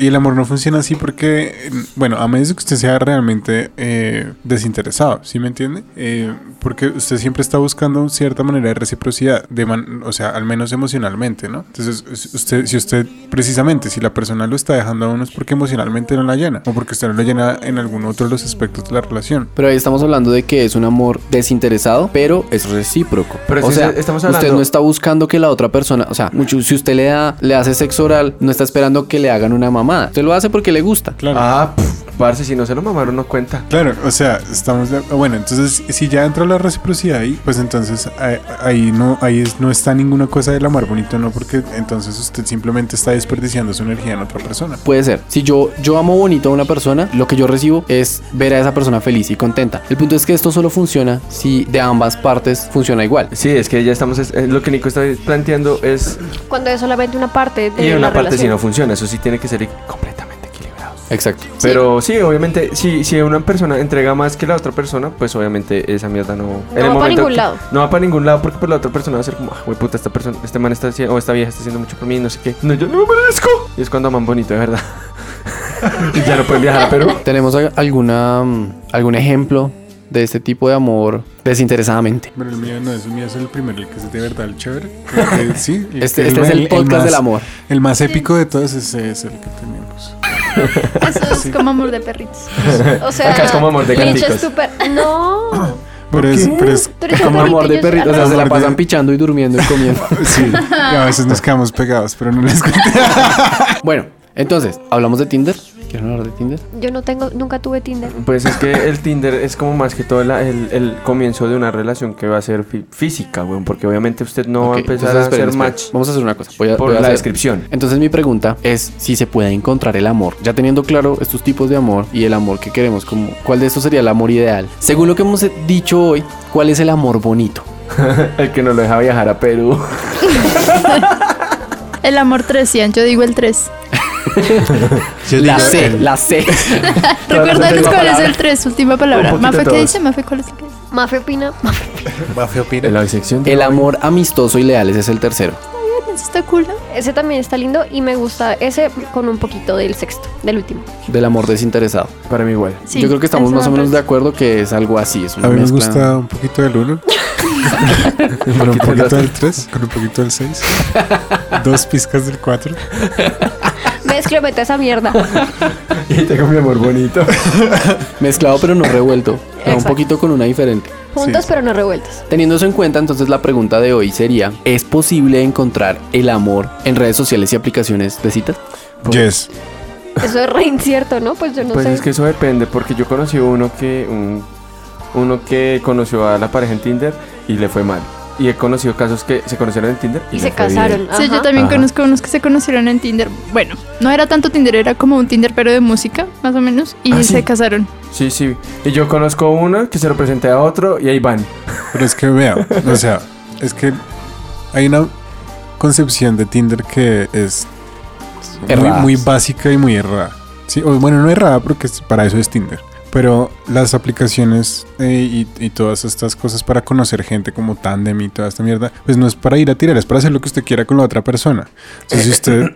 [SPEAKER 1] Y el amor no funciona así porque, eh, bueno, a menos de que usted sea realmente eh, desinteresado, ¿sí me entiende? Eh, porque usted siempre está buscando cierta manera de reciprocidad, de man- o sea, al menos emocionalmente, ¿no? Entonces, si usted, si usted, precisamente, si la persona lo está dejando a uno es porque emocionalmente no la llena, o porque usted no la llena en algún otro de los aspectos de la relación.
[SPEAKER 4] Pero ahí estamos hablando de que es un amor desinteresado, pero es recíproco.
[SPEAKER 2] Pero
[SPEAKER 4] o
[SPEAKER 2] si
[SPEAKER 4] sea,
[SPEAKER 2] se- estamos
[SPEAKER 4] usted
[SPEAKER 2] hablando-
[SPEAKER 4] no está buscando que la otra persona, o sea, mucho- si usted le da, le hace sexo oral, no está esperando que le hagan una mamada. Usted lo hace porque le gusta.
[SPEAKER 1] Claro.
[SPEAKER 2] Ah, pf, parce, si no se lo mamaron, no cuenta.
[SPEAKER 1] Claro, o sea, estamos de- bueno, entonces si ya entra la reciprocidad ahí, pues entonces ahí, ahí no ahí es- no está ninguna cosa del amar bonito, no, porque entonces usted simplemente está desperdiciando su energía en otra persona.
[SPEAKER 4] Puede ser. Si yo, yo amo bonito a una persona, lo que yo recibo es ver a esa persona feliz y contenta. El punto es que esto solo funciona si de ambas partes funciona igual.
[SPEAKER 2] Sí, es que ya estamos. es- eh, lo que Nico está planteando es.
[SPEAKER 5] Cuando es solamente Eh, una parte de
[SPEAKER 2] Y
[SPEAKER 5] la
[SPEAKER 2] una parte si
[SPEAKER 5] relación.
[SPEAKER 2] no funciona. Eso sí tiene que ser equ- completamente equilibrado.
[SPEAKER 4] Exacto.
[SPEAKER 2] Pero sí, obviamente, si, si una persona entrega más que la otra persona, pues obviamente esa mierda no... en
[SPEAKER 5] va
[SPEAKER 2] el
[SPEAKER 5] pa'
[SPEAKER 2] momento
[SPEAKER 5] ningún
[SPEAKER 2] que-
[SPEAKER 5] lado.
[SPEAKER 2] No va para ningún lado porque pues, la otra persona va a ser como, ah, güey, puta, esta persona, este man está haciendo, o esta vieja está haciendo mucho por mí, no sé qué. No, yo no me merezco. Y es cuando aman bonito, de verdad. y ya no pueden viajar a Perú.
[SPEAKER 4] ¿Tenemos a- alguna, mm, algún ejemplo de este tipo de amor desinteresadamente?
[SPEAKER 1] Pero el mío no es el mío, es el primero, el que es de verdad el chévere. el que- sí,
[SPEAKER 4] Este, este es el podcast
[SPEAKER 1] más-
[SPEAKER 4] del amor.
[SPEAKER 1] El más épico de todos ese es el que tenemos.
[SPEAKER 3] Eso es como amor de perritos.
[SPEAKER 5] O sea,
[SPEAKER 6] Acá es como amor de
[SPEAKER 5] Lynch es
[SPEAKER 6] gaticos.
[SPEAKER 5] súper. No.
[SPEAKER 1] Pero es, pero es
[SPEAKER 5] Tú eres
[SPEAKER 1] como
[SPEAKER 5] un
[SPEAKER 1] amor.
[SPEAKER 4] Amor de
[SPEAKER 5] Ellos-
[SPEAKER 4] perritos, o sea,
[SPEAKER 1] amor
[SPEAKER 4] se la
[SPEAKER 1] de-
[SPEAKER 4] pasan pichando y durmiendo y comiendo.
[SPEAKER 1] Sí, y a veces nos quedamos pegados, pero no les cuento.
[SPEAKER 4] bueno, entonces, ¿hablamos de Tinder? ¿Quieren hablar de Tinder?
[SPEAKER 5] Yo no tengo, nunca tuve Tinder.
[SPEAKER 6] Pues es que el Tinder es como más que todo la- el, el comienzo de una relación que va a ser fí- física, weón, porque obviamente usted no va a
[SPEAKER 4] Ok,
[SPEAKER 6] empezar
[SPEAKER 4] entonces,
[SPEAKER 6] a
[SPEAKER 4] esperen,
[SPEAKER 6] hacer
[SPEAKER 4] esperen.
[SPEAKER 6] match
[SPEAKER 4] Vamos a hacer una cosa. Voy a,
[SPEAKER 6] por
[SPEAKER 4] voy a
[SPEAKER 6] la
[SPEAKER 4] hacer-
[SPEAKER 6] descripción.
[SPEAKER 4] Entonces mi pregunta es si se puede encontrar el amor, ya teniendo claro estos tipos de amor y el amor que queremos, como, ¿cuál de estos sería el amor ideal? Según lo que hemos dicho hoy, ¿cuál es el amor bonito?
[SPEAKER 6] El que nos lo deja viajar a Perú.
[SPEAKER 3] El amor 3, Ian, yo digo el 3.
[SPEAKER 4] La C, la C.
[SPEAKER 3] Recuérdanos cuál es el 3, última palabra.
[SPEAKER 6] Un poquito
[SPEAKER 3] Mafe, ¿qué
[SPEAKER 6] todos.
[SPEAKER 3] dice? Mafe, ¿cuál es el 3?
[SPEAKER 5] Mafe opina. Mafe,
[SPEAKER 6] En la bisección.
[SPEAKER 4] El amor amistoso y leal ese es el tercero.
[SPEAKER 3] Eso está cool, ¿no?
[SPEAKER 5] Ese también está lindo y me gusta ese con un poquito del sexto, del último.
[SPEAKER 4] Del amor desinteresado.
[SPEAKER 6] Para mí igual.
[SPEAKER 3] Sí,
[SPEAKER 4] Yo creo que estamos
[SPEAKER 3] eso
[SPEAKER 4] más o
[SPEAKER 3] me
[SPEAKER 4] menos de
[SPEAKER 3] parece.
[SPEAKER 4] acuerdo que es algo así, es una
[SPEAKER 1] A mí me
[SPEAKER 4] mezcla.
[SPEAKER 1] gusta un poquito del 1, con un poquito del 3, con un poquito del 6, dos pizcas del 4.
[SPEAKER 5] Mezclo, mete esa mierda.
[SPEAKER 6] Y tengo mi amor bonito.
[SPEAKER 4] Mezclado pero no revuelto, No, un
[SPEAKER 5] Exacto.
[SPEAKER 4] poquito con una diferente.
[SPEAKER 5] Juntos pero no revueltos.
[SPEAKER 4] Teniendo eso en cuenta, entonces la pregunta de hoy sería, ¿es posible encontrar el amor en redes sociales y aplicaciones de citas?
[SPEAKER 1] Yes.
[SPEAKER 5] Eso es re incierto, ¿no? Pues yo no
[SPEAKER 6] Pues
[SPEAKER 5] sé.
[SPEAKER 6] es que eso depende, porque yo conocí uno que un- uno que conoció a la pareja en Tinder y le fue mal. Y he conocido casos que se conocieron en Tinder y,
[SPEAKER 5] y
[SPEAKER 6] le
[SPEAKER 5] se
[SPEAKER 6] fue bien.
[SPEAKER 5] casaron.
[SPEAKER 3] Sí, yo
[SPEAKER 5] ajá.
[SPEAKER 3] también
[SPEAKER 6] Ajá.
[SPEAKER 3] conozco unos que se conocieron en Tinder. Bueno, no era tanto Tinder, era como un Tinder pero de música, más o menos, y
[SPEAKER 6] Ah,
[SPEAKER 3] se
[SPEAKER 6] sí.
[SPEAKER 3] casaron.
[SPEAKER 6] Sí, sí. Y yo conozco uno que se lo presenté a otro y ahí van.
[SPEAKER 1] Pero es que vea, o sea, es que hay una concepción de Tinder que es muy,
[SPEAKER 4] Erradas.
[SPEAKER 1] muy básica y muy errada. Sí, o bueno, no errada porque es- para eso es Tinder. Pero las aplicaciones eh, y, y todas estas cosas para conocer gente como Tandem y toda esta mierda, pues no es para ir a tirar, es para hacer lo que usted quiera con la otra persona. Entonces, si usted.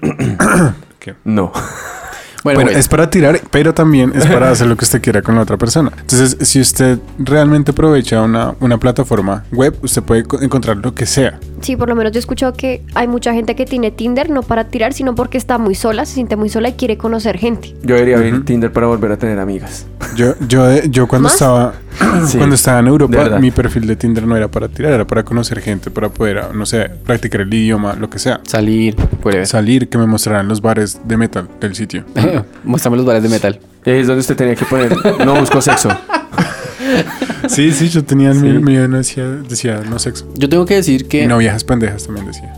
[SPEAKER 6] No.
[SPEAKER 4] Bueno, pues,
[SPEAKER 1] Bueno,
[SPEAKER 4] bueno.
[SPEAKER 1] es para tirar, pero también es para hacer lo que usted quiera con la otra persona. Entonces, si usted realmente aprovecha una, una plataforma web, usted puede co- encontrar lo que sea.
[SPEAKER 5] Sí, por lo menos yo he escuchado que hay mucha gente que tiene Tinder no para tirar, sino porque está muy sola, se siente muy sola y quiere conocer gente.
[SPEAKER 6] Yo debería abrir Tinder para volver a tener amigas.
[SPEAKER 1] Yo, yo, eh, yo cuando
[SPEAKER 5] ¿Más?
[SPEAKER 1] estaba
[SPEAKER 6] Sí,
[SPEAKER 1] cuando estaba en
[SPEAKER 6] de
[SPEAKER 1] Europa,
[SPEAKER 6] verdad.
[SPEAKER 1] mi perfil de Tinder no era para tirar, era para conocer gente, para poder, ah, no sé, practicar el idioma, lo que sea.
[SPEAKER 4] Salir, whatever.
[SPEAKER 1] Salir, que me mostraran los bares de metal del sitio.
[SPEAKER 4] Muéstrame los bares de metal.
[SPEAKER 6] Y ahí es donde usted tenía que poner, no busco sexo.
[SPEAKER 1] Sí, sí, yo tenía el mío, mío no decía, decía no sexo.
[SPEAKER 4] Yo tengo que decir que,
[SPEAKER 1] Y no viejas pendejas también decía.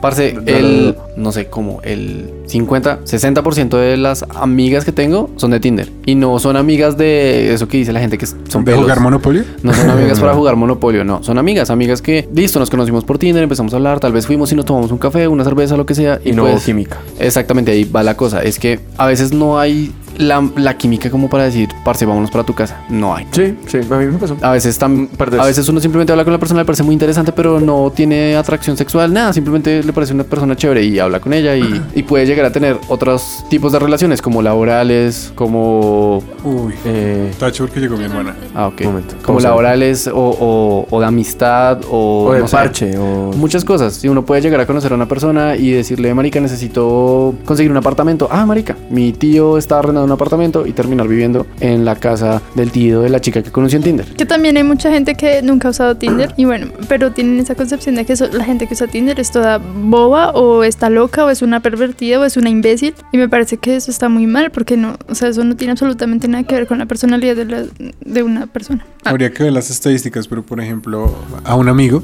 [SPEAKER 4] parce, el, no sé cómo, el 50, 60% de las amigas que tengo son de Tinder. Y no son amigas de eso que dice la gente que son
[SPEAKER 1] ¿De
[SPEAKER 4] pelos.
[SPEAKER 1] jugar Monopoly?
[SPEAKER 4] No son amigas para jugar Monopolio, no. Son amigas, amigas que, listo, nos conocimos por Tinder, empezamos a hablar, tal vez fuimos y nos tomamos un café, una cerveza, lo que sea.
[SPEAKER 6] Y no
[SPEAKER 4] pues,
[SPEAKER 6] química.
[SPEAKER 4] Exactamente, ahí va la cosa. Es que a veces no hay la, la química como para decir, parce, vámonos para tu casa. No hay.
[SPEAKER 6] Sí, sí, a mí me pasó.
[SPEAKER 4] A veces, tam-
[SPEAKER 6] perderse.
[SPEAKER 4] a veces uno simplemente habla con la persona, le parece muy interesante, pero no tiene atracción sexual, nada, simplemente le parece una persona chévere y habla con ella y, y puede llegar a tener otros tipos de relaciones como laborales, como...
[SPEAKER 1] Uy,
[SPEAKER 6] Eh,
[SPEAKER 1] tacho porque llegó mi hermana.
[SPEAKER 4] Ah, ok.
[SPEAKER 6] Momento,
[SPEAKER 4] como
[SPEAKER 6] pausa.
[SPEAKER 4] laborales o, o- o de amistad o...
[SPEAKER 6] o de
[SPEAKER 4] no sé,
[SPEAKER 6] parche, o...
[SPEAKER 4] Muchas cosas. Si uno puede llegar a conocer a una persona y decirle, Marica, necesito conseguir un apartamento. Ah, Marica, mi tío está arrendando un apartamento y terminar viviendo en la casa del tío de la chica que conoció en Tinder.
[SPEAKER 3] Que también hay mucha gente que nunca ha usado Tinder y bueno, pero tienen esa concepción de que so- la gente que usa Tinder es toda boba o está loca o es una pervertida o es una imbécil y me parece que eso está muy mal porque no, o sea, eso no tiene absolutamente nada que ver con la personalidad de, la- de una persona. Ah,
[SPEAKER 1] Habría que ver las estadísticas, pero por ejemplo, a un amigo,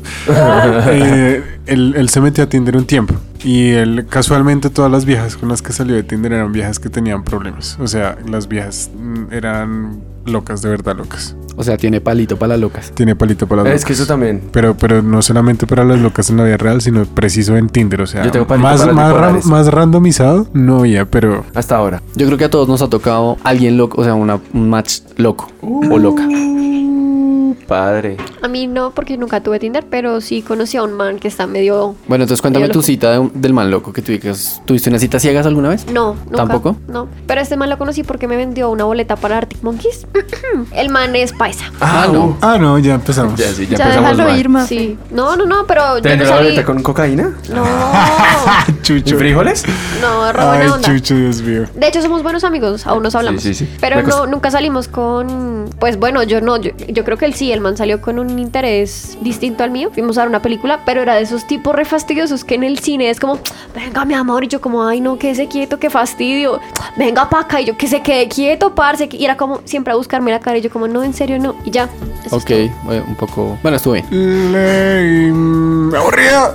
[SPEAKER 1] eh, él, él se metió a Tinder un tiempo y él casualmente todas las viejas con las que salió de Tinder eran viejas que tenían problemas. O sea, las viejas mm, eran locas, de verdad locas.
[SPEAKER 4] O sea, tiene palito para las locas.
[SPEAKER 1] Tiene palito para las
[SPEAKER 6] Es que
[SPEAKER 1] locas.
[SPEAKER 6] eso también.
[SPEAKER 1] Pero, pero no solamente para las locas en la vida real, sino preciso en Tinder. O sea,
[SPEAKER 6] Yo tengo palito
[SPEAKER 1] más,
[SPEAKER 6] para las
[SPEAKER 1] más, ra-
[SPEAKER 6] bipolares.
[SPEAKER 1] más randomizado no había, pero
[SPEAKER 6] Hasta ahora.
[SPEAKER 4] Yo creo que a todos nos ha tocado alguien loco, o sea, una, un match loco o loca.
[SPEAKER 6] padre.
[SPEAKER 5] A mí no, porque nunca tuve Tinder, pero sí conocí a un man que está medio...
[SPEAKER 4] Bueno, entonces cuéntame
[SPEAKER 5] Medio
[SPEAKER 4] tu
[SPEAKER 5] loco.
[SPEAKER 4] cita de un- del man loco que tuviste. ¿Tuviste una cita ciegas alguna vez?
[SPEAKER 5] No, nunca.
[SPEAKER 4] ¿Tampoco?
[SPEAKER 5] No. Pero este man lo conocí porque me vendió una boleta para Arctic Monkeys. El man es paisa.
[SPEAKER 4] Ah, no.
[SPEAKER 1] Ah, no, ya empezamos.
[SPEAKER 6] Ya, sí, ya,
[SPEAKER 3] Ya
[SPEAKER 6] empezamos
[SPEAKER 3] déjalo
[SPEAKER 6] mal.
[SPEAKER 3] ir, Mafe.
[SPEAKER 5] Sí. No, no, no, pero yo
[SPEAKER 6] ¿Te
[SPEAKER 5] no
[SPEAKER 6] la boleta
[SPEAKER 5] salí.
[SPEAKER 6] con cocaína?
[SPEAKER 5] No,
[SPEAKER 6] ¿Y
[SPEAKER 1] Chucho.
[SPEAKER 6] frijoles?
[SPEAKER 5] no, re
[SPEAKER 1] Ay,
[SPEAKER 5] buena onda.
[SPEAKER 1] Chucho, Dios mío.
[SPEAKER 5] De hecho, somos buenos amigos, aún nos hablamos.
[SPEAKER 6] sí, sí.
[SPEAKER 5] Pero
[SPEAKER 6] La
[SPEAKER 5] no,
[SPEAKER 6] cosa-
[SPEAKER 5] nunca salimos con. Pues bueno, yo no. Yo, yo creo que él sí, el man salió con un interés distinto al mío. Fuimos a ver una película, pero era de esos tipos re fastidiosos que en el cine es como, venga, mi amor. Y yo, como, ay, no, quédese quieto, qué fastidio. Venga, pa' acá. Y yo, que se quede quieto, parce. Y era como siempre a buscarme la cara. Y yo, como, no, en serio, no. Y ya. Eso es
[SPEAKER 4] Ok, bueno, un poco. Bueno, estuve bien.
[SPEAKER 1] Lame. ¡Aburrido!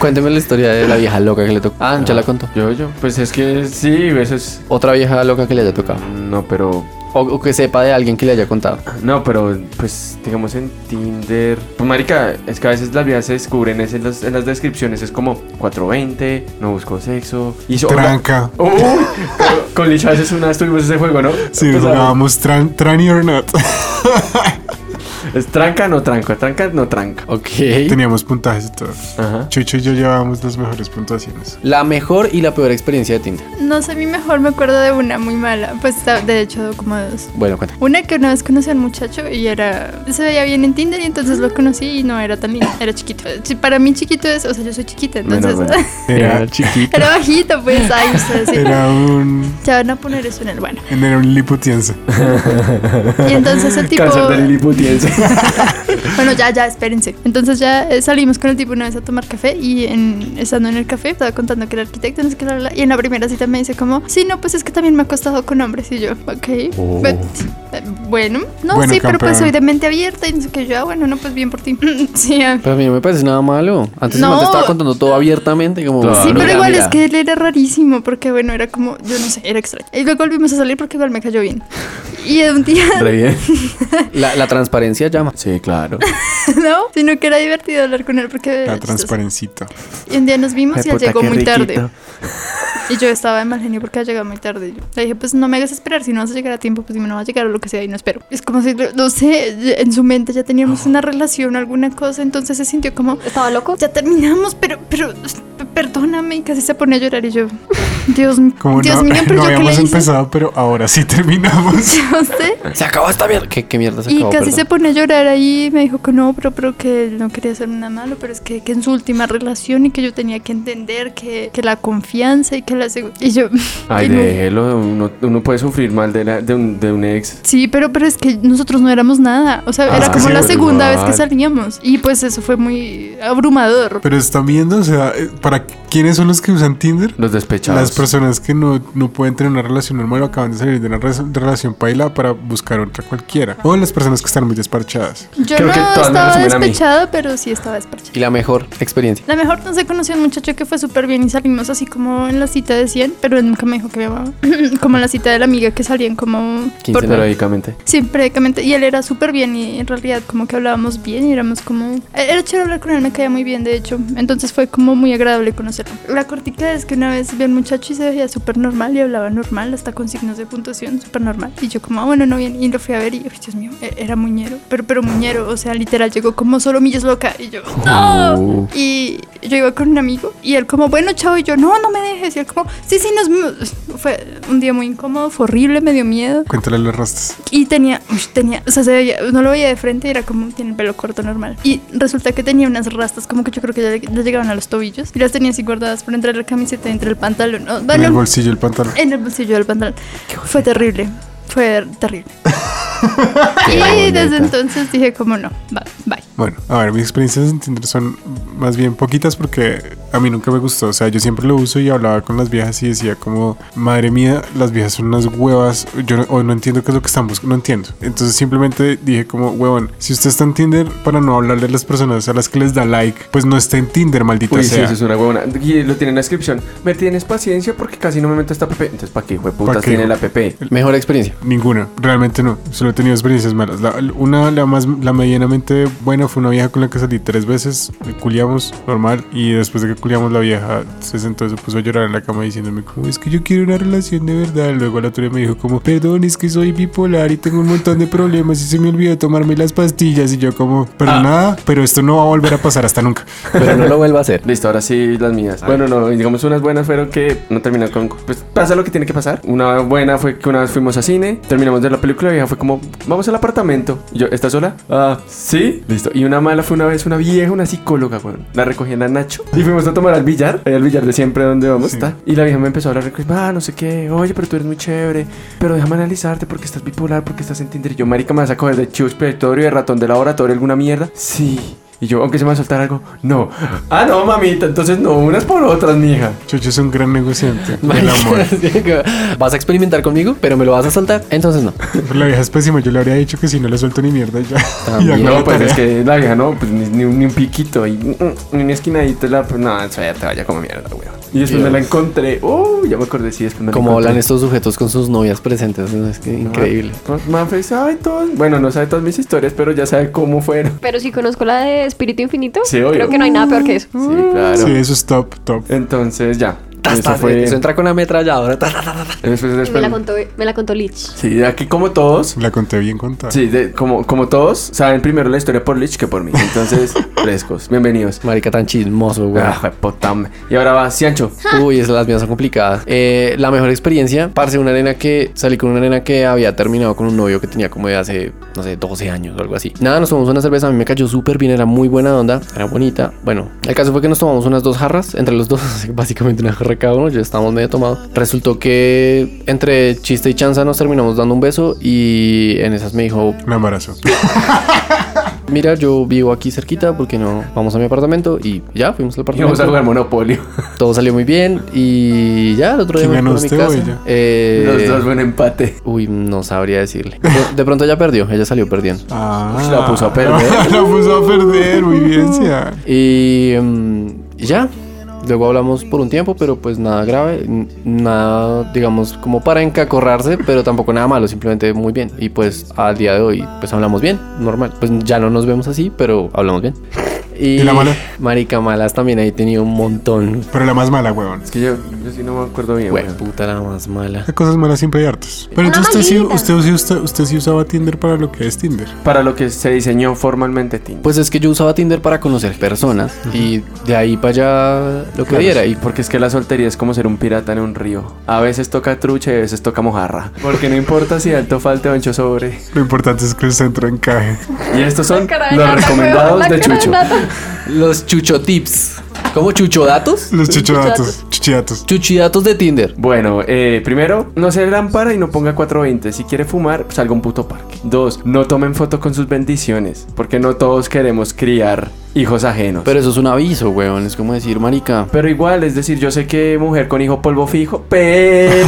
[SPEAKER 4] Cuénteme la historia de la vieja loca que le tocó. Ah, ya la contó.
[SPEAKER 6] Yo, yo. Pues es que sí, eso es.
[SPEAKER 4] Otra vieja loca que le haya tocado.
[SPEAKER 6] No, pero.
[SPEAKER 4] O, o que sepa de alguien que le haya contado.
[SPEAKER 6] No, pero pues digamos en Tinder. Pues marica, es que a veces las vidas se descubren es en, los- en las descripciones. Es como 420, no busco sexo. Y so-
[SPEAKER 1] Tranca.
[SPEAKER 6] Uy, con- con Licha a veces una vez tuvimos ese juego, ¿no? Pues,
[SPEAKER 1] Sí,
[SPEAKER 3] Pues,
[SPEAKER 6] O sea,
[SPEAKER 1] jugábamos tran, Tranny or Not.
[SPEAKER 6] Es tranca, no tranca, tranca, no tranca.
[SPEAKER 4] Ok.
[SPEAKER 1] Teníamos puntajes y todo.
[SPEAKER 6] Ajá.
[SPEAKER 1] Chucho y yo llevábamos las mejores puntuaciones.
[SPEAKER 4] La mejor y la peor experiencia de Tinder.
[SPEAKER 3] No sé, mi mejor me acuerdo de una muy mala. Pues de hecho, como dos.
[SPEAKER 4] Bueno, cuenta.
[SPEAKER 3] Una que una vez conocí a un muchacho y era. Se veía bien en Tinder y entonces lo conocí y no era tan lindo. Era chiquito. Sí, Para mí, chiquito es. O sea, yo soy chiquita, entonces.
[SPEAKER 6] Menos mal.
[SPEAKER 1] Era,
[SPEAKER 4] chiquita.
[SPEAKER 3] era bajito, pues. Ay, ustedes sí.
[SPEAKER 1] era un.
[SPEAKER 3] Ya van a poner eso en el bueno.
[SPEAKER 1] Era un liputiense.
[SPEAKER 3] Y entonces el tipo.
[SPEAKER 6] Cáncer del liputiense.
[SPEAKER 3] Bueno, ya, ya, espérense. Entonces ya eh, salimos con el tipo una vez a tomar café y en, estando en el café estaba contando que era arquitecto, no sé qué, bla, bla, bla, y en la primera cita me dice como, sí, no, pues es que también me he acostado con hombres y yo, ok. but, eh, bueno, no,
[SPEAKER 1] Bueno,
[SPEAKER 3] sí,
[SPEAKER 1] campeón.
[SPEAKER 3] pero pues soy de mente abierta y no sé qué, yo, ah, bueno, no, pues bien por ti. sí, ah.
[SPEAKER 4] Pero a mí no me parece nada malo. Antes el
[SPEAKER 3] No.
[SPEAKER 4] man te estaba contando todo abiertamente. Como,
[SPEAKER 6] Claro.
[SPEAKER 4] "Mira,
[SPEAKER 3] Sí, pero
[SPEAKER 4] mira,
[SPEAKER 3] igual
[SPEAKER 4] mira".
[SPEAKER 3] es que él era rarísimo porque, bueno, era como, yo no sé, era extraño. Y luego volvimos a salir porque igual me cayó bien. Y un día,
[SPEAKER 6] Re bien.
[SPEAKER 4] La, la transparencia llama.
[SPEAKER 6] Sí, claro.
[SPEAKER 3] ¿no? Sino que era divertido hablar con él porque...
[SPEAKER 1] La
[SPEAKER 3] era chistoso.
[SPEAKER 1] transparencita.
[SPEAKER 3] Y un día nos vimos y él
[SPEAKER 6] Puta,
[SPEAKER 3] llegó
[SPEAKER 6] qué
[SPEAKER 3] muy tarde.
[SPEAKER 6] riquito.
[SPEAKER 3] Y yo estaba de mal genio porque ha llegado muy tarde. Yo le dije, pues no me hagas esperar, si no vas a llegar a tiempo, pues dime, no vas a llegar o lo que sea y no espero. Es como si, no sé, en su mente ya teníamos una relación o alguna cosa, entonces se sintió como,
[SPEAKER 5] Estaba loco.
[SPEAKER 3] ya terminamos, pero, pero, p- perdóname. Y casi se pone a llorar y yo, Dios, m-
[SPEAKER 1] Como
[SPEAKER 3] Dios
[SPEAKER 1] no,
[SPEAKER 3] mío, pero
[SPEAKER 1] no
[SPEAKER 3] yo qué le
[SPEAKER 1] habíamos
[SPEAKER 3] hice.
[SPEAKER 1] empezado, pero ahora sí terminamos.
[SPEAKER 3] Yo sé.
[SPEAKER 4] Se acabó esta mierda. ¿Qué, qué mierda se
[SPEAKER 3] Y
[SPEAKER 4] acabó?
[SPEAKER 3] casi
[SPEAKER 4] perdón?
[SPEAKER 3] se pone a llorar ahí. Me dijo que no, pero, pero que él no quería hacer nada malo, pero es que, que en su última relación y que yo tenía que entender que, que la confianza y que la seguridad. Y yo,
[SPEAKER 6] Ay,
[SPEAKER 3] y no.
[SPEAKER 6] déjelo. Uno, uno puede sufrir mal de, la- de, un, de un ex.
[SPEAKER 3] Sí, pero, pero es que nosotros no éramos nada. O sea,
[SPEAKER 6] Ah,
[SPEAKER 3] era
[SPEAKER 6] sí,
[SPEAKER 3] como la
[SPEAKER 6] pero
[SPEAKER 3] segunda vez que
[SPEAKER 6] igual.
[SPEAKER 3] salíamos. Y pues eso fue muy abrumador.
[SPEAKER 1] Pero están viendo, o sea, eh, ¿para quiénes son los que usan Tinder?
[SPEAKER 6] Los despechados.
[SPEAKER 1] Las personas que no, no pueden tener una relación normal o acaban de salir de una res- relación paila para buscar otra cualquiera. O las personas que están muy desparchadas.
[SPEAKER 3] Yo
[SPEAKER 6] Creo
[SPEAKER 3] no
[SPEAKER 6] que todas me
[SPEAKER 3] estaba
[SPEAKER 6] resumen a mí.
[SPEAKER 3] despechada, pero sí estaba despechada.
[SPEAKER 4] Y la mejor experiencia.
[SPEAKER 3] La mejor no se conoció un muchacho que fue súper bien y salimos así como en la cita de 100, pero él nunca me dijo que me amaba. como en la cita de la amiga que salían como... por-
[SPEAKER 4] Quincenal.
[SPEAKER 6] Periódicamente.
[SPEAKER 3] Sí, prácticamente. Y él era súper bien y en realidad como que hablábamos bien y éramos como... e-, Era chévere hablar con él, me caía muy bien de hecho. Entonces fue como muy agradable conocerlo. La cortica es que una vez vi al muchacho y se veía súper normal y hablaba normal, hasta con signos de puntuación, súper normal. Y yo como, ah, bueno, no bien. Y lo fui a ver y, ay, Dios mío, e- era muñero. Pero, pero muñero, o sea, literal, llegó como solo millas loca. Y yo, no.
[SPEAKER 6] Uh.
[SPEAKER 3] Y yo iba con un amigo y él como, bueno, chao. Y yo, no, no me dejes. Y él como, sí, sí, nos... mu-". Fue un día muy incómodo, fue horrible, me dio miedo.
[SPEAKER 1] Cuéntale los rastas.
[SPEAKER 3] Y tenía, uy, tenía, o sea, se veía- no lo veía de frente, era como tiene el pelo corto normal. Y resulta que tenía unas rastas, como que yo creo que ya le, le llegaban a los tobillos. Y las tenía así guardadas por entre la camiseta y entre el pantalón. O,
[SPEAKER 1] En
[SPEAKER 3] bueno, Eh.
[SPEAKER 1] el bolsillo del pantalón.
[SPEAKER 3] en el bolsillo del pantalón. Fue terrible, fue terrible. y desde entonces dije, como no, va, bye.
[SPEAKER 1] Bueno, a ver, mis experiencias en Tinder son más bien poquitas porque a mí nunca me gustó. O sea, yo siempre lo uso y hablaba con las viejas y decía como, madre mía, las viejas son unas huevas. Yo no, o no entiendo qué es lo que están buscando, no entiendo. Entonces simplemente dije como, huevón, si usted está en Tinder para no hablarle a las personas a las que les da like, pues no está en Tinder, maldita
[SPEAKER 6] Uy, sí,
[SPEAKER 1] sea.
[SPEAKER 6] eso es una huevona. Y lo tiene en la descripción. Me tienes paciencia porque casi no me meto esta app. Entonces, ¿para qué,
[SPEAKER 1] ¿Pa'
[SPEAKER 6] putas
[SPEAKER 1] qué?
[SPEAKER 6] tiene la app?
[SPEAKER 4] Mejor experiencia.
[SPEAKER 1] Ninguna, realmente no. Solo he tenido experiencias malas. La- una, la más, la medianamente buena fue una vieja con la que salí tres veces, eh, culiamos normal y después de que culiamos la vieja se sentó y se puso a llorar en la cama diciéndome como es que yo quiero una relación de verdad. Luego a la otra me dijo como perdón, es que soy bipolar y tengo un montón de problemas y se me olvidó tomarme las pastillas y yo como pero
[SPEAKER 2] Ah.
[SPEAKER 1] nada, pero esto no va a volver a pasar hasta nunca.
[SPEAKER 4] Pero no lo vuelva a hacer.
[SPEAKER 2] Listo, ahora sí las mías. Bueno, no, digamos unas buenas fueron que no terminan con. Pues pasa lo que tiene que pasar. Una buena fue que una vez fuimos a cine, terminamos de ver la película y vieja fue como, vamos al apartamento. Y yo, ¿estás sola? Ah, sí. Listo. Y una mala fue una vez una vieja, una psicóloga, weón. La recogí en la Nacho y fuimos a tomar al billar, eh, al billar de siempre donde vamos, ta. Y la vieja me empezó a hablar, pues, ah, no sé qué, oye, pero tú eres muy chévere, pero déjame analizarte porque estás bipolar, porque estás en Tinder. Y yo, marica, me vas a coger de chivo expiatorio, de ratón de laboratorio, alguna mierda. Sí. Y yo, aunque se me va a soltar algo, no. Ah, no, mamita, entonces no, unas por otras, mija.
[SPEAKER 1] Chucho es un gran negociante. El amor.
[SPEAKER 4] ¿Vas a experimentar conmigo, pero me lo vas a saltar? Entonces no.
[SPEAKER 1] Pero la vieja es pésima, yo le habría dicho que si no le suelto ni mierda ya.
[SPEAKER 4] También.
[SPEAKER 1] hago
[SPEAKER 2] No,
[SPEAKER 1] la
[SPEAKER 2] pues
[SPEAKER 1] tarea.
[SPEAKER 2] es que la vieja no, pues ni, ni un, ni un piquito y mm, ni una esquinadita la. Pues, no, eso ya te vaya como mierda, weón. Y después me la encontré. Uh, ya me acordé, sí, después me la
[SPEAKER 4] Como hablan
[SPEAKER 2] encontré.
[SPEAKER 4] estos sujetos con sus novias presentes, ¿no? es que increíble.
[SPEAKER 2] Pues Manfred sabe todas. Bueno, no sabe todas mis historias, pero ya sabe cómo fueron.
[SPEAKER 5] Pero si conozco la de Espíritu Infinito,
[SPEAKER 2] Sí, obvio. Mm.
[SPEAKER 5] creo que no hay nada peor que eso.
[SPEAKER 2] Sí, claro.
[SPEAKER 1] Sí, eso es top, top.
[SPEAKER 2] Entonces ya.
[SPEAKER 4] Tas,
[SPEAKER 2] Eso
[SPEAKER 4] tas,
[SPEAKER 2] fue.
[SPEAKER 4] Eso entra con ametralladora. tas, tas, tas, tas.
[SPEAKER 2] Después,
[SPEAKER 5] Y me
[SPEAKER 2] después.
[SPEAKER 5] la contó, me la contó Lich.
[SPEAKER 2] Sí, de aquí como todos.
[SPEAKER 1] La conté bien contada.
[SPEAKER 2] Sí, de- como, como todos, saben primero la historia por Lich que por mí. Entonces, frescos, bienvenidos.
[SPEAKER 4] Marica tan chismoso, güey.
[SPEAKER 2] Ah, jueputa, Y ahora va Ciancho.
[SPEAKER 4] Uy, esas las mías son complicadas. Eh, la mejor experiencia, parce, una nena que salí con una nena que había terminado con un novio que tenía como de hace, no sé, 12 años o algo así. Nada, nos tomamos una cerveza, a mí me cayó súper bien, era muy buena onda, era bonita. Bueno, el caso fue que nos tomamos unas dos jarras, entre los dos, básicamente una jarra cada uno, ya estábamos medio tomados. Resultó que entre chiste y chanza nos terminamos dando un beso y en esas me dijo,
[SPEAKER 1] Me embarazo.
[SPEAKER 4] mira, yo vivo aquí cerquita, porque no? Vamos a mi apartamento y ya, fuimos al
[SPEAKER 2] Y
[SPEAKER 4] apartamento.
[SPEAKER 2] vamos a jugar Monopolio.
[SPEAKER 4] Todo salió muy bien y ya, el otro día
[SPEAKER 1] ¿Quién
[SPEAKER 4] me
[SPEAKER 1] ganó
[SPEAKER 4] fui a mi
[SPEAKER 1] usted o
[SPEAKER 4] casa.
[SPEAKER 1] ella?
[SPEAKER 4] Eh,
[SPEAKER 2] Los dos buen empate.
[SPEAKER 4] Uy, no sabría decirle. De, de pronto ella perdió, ella salió perdiendo.
[SPEAKER 1] Ah,
[SPEAKER 2] la puso a perder.
[SPEAKER 1] la puso a perder, muy bien, Sia.
[SPEAKER 4] Y mm, y ya. Luego hablamos por un tiempo, pero pues nada grave, n- nada, digamos, como para encacorrarse, pero tampoco nada malo, simplemente muy bien. Y pues al día de hoy, pues hablamos bien, normal. Pues ya no nos vemos así, pero hablamos bien. Y,
[SPEAKER 1] ¿Y la mala?
[SPEAKER 4] Marica Malas también ahí tenía un montón.
[SPEAKER 1] Pero la más mala, huevón.
[SPEAKER 2] Es que yo, yo sí no me acuerdo bien.
[SPEAKER 4] Güey,
[SPEAKER 2] weón.
[SPEAKER 4] puta la más mala.
[SPEAKER 1] Las cosas malas siempre hay hartas. Pero
[SPEAKER 5] Una
[SPEAKER 1] entonces usted sí,
[SPEAKER 5] maldita.
[SPEAKER 1] usted, sí usa- usted sí usaba Tinder para lo que es Tinder.
[SPEAKER 2] Para lo que se diseñó formalmente Tinder.
[SPEAKER 4] Pues es que yo usaba Tinder para conocer personas y de ahí para allá lo que
[SPEAKER 2] Claro,
[SPEAKER 4] diera.
[SPEAKER 2] sí,
[SPEAKER 4] Y
[SPEAKER 2] porque es que la soltería es como ser un pirata en un río. A veces toca trucha y a veces toca mojarra. Porque no importa si alto falte o ancho sobre.
[SPEAKER 1] Lo importante es que el centro encaje.
[SPEAKER 2] Y estos son
[SPEAKER 5] cara de
[SPEAKER 2] los
[SPEAKER 5] nata,
[SPEAKER 2] recomendados
[SPEAKER 5] weón, la
[SPEAKER 2] de
[SPEAKER 5] cara de
[SPEAKER 2] Chucho.
[SPEAKER 5] nata.
[SPEAKER 4] los chuchotips. ¿Cómo chuchodatos?
[SPEAKER 1] Los chichodatos. Chichidatos.
[SPEAKER 4] Chuchidatos de Tinder.
[SPEAKER 2] Bueno, eh, primero, no se lámpara y no ponga 420. Si quiere fumar, salga a un puto parque. Dos, no tomen foto con sus bendiciones. Porque no todos queremos criar hijos ajenos.
[SPEAKER 4] Pero eso es un aviso, weón. Es como decir, marica.
[SPEAKER 2] Pero igual, es decir, yo sé que mujer con hijo polvo fijo, pero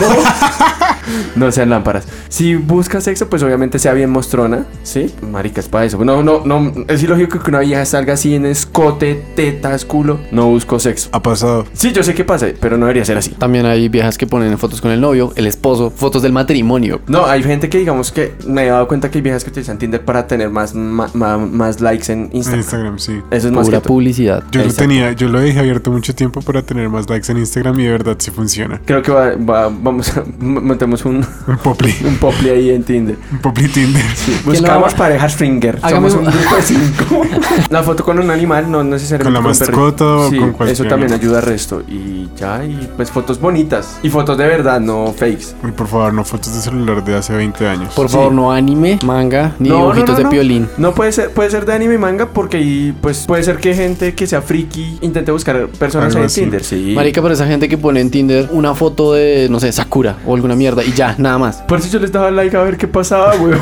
[SPEAKER 2] no sean lámparas. Si busca sexo, pues obviamente sea bien mostrona, ¿sí? Marica, es para eso. No, no, no, es ilógico que una vieja salga así en escote, tetas, culo. No busco sexo.
[SPEAKER 1] Ha pasado.
[SPEAKER 2] Sí, yo sé que pasa, pero no debería ser así.
[SPEAKER 4] También hay viejas que ponen fotos con el novio, el esposo, fotos del matrimonio.
[SPEAKER 2] No, hay gente que digamos que me he dado cuenta que hay viejas que utilizan Tinder para tener más, ma- ma- más likes en
[SPEAKER 1] En
[SPEAKER 2] Instagram.
[SPEAKER 1] Instagram, sí.
[SPEAKER 2] Eso es más
[SPEAKER 4] Pura
[SPEAKER 2] que todo.
[SPEAKER 4] publicidad.
[SPEAKER 1] Yo lo
[SPEAKER 2] Exacto.
[SPEAKER 1] tenía, yo lo dejé abierto mucho tiempo para tener más likes en Instagram y de verdad sí funciona.
[SPEAKER 2] Creo que va- va- vamos a, metemos un,
[SPEAKER 1] Un popli,
[SPEAKER 2] un pople ahí en Tinder.
[SPEAKER 1] un popli Tinder.
[SPEAKER 2] Buscamos parejas Stringer.
[SPEAKER 4] Hagamos
[SPEAKER 2] Somos un grupo de cinco. la foto con un animal no necesariamente
[SPEAKER 1] Con la
[SPEAKER 2] un perrito.
[SPEAKER 1] mascota o
[SPEAKER 2] Sí,
[SPEAKER 1] con cualquier
[SPEAKER 2] Eso también
[SPEAKER 1] animal.
[SPEAKER 2] ayuda al resto. Y ya, y pues fotos bonitas. Y fotos de verdad, no fakes.
[SPEAKER 1] Uy, por favor, no fotos de celular de hace 20 años.
[SPEAKER 4] Por favor, no anime, manga, ni
[SPEAKER 2] no,
[SPEAKER 4] dibujitos
[SPEAKER 2] no, no,
[SPEAKER 4] de
[SPEAKER 2] no.
[SPEAKER 4] piolín.
[SPEAKER 2] No puede ser, puede ser de anime y manga porque ahí, pues puede ser que gente que sea friki intente buscar personas
[SPEAKER 1] Algo
[SPEAKER 2] en
[SPEAKER 1] así.
[SPEAKER 2] Tinder. Sí.
[SPEAKER 4] Marica, pero esa gente que pone en Tinder una foto de, no sé, Sakura o alguna mierda y ya, nada más.
[SPEAKER 2] Por eso yo les daba like a ver qué pasaba, güey.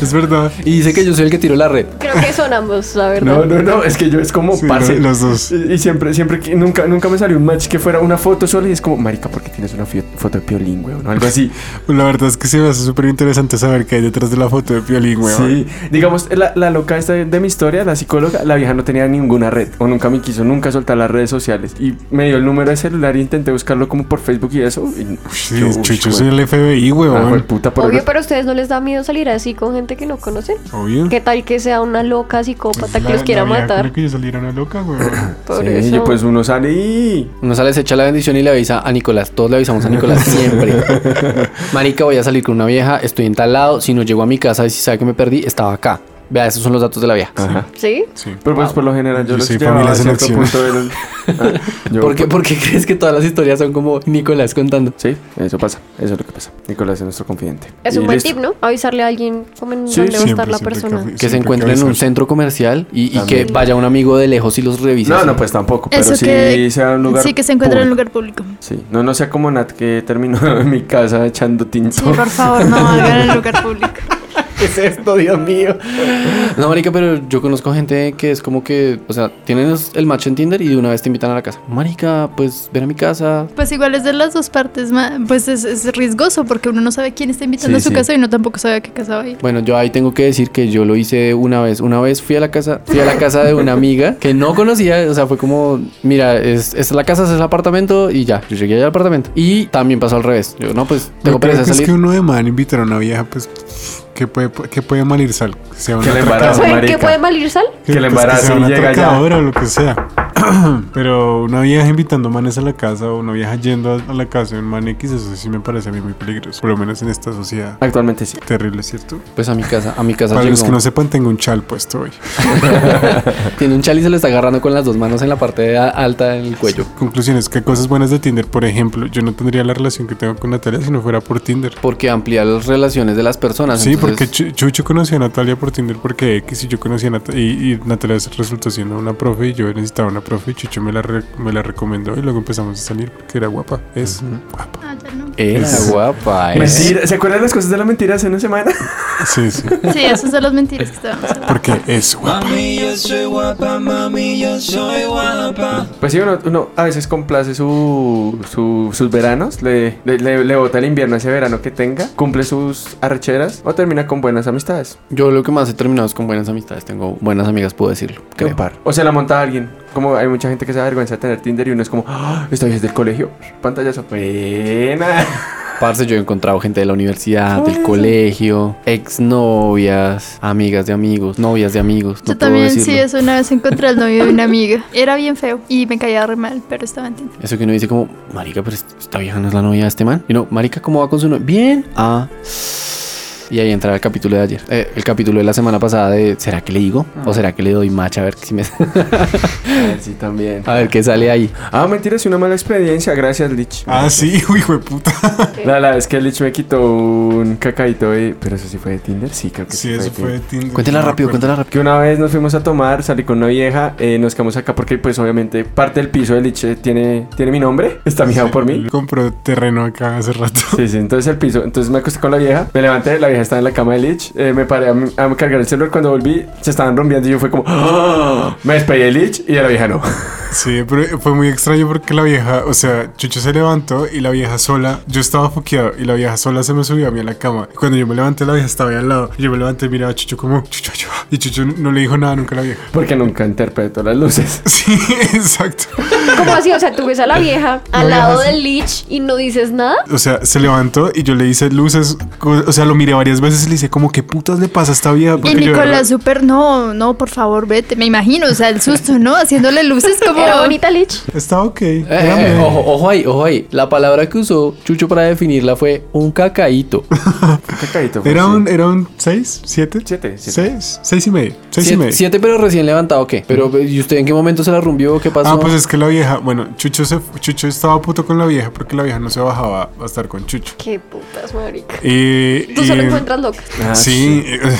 [SPEAKER 1] Es verdad.
[SPEAKER 4] Y dice que yo soy el que tiró la red.
[SPEAKER 5] Creo que son ambos, la verdad.
[SPEAKER 2] No, no, no, es que yo es como
[SPEAKER 1] Sí,
[SPEAKER 2] parce.
[SPEAKER 1] lo- los dos.
[SPEAKER 2] Y y siempre, siempre, que- nunca, nunca me salió un match que fuera una foto sola y es como, marica, ¿por qué tienes una fio- foto de piolín, güey? O algo así.
[SPEAKER 1] Pues La verdad es que se me hace súper interesante saber qué hay detrás de la foto de Piolín, weón.
[SPEAKER 2] Sí, digamos, la, la loca esta de, de mi historia, la psicóloga, la vieja no tenía ninguna red o nunca me quiso nunca soltar las redes sociales y me dio el número de celular y intenté buscarlo como por Facebook y eso. Y,
[SPEAKER 1] Sí, Chucho es el FBI,
[SPEAKER 2] Ah,
[SPEAKER 1] weón.
[SPEAKER 2] jueputa, por
[SPEAKER 5] Obvio,
[SPEAKER 2] algo-
[SPEAKER 5] pero a ustedes no les da miedo salir así con gente que no conocen.
[SPEAKER 1] Obvio.
[SPEAKER 5] ¿Qué tal que sea una loca psicópata que los quiera matar?
[SPEAKER 1] Creo que yo saliera una loca, weón.
[SPEAKER 5] Por
[SPEAKER 2] Sí,
[SPEAKER 5] eso.
[SPEAKER 2] pues uno sale y...
[SPEAKER 4] Uno sale, se echa la bendición y le avisa a Nicolás. Todos le avisamos a Nicolás siempre. Marica, voy a salir con una vieja, estoy en tal lado. Si no llego a mi casa y si sabe que me perdí, estaba acá. Vea, esos son los datos de la vieja.
[SPEAKER 2] Ajá.
[SPEAKER 5] ¿Sí?
[SPEAKER 1] Sí.
[SPEAKER 2] Pero pues por lo general yo,
[SPEAKER 1] Yo
[SPEAKER 2] los
[SPEAKER 1] soy
[SPEAKER 2] llevaba
[SPEAKER 1] familia
[SPEAKER 2] a cierto
[SPEAKER 1] selección.
[SPEAKER 2] punto del- Ah, yo-
[SPEAKER 4] ¿Por qué, por qué crees que todas las historias son como Nicolás contando?
[SPEAKER 2] Sí, eso pasa. Eso es lo que pasa. Nicolás es nuestro confidente.
[SPEAKER 5] Es
[SPEAKER 2] Y
[SPEAKER 5] un buen
[SPEAKER 2] listo.
[SPEAKER 5] tip, ¿no? Avisarle a alguien cómo en
[SPEAKER 2] Sí,
[SPEAKER 5] dónde va a estar la
[SPEAKER 1] siempre
[SPEAKER 5] persona.
[SPEAKER 1] cabe-
[SPEAKER 4] Que se
[SPEAKER 1] siempre
[SPEAKER 4] encuentren en
[SPEAKER 1] cabe
[SPEAKER 4] un
[SPEAKER 1] estar.
[SPEAKER 4] centro comercial y, y que
[SPEAKER 2] También.
[SPEAKER 4] vaya un amigo de lejos y los revise.
[SPEAKER 2] No,
[SPEAKER 4] así.
[SPEAKER 2] no, pues tampoco. Pero
[SPEAKER 3] Eso
[SPEAKER 2] sí
[SPEAKER 3] que-
[SPEAKER 2] sea un lugar.
[SPEAKER 3] sí, que se encuentra en un
[SPEAKER 2] público.
[SPEAKER 3] lugar público.
[SPEAKER 2] Sí, no, no sea como Nat que terminó en mi casa echando tinto.
[SPEAKER 3] Sí, por favor, no hagan en lugar público.
[SPEAKER 4] ¿Qué es esto, Dios mío? No, marica, pero yo conozco gente que es como que, o sea, tienes el match en Tinder y de una vez te invitan a la casa. Marica, pues ven a mi casa.
[SPEAKER 3] Pues igual es de las dos partes, ma- pues es, es riesgoso porque uno no sabe quién está invitando
[SPEAKER 2] Sí,
[SPEAKER 3] a su
[SPEAKER 2] sí.
[SPEAKER 3] casa y uno tampoco sabe a qué casa va a ir.
[SPEAKER 4] Bueno, yo ahí tengo que decir que yo lo hice una vez. Una vez fui a la casa, fui a la casa de una amiga que no conocía, o sea, fue como, mira, es, esta es la casa, este es el apartamento y ya. Yo llegué allá al apartamento y también pasó al revés. Yo no, pues tengo
[SPEAKER 1] Yo creo
[SPEAKER 4] pereza de
[SPEAKER 1] que es
[SPEAKER 4] salir.
[SPEAKER 1] que uno de man invitar a una vieja, pues, que puede, que puede mal ir sal. Que sea una
[SPEAKER 2] le
[SPEAKER 1] atraca-
[SPEAKER 2] embarace.
[SPEAKER 5] ¿Saben
[SPEAKER 2] marica.
[SPEAKER 5] qué puede valer sal?
[SPEAKER 2] Que le
[SPEAKER 1] pues, sea
[SPEAKER 2] embarace y
[SPEAKER 1] una
[SPEAKER 2] llega ya.
[SPEAKER 1] atracadora o lo que sea. Pero una vieja invitando manes a la casa o una vieja yendo a a la casa de un man X, eso sí me parece a mí muy peligroso. Por lo menos en esta sociedad.
[SPEAKER 2] Actualmente sí.
[SPEAKER 1] Terrible, ¿cierto?
[SPEAKER 4] Pues a mi casa, a mi casa
[SPEAKER 1] Para los
[SPEAKER 4] llegó.
[SPEAKER 1] que no sepan, tengo un chal puesto hoy.
[SPEAKER 4] Tiene un chal y se lo está agarrando con las dos manos en la parte de a- alta del cuello.
[SPEAKER 1] Conclusiones, ¿qué cosas buenas de Tinder? Por ejemplo, yo no tendría la relación que tengo con Natalia si no fuera por Tinder.
[SPEAKER 4] Porque ampliar las relaciones de las personas.
[SPEAKER 1] Sí,
[SPEAKER 4] Ah, entonces-
[SPEAKER 1] porque Chu- Chucho conocía a Natalia por Tinder porque X y yo conocía a Natalia y, y Natalia resultó siendo una profe y yo necesitaba una profe y Chucho me la, re- me la recomendó y luego empezamos a salir porque era guapa. Es guapa.
[SPEAKER 3] Ah, ya no.
[SPEAKER 4] Era
[SPEAKER 1] Es-
[SPEAKER 4] guapa, ¿eh?
[SPEAKER 2] Mentira. ¿Se acuerdan las cosas de la mentira hace una semana?
[SPEAKER 1] Sí, sí.
[SPEAKER 3] Sí, esas son las mentiras que estábamos hablando.
[SPEAKER 1] Porque es guapa.
[SPEAKER 2] Pues sí, uno, uno a veces complace su, su- sus veranos, le, le, le- le bota el invierno a ese verano que tenga, cumple sus arrecheras o termina con buenas amistades.
[SPEAKER 4] Yo lo que más he terminado es con buenas amistades. Tengo buenas amigas, puedo decirlo. Creo.
[SPEAKER 2] Un par. O se la monta a alguien. Como hay mucha gente que se avergüenza de tener Tinder y uno es como, "Ah, esta vieja es del colegio. Pantallazo. Buena.
[SPEAKER 4] Parce, yo he encontrado gente de la universidad, del colegio, exnovias, amigas de amigos, novias de amigos.
[SPEAKER 3] Yo
[SPEAKER 4] no puedo
[SPEAKER 3] también sí,
[SPEAKER 4] decirlo.
[SPEAKER 3] eso una vez encontré al novio de una amiga. Era bien feo y me caía re mal, pero estaba en Tinder.
[SPEAKER 4] Eso que uno dice como, marica, pero esta vieja no es la novia de este man. Y no, marica, ¿cómo va con su novia? Bien. Ah. Y ahí entra el capítulo de ayer. Eh, el capítulo de la semana pasada de ¿Será que le digo?
[SPEAKER 3] Ah.
[SPEAKER 4] ¿O será que le doy macha? A ver si me...
[SPEAKER 2] sí, también.
[SPEAKER 4] A ver qué sale ahí.
[SPEAKER 2] Ah, mentira, es una mala experiencia. Gracias, Lich.
[SPEAKER 1] Ah, sí, uy, hijo de puta.
[SPEAKER 2] La, la, es que Lich me quitó un cacaíto de... ¿Pero eso sí fue de Tinder? Sí, creo que sí,
[SPEAKER 1] Sí, eso
[SPEAKER 2] de
[SPEAKER 1] fue de
[SPEAKER 2] Tinder.
[SPEAKER 1] Tinder.
[SPEAKER 4] Cuéntela
[SPEAKER 1] No me
[SPEAKER 4] rápido,
[SPEAKER 1] acuerdo.
[SPEAKER 4] cuéntela rápido.
[SPEAKER 2] Que una vez nos fuimos a tomar, salí con una vieja, eh, nos quedamos acá porque pues obviamente parte del piso de Lich eh, tiene, tiene mi nombre, está mijado por mí.
[SPEAKER 1] Compró terreno acá hace rato.
[SPEAKER 2] Sí, sí, entonces el piso. Entonces me acosté con la vieja, me levanté, la vieja estaba en la cama de Lich, eh, me paré a, a cargar el celular, cuando volví se estaban rompiendo y yo fue como, "Ah". me despedí de Lich y a la vieja no.
[SPEAKER 1] Sí, pero fue muy extraño porque la vieja, o sea, Chucho se levantó y la vieja sola, yo estaba foqueado y la vieja sola se me subió a mí a la cama. Y cuando yo me levanté, la vieja estaba ahí al lado. Yo me levanté y miraba a Chucho como, Chucho, ayuda". Y Chucho no le dijo nada nunca a la vieja.
[SPEAKER 2] Porque nunca interpretó las luces.
[SPEAKER 1] Sí, exacto.
[SPEAKER 5] ¿Cómo así? O sea, tú ves a la vieja al
[SPEAKER 1] La
[SPEAKER 5] lado
[SPEAKER 1] vieja sí.
[SPEAKER 5] del Lich y no dices nada.
[SPEAKER 1] O sea, se levantó y yo le hice luces, co- o sea, lo miré varias veces y le hice como, ¿qué putas le pasa a esta vieja?
[SPEAKER 3] Y
[SPEAKER 1] Porque yo-
[SPEAKER 3] Nicolás, súper, no, no, por favor, vete. Me imagino, o sea, el susto, ¿no? Haciéndole luces como.
[SPEAKER 5] Era bonita Lich.
[SPEAKER 1] Está ok.
[SPEAKER 4] Eh,
[SPEAKER 1] era
[SPEAKER 4] eh,
[SPEAKER 1] bien.
[SPEAKER 4] ojo, ojo ahí, ojo ahí. La palabra que usó Chucho para definirla fue un cacaíto.
[SPEAKER 2] Cacaíto. fue,
[SPEAKER 1] Era
[SPEAKER 2] sí.
[SPEAKER 1] un, era un 6, 7,
[SPEAKER 2] Siete, siete.
[SPEAKER 1] 6, 6 y medio, 6 y
[SPEAKER 4] Siete,
[SPEAKER 1] medio.
[SPEAKER 4] siete, pero recién levantado, ¿qué? Pero, ¿y usted en qué momento se la rumbió? ¿Qué pasó?
[SPEAKER 1] Ah, pues es que la vieja, bueno, Chucho, se, Chucho estaba puto con la vieja porque la vieja no se bajaba a estar con Chucho.
[SPEAKER 5] Qué putas, marica.
[SPEAKER 1] Y,
[SPEAKER 5] Tú solo
[SPEAKER 1] y-
[SPEAKER 5] encuentras loca.
[SPEAKER 2] Ah,
[SPEAKER 1] sí, eh,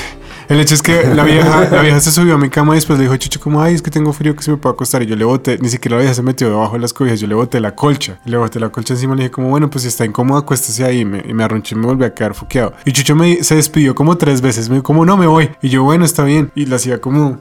[SPEAKER 1] el hecho es que la vieja, la vieja se subió a mi cama y después le dijo a Chucho como, ay, es que tengo frío que se me puede acostar. Y yo le boté, ni siquiera la vieja se metió debajo de las cobijas, yo le boté la colcha. Y le boté la colcha encima y le dije como, bueno, pues si está incómoda, acuéstese ahí. Y me, y me arronché y me volví a quedar foqueado. Y Chucho me, se despidió como tres veces, me dijo como, no, me voy. Y yo, bueno, está bien. Y la hacía como...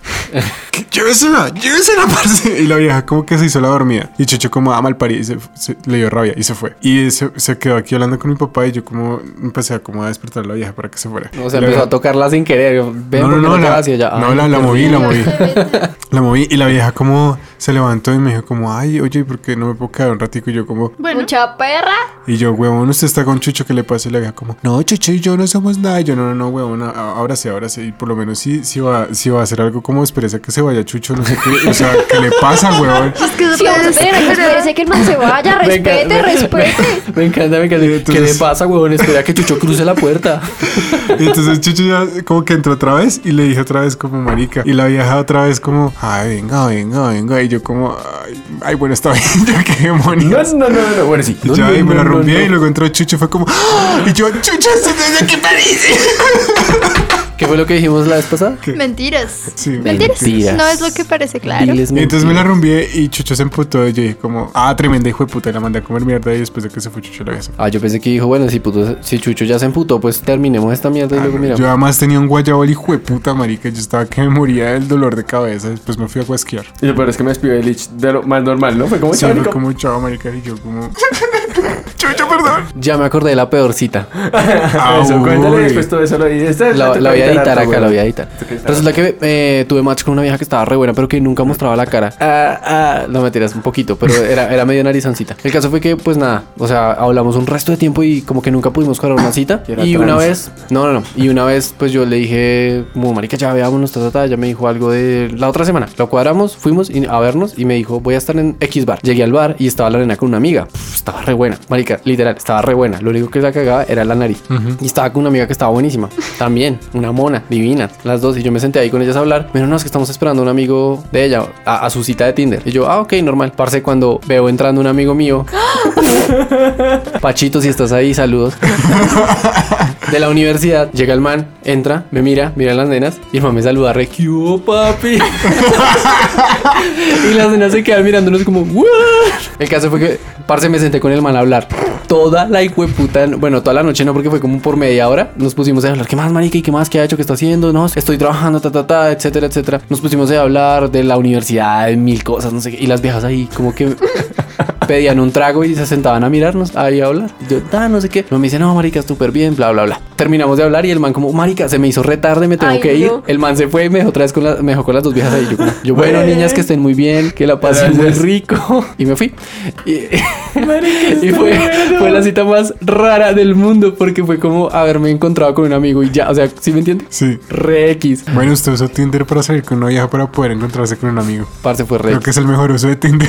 [SPEAKER 1] ¿Qué? Llévesela, llévesela, parce. Y la vieja como que se hizo la dormida. Y Chucho como a mal parir y se, se- le dio rabia y se fue. Y se, se quedó aquí hablando con mi papá y yo como empecé a como a despertar a la vieja para que se fuera.
[SPEAKER 4] o sea,
[SPEAKER 1] Y la
[SPEAKER 4] empezó
[SPEAKER 1] vieja-
[SPEAKER 4] a tocarla sin querer. Ven,
[SPEAKER 1] no,
[SPEAKER 4] ¿por
[SPEAKER 1] no,
[SPEAKER 4] qué
[SPEAKER 1] no,
[SPEAKER 4] te
[SPEAKER 1] la,
[SPEAKER 4] vas hacia allá?
[SPEAKER 1] no,
[SPEAKER 4] Ay,
[SPEAKER 1] la, la
[SPEAKER 4] Dios
[SPEAKER 1] moví, la
[SPEAKER 4] mío.
[SPEAKER 1] moví. La moví y la vieja como se levantó y me dijo como, ay, oye, ¿por qué no me puedo quedar un ratico? Y yo como,
[SPEAKER 3] Bueno,
[SPEAKER 5] Mucha perra.
[SPEAKER 1] y yo, huevón, usted está con Chucho, ¿qué le pasa? Y la vieja como, no, Chucho y yo no somos nada. Y yo, no, no, no, huevón, a- a- ahora sí, ahora sí. Y por lo menos si, si, va, si va a hacer algo como, espérese a que se vaya Chucho, no sé qué. O sea, ¿qué le pasa, huevón?
[SPEAKER 3] es que
[SPEAKER 5] Sí, vamos a tener que espérese que el man se vaya. Respete, respete.
[SPEAKER 4] Me encanta, me encanta. ¿Qué le
[SPEAKER 1] Entonces-
[SPEAKER 4] pasa, huevón? Espera que Chucho cruce la puerta.
[SPEAKER 1] Y entonces Chucho ya como que entró otra vez y le dije otra vez como marica. Y la vieja otra vez como, ay, venga, venga, venga. Y yo como, ay, ay, bueno, está bien, ya qué demonios.
[SPEAKER 2] No, no, no, no, bueno, sí.
[SPEAKER 1] Y yo ahí me la rompí y luego entró Chucho y fue como, ¡Ah! y yo, Chucho, ¿esto desde qué parece?
[SPEAKER 4] ¿Qué fue lo que dijimos la vez pasada?
[SPEAKER 3] Mentiras.
[SPEAKER 1] Sí.
[SPEAKER 3] Mentiras.
[SPEAKER 4] Mentiras.
[SPEAKER 3] No es lo que parece, claro.
[SPEAKER 4] Diles
[SPEAKER 1] Y entonces me la
[SPEAKER 4] mentiras.
[SPEAKER 1] rompí y Chucho se emputó y yo dije como, ah, tremenda hijo de puta, y la mandé a comer mierda y después de que se fue Chucho la vieja se fue.
[SPEAKER 4] Ah, yo pensé que dijo, bueno, si, puto- si Chucho ya se emputó, pues terminemos esta mierda y luego mira.
[SPEAKER 1] Ah, Yo además tenía un guayabol hijo de puta, marica, yo estaba que me moría del dolor de cabeza, después me fui a guasquear.
[SPEAKER 2] Y lo peor es que me despidió el Lich de lo más normal, ¿no? Fue como
[SPEAKER 1] Sí,
[SPEAKER 2] "Chao,
[SPEAKER 1] fue
[SPEAKER 2] Nico".
[SPEAKER 1] como chao, marica, y yo como, Chucho, perdón.
[SPEAKER 4] Ya me acordé de la peor cita.
[SPEAKER 1] Ah,
[SPEAKER 2] Eso, cuéntale
[SPEAKER 1] uy.
[SPEAKER 2] después todo eso. Lo, Este y esta-
[SPEAKER 4] La,
[SPEAKER 2] te
[SPEAKER 4] la voy a
[SPEAKER 2] cuentará
[SPEAKER 4] editar
[SPEAKER 2] tu
[SPEAKER 4] acá, la voy a
[SPEAKER 2] abuela.
[SPEAKER 4] editar.
[SPEAKER 2] Tú que estás-
[SPEAKER 4] Resulta que eh, tuve match con una vieja que estaba re buena, pero que nunca mostraba la cara. Ah, ah, no mentiras, un poquito, pero era, era medio narizoncita. El caso fue que, pues nada, o sea, hablamos un resto de tiempo y como que nunca pudimos cuadrar una cita.
[SPEAKER 2] era
[SPEAKER 4] Y una
[SPEAKER 2] trans.
[SPEAKER 4] vez, no, no, no. Y una vez, pues yo le dije, como marica, ya veámonos, ta, ta, ta. Ya me dijo algo de la otra semana. Lo cuadramos, fuimos y- a vernos y me dijo, voy a estar en X bar. Llegué al bar y estaba la nena con una amiga. Pff, estaba re buena, marica, literal, estaba re buena. Lo único que la cagaba era la nariz. Y estaba con una amiga que estaba buenísima. También, una mona, divina, las dos. Y yo me senté ahí con ellas a hablar. Menos no, es que estamos esperando a un amigo de ella a, a su cita de Tinder. Y yo, ah, ok, normal. Parce, cuando veo entrando un amigo mío, Pachito, si estás ahí, saludos. De la universidad, llega el man, entra, me mira, mira a las nenas y el man me saluda re, "¿Qué hubo, papi? y las nenas se quedan mirándonos como, "¿What?". El caso fue que, parce, me senté con el man a hablar. Toda la hijueputa, bueno, toda la noche no, porque fue como por media hora. Nos pusimos a hablar, ¿qué más, marica? ¿Y qué más? ¿Qué ha hecho? ¿Qué está haciendo? No, estoy trabajando, ta, ta, ta, etcétera, etcétera. Nos pusimos a hablar de la universidad, de mil cosas, no sé qué. Y las viejas ahí, como que pedían un trago y se sentaban a mirarnos, ahí a hablar. Yo, ah, no sé qué. No me dice, no, marica, súper bien, bla, bla, bla. Terminamos de hablar y el man como, marica, se me hizo retarde, me tengo
[SPEAKER 5] Ay,
[SPEAKER 4] que ir.
[SPEAKER 5] no.
[SPEAKER 4] El man se fue y me dejó otra vez con, la- me dejó con las dos viejas ahí. Yo, como, yo, bueno, niñas, que estén muy bien, que la pasen muy rico. Y me fui. Y, y fue, fue la cita más rara del mundo porque fue como haberme encontrado con un amigo y ya, o sea, ¿sí me entiendes?
[SPEAKER 1] Sí.
[SPEAKER 4] Re X.
[SPEAKER 1] Bueno, usted usó Tinder para salir con una vieja para poder encontrarse con un amigo.
[SPEAKER 4] Parce fue re
[SPEAKER 1] Creo
[SPEAKER 4] X.
[SPEAKER 1] que es el mejor uso de Tinder.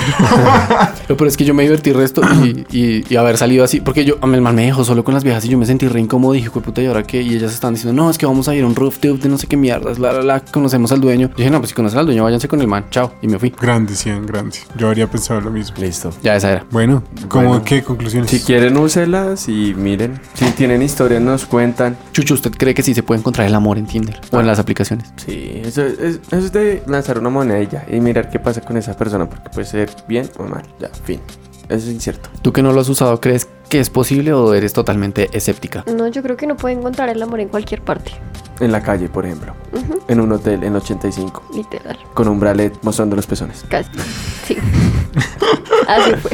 [SPEAKER 4] Lo peor es que yo me divertí el resto y, y- y haber salido así, porque yo, a mí el man me dejó solo con las viejas y yo me sentí re incómodo. Dije, "Jue puta, ¿y ahora qué? Y ellas estaban diciendo, no, es que vamos a ir a un rooftop de no sé qué mierdas, la, la, la, conocemos al dueño. Yo dije, no, pues si conocen al dueño, váyanse con el man, chao. Y me fui.
[SPEAKER 1] grande, Cian, grande. Yo habría pensado lo mismo.
[SPEAKER 2] Listo.
[SPEAKER 4] Ya esa era.
[SPEAKER 1] Bueno, ¿cómo
[SPEAKER 2] Bueno.
[SPEAKER 1] qué conclusiones?
[SPEAKER 2] Si quieren, úselas y miren. Si tienen historias, nos cuentan.
[SPEAKER 4] Chucho, ¿usted cree que sí se puede encontrar el amor en Tinder o en las aplicaciones?
[SPEAKER 2] Sí, eso es, eso es de lanzar una moneda y ya. Y mirar qué pasa con esa persona, porque puede ser bien o mal. Ya, fin. Eso es incierto.
[SPEAKER 4] ¿Tú que no lo has usado, crees que es posible o eres totalmente escéptica?
[SPEAKER 5] No, yo creo que no puede encontrar el amor en cualquier parte.
[SPEAKER 2] En la calle, por ejemplo. En un hotel, en 85.
[SPEAKER 5] Literal.
[SPEAKER 2] Con un bralet mostrando los pezones.
[SPEAKER 5] Casi. Sí. Así fue.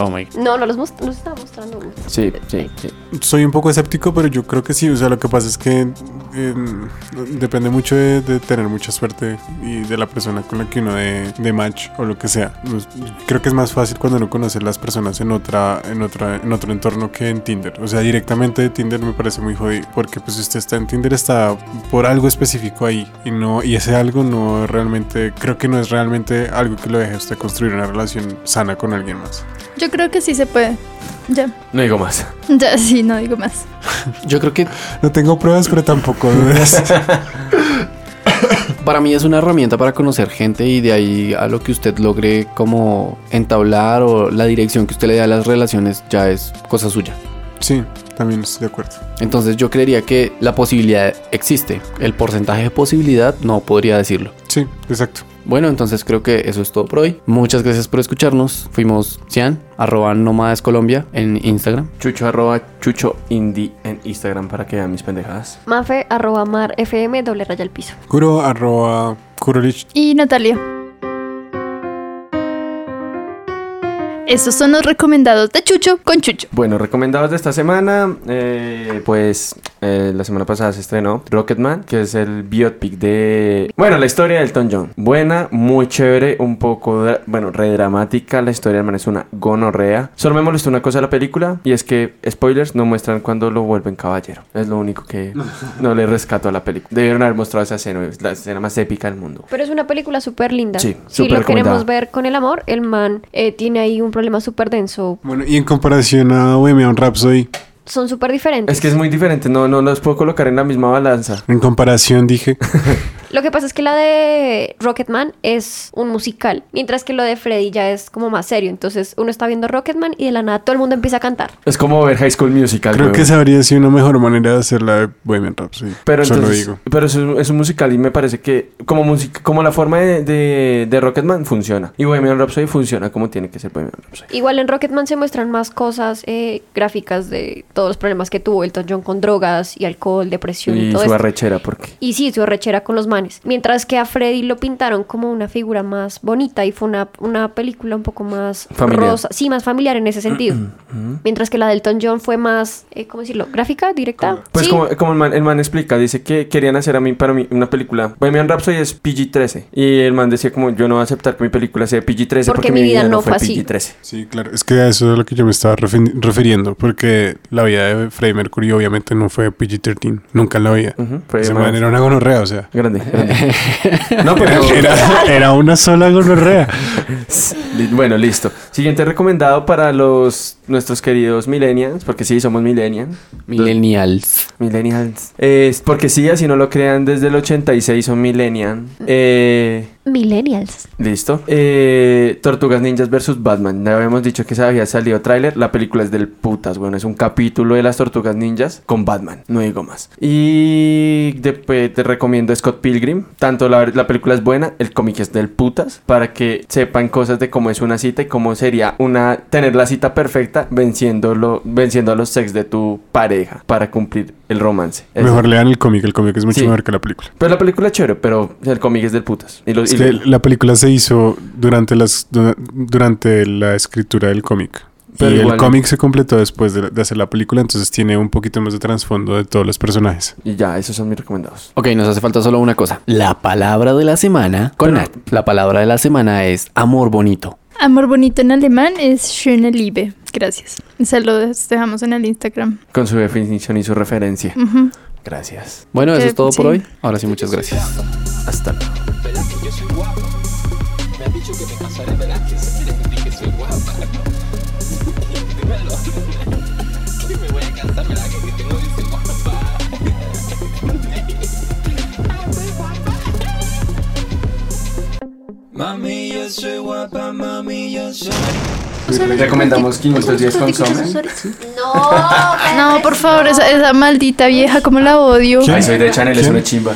[SPEAKER 4] Oh my.
[SPEAKER 5] No, no los, most- los estaba mostrando. güey.
[SPEAKER 2] Sí, sí, sí.
[SPEAKER 1] Soy un poco escéptico, pero yo creo que sí. O sea, lo que pasa es que em, depende mucho de, de tener mucha suerte y de la persona con la que uno de, de match o lo que sea. Pues, Creo que es más fácil cuando uno conoce las personas en otra, en otra, en otro entorno que en Tinder. O sea, directamente de Tinder me parece muy jodido. Porque pues si usted está en Tinder está por algo específico ahí. Y no, y ese algo no realmente, creo que no es realmente algo que lo deje a usted construir una relación sana con alguien más.
[SPEAKER 3] Yo creo que sí se puede. Ya,
[SPEAKER 2] No digo más.
[SPEAKER 3] ya sí, no digo más.
[SPEAKER 4] Yo creo que
[SPEAKER 1] No tengo pruebas, pero tampoco dudas.
[SPEAKER 4] Para mí es una herramienta para conocer gente y de ahí a lo que usted logre como entablar o la dirección que usted le da a las relaciones ya es cosa suya.
[SPEAKER 1] Sí, también estoy de acuerdo.
[SPEAKER 4] Entonces yo creería que la posibilidad existe. El porcentaje de posibilidad no podría decirlo.
[SPEAKER 1] Sí, exacto.
[SPEAKER 4] Bueno, entonces creo que eso es todo por hoy. Muchas gracias por escucharnos. Fuimos Cian, arroba Nómadas Colombia en Instagram.
[SPEAKER 2] Chucho arroba chucho indie en Instagram para que vean mis pendejadas.
[SPEAKER 5] Mafe, arroba mar, fm, doble raya al piso.
[SPEAKER 1] Kuro arroba Kurolich.
[SPEAKER 3] Y Natalia. Esos son los recomendados de Chucho con Chucho.
[SPEAKER 2] Bueno, recomendados de esta semana, eh, pues Eh, la semana pasada se estrenó Rocketman, que es el biopic de... Bueno, la historia de Elton John. Buena, muy chévere, un poco, dra- bueno, redramática. La historia del man es una gonorrea. Solo me molestó una cosa de la película y es que, spoilers, no muestran cuando lo vuelven caballero. Es lo único que no le rescato a la película. Debieron haber mostrado esa escena, es la escena más épica del mundo.
[SPEAKER 5] Pero es una película súper linda.
[SPEAKER 2] Sí,
[SPEAKER 5] si
[SPEAKER 2] súper
[SPEAKER 5] lo queremos
[SPEAKER 2] recomendada.
[SPEAKER 5] ver con el amor, el man eh, tiene ahí un problema súper denso.
[SPEAKER 1] Bueno, y en comparación a Bohemian Rhapsody,
[SPEAKER 5] Son súper diferentes.
[SPEAKER 2] Es que es muy diferente, no, no los puedo colocar en la misma balanza.
[SPEAKER 1] en comparación dije,
[SPEAKER 5] Lo que pasa es que la de Rocketman es un musical, mientras que lo de Freddy ya es como más serio. Entonces uno está viendo Rocketman y de la nada todo el mundo empieza a cantar.
[SPEAKER 2] Es como ver High School Musical.
[SPEAKER 1] creo
[SPEAKER 2] weón.
[SPEAKER 1] que esa habría sido una mejor manera de hacer la de Bohemian Rhapsody.
[SPEAKER 2] Pero
[SPEAKER 1] Solo
[SPEAKER 2] entonces,
[SPEAKER 1] digo.
[SPEAKER 2] pero es un, es un musical y me parece que como música, como la forma de, de, de Rocketman funciona y Bohemian Rhapsody funciona como tiene que ser Bohemian Rhapsody.
[SPEAKER 5] Igual en Rocketman se muestran más cosas eh, gráficas de todos los problemas que tuvo Elton John con drogas y alcohol, depresión y,
[SPEAKER 2] Y
[SPEAKER 5] todo
[SPEAKER 2] su
[SPEAKER 5] esto.
[SPEAKER 2] arrechera porque
[SPEAKER 5] Y sí, su arrechera con los manes. Mientras que a Freddy lo pintaron como una figura más bonita y fue una, una película un poco más
[SPEAKER 2] Familiar.
[SPEAKER 5] rosa. Sí, más familiar en ese sentido. Mientras que la de Elton John fue más, eh, ¿cómo decirlo? ¿Gráfica? ¿Directa?
[SPEAKER 2] pues
[SPEAKER 5] sí.
[SPEAKER 2] como, como el, man, el man explica, dice que querían hacer a mí para mí una película. Bohemian Rhapsody es PG-13 y el man decía como yo no voy a aceptar que mi película sea PG-13 porque, mi vida, no fue
[SPEAKER 5] así".
[SPEAKER 2] PG-13.
[SPEAKER 1] Sí, claro, es que a eso es a lo que yo me estaba refi- refiriendo, porque la vida de Freddie Mercury obviamente no fue PG-13, nunca en la vida.
[SPEAKER 2] Ujú, fue
[SPEAKER 1] Ese
[SPEAKER 2] más-
[SPEAKER 1] man era una gonorrea, o sea.
[SPEAKER 2] Grande, grande. no,
[SPEAKER 1] Era,
[SPEAKER 2] pero
[SPEAKER 1] era- era una sola gonorrea.
[SPEAKER 2] Li- Bueno, listo. Siguiente recomendado para los nuestros queridos millennials, porque sí, somos millennials.
[SPEAKER 4] Millennials.
[SPEAKER 2] Millennials. Es porque sí, así no lo crean, desde el 86 son millennial. Eh,
[SPEAKER 5] Millennials.
[SPEAKER 2] listo. Eh, Tortugas Ninjas versus Batman. Ya habíamos dicho que se había salido tráiler. La película es del putas, bueno, es un capítulo de las Tortugas Ninjas con Batman. No digo más. Y después te recomiendo Scott Pilgrim. Tanto la, la película es buena, el cómic es del putas, para que sepan cosas de cómo es una cita y cómo sería una tener la cita perfecta venciéndolo, venciendo a los sex de tu pareja para cumplir el romance. Es-
[SPEAKER 1] Mejor lean el cómic, el cómic es mucho
[SPEAKER 2] Sí.
[SPEAKER 1] mejor que la película.
[SPEAKER 2] pero la película es chévere, pero el cómic es del putas. Y lo-
[SPEAKER 1] Es
[SPEAKER 2] y
[SPEAKER 1] que
[SPEAKER 2] lo-
[SPEAKER 1] la película se hizo durante las dura- durante la escritura del cómic.
[SPEAKER 2] Pero
[SPEAKER 1] y el
[SPEAKER 2] igual-
[SPEAKER 1] cómic se completó después de, la- de hacer la película, entonces tiene un poquito más de trasfondo de todos los personajes.
[SPEAKER 2] y ya, esos son mis recomendados.
[SPEAKER 4] Ok, nos hace falta solo una cosa. La palabra de la semana con Nat. La palabra de la semana es amor bonito.
[SPEAKER 3] Amor bonito en alemán es Schöne Liebe. Gracias. Se lo dejamos en el Instagram.
[SPEAKER 2] Con su definición y su referencia.
[SPEAKER 3] Ujú.
[SPEAKER 2] Gracias.
[SPEAKER 4] Bueno, eso
[SPEAKER 3] Eh,
[SPEAKER 4] es todo por
[SPEAKER 3] sí.
[SPEAKER 4] hoy. Ahora sí, muchas gracias.
[SPEAKER 2] Hasta luego.
[SPEAKER 4] Pues,
[SPEAKER 2] Recomendamos 500 días con Summer.
[SPEAKER 5] No,
[SPEAKER 3] No, por favor, esa, esa maldita vieja, como la odio.
[SPEAKER 1] ¿Quién?
[SPEAKER 2] Ay, soy de Chanel, es
[SPEAKER 1] ¿Quién?
[SPEAKER 2] una chimba.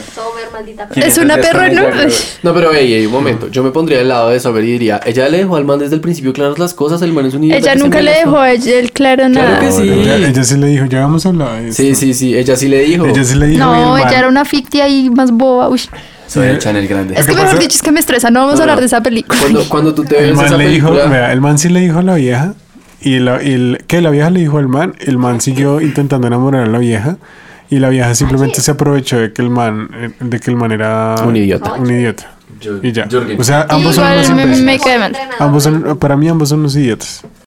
[SPEAKER 5] maldita.
[SPEAKER 3] Es una perra, ¿no?
[SPEAKER 4] No, pero ey, ey, un momento. Yo me pondría del lado de Sober y diría, ella le dejó al man desde el principio claras las cosas, el man es un idiota
[SPEAKER 3] Ella
[SPEAKER 4] que se
[SPEAKER 3] nunca le
[SPEAKER 4] embarazó".
[SPEAKER 3] dejó a él claro nada.
[SPEAKER 4] que Sí.
[SPEAKER 1] Ella, ella sí le dijo, ya vamos a hablar de
[SPEAKER 4] Sí,
[SPEAKER 1] esto".
[SPEAKER 4] sí, sí, ella sí le dijo.
[SPEAKER 1] Ella sí le dijo.
[SPEAKER 3] No,
[SPEAKER 1] y el man-
[SPEAKER 3] ella era una fictia y más boba. Uy.
[SPEAKER 4] Soy el Chanel grande.
[SPEAKER 3] Es que
[SPEAKER 1] qué
[SPEAKER 3] mejor
[SPEAKER 1] pasa?
[SPEAKER 3] dicho, es que me estresa. No vamos a
[SPEAKER 4] No,
[SPEAKER 3] hablar
[SPEAKER 4] no.
[SPEAKER 3] de esa película.
[SPEAKER 4] Cuando, cuando tú te ves
[SPEAKER 1] El
[SPEAKER 4] esa
[SPEAKER 1] man le dijo,
[SPEAKER 4] película,
[SPEAKER 1] vea, el man sí le dijo a la vieja. Y la, y el- que la vieja le dijo al man, el man siguió intentando enamorar a la vieja. Y la vieja simplemente se aprovechó de que el man, eh, de que el man era
[SPEAKER 4] Un idiota.
[SPEAKER 1] Un idiota. Y ya. O sea, ambos son
[SPEAKER 3] Igual
[SPEAKER 1] unos
[SPEAKER 3] me,
[SPEAKER 1] imbéciles.
[SPEAKER 3] me cae mal.
[SPEAKER 1] Ambos son, para mí ambos son unos idiotas.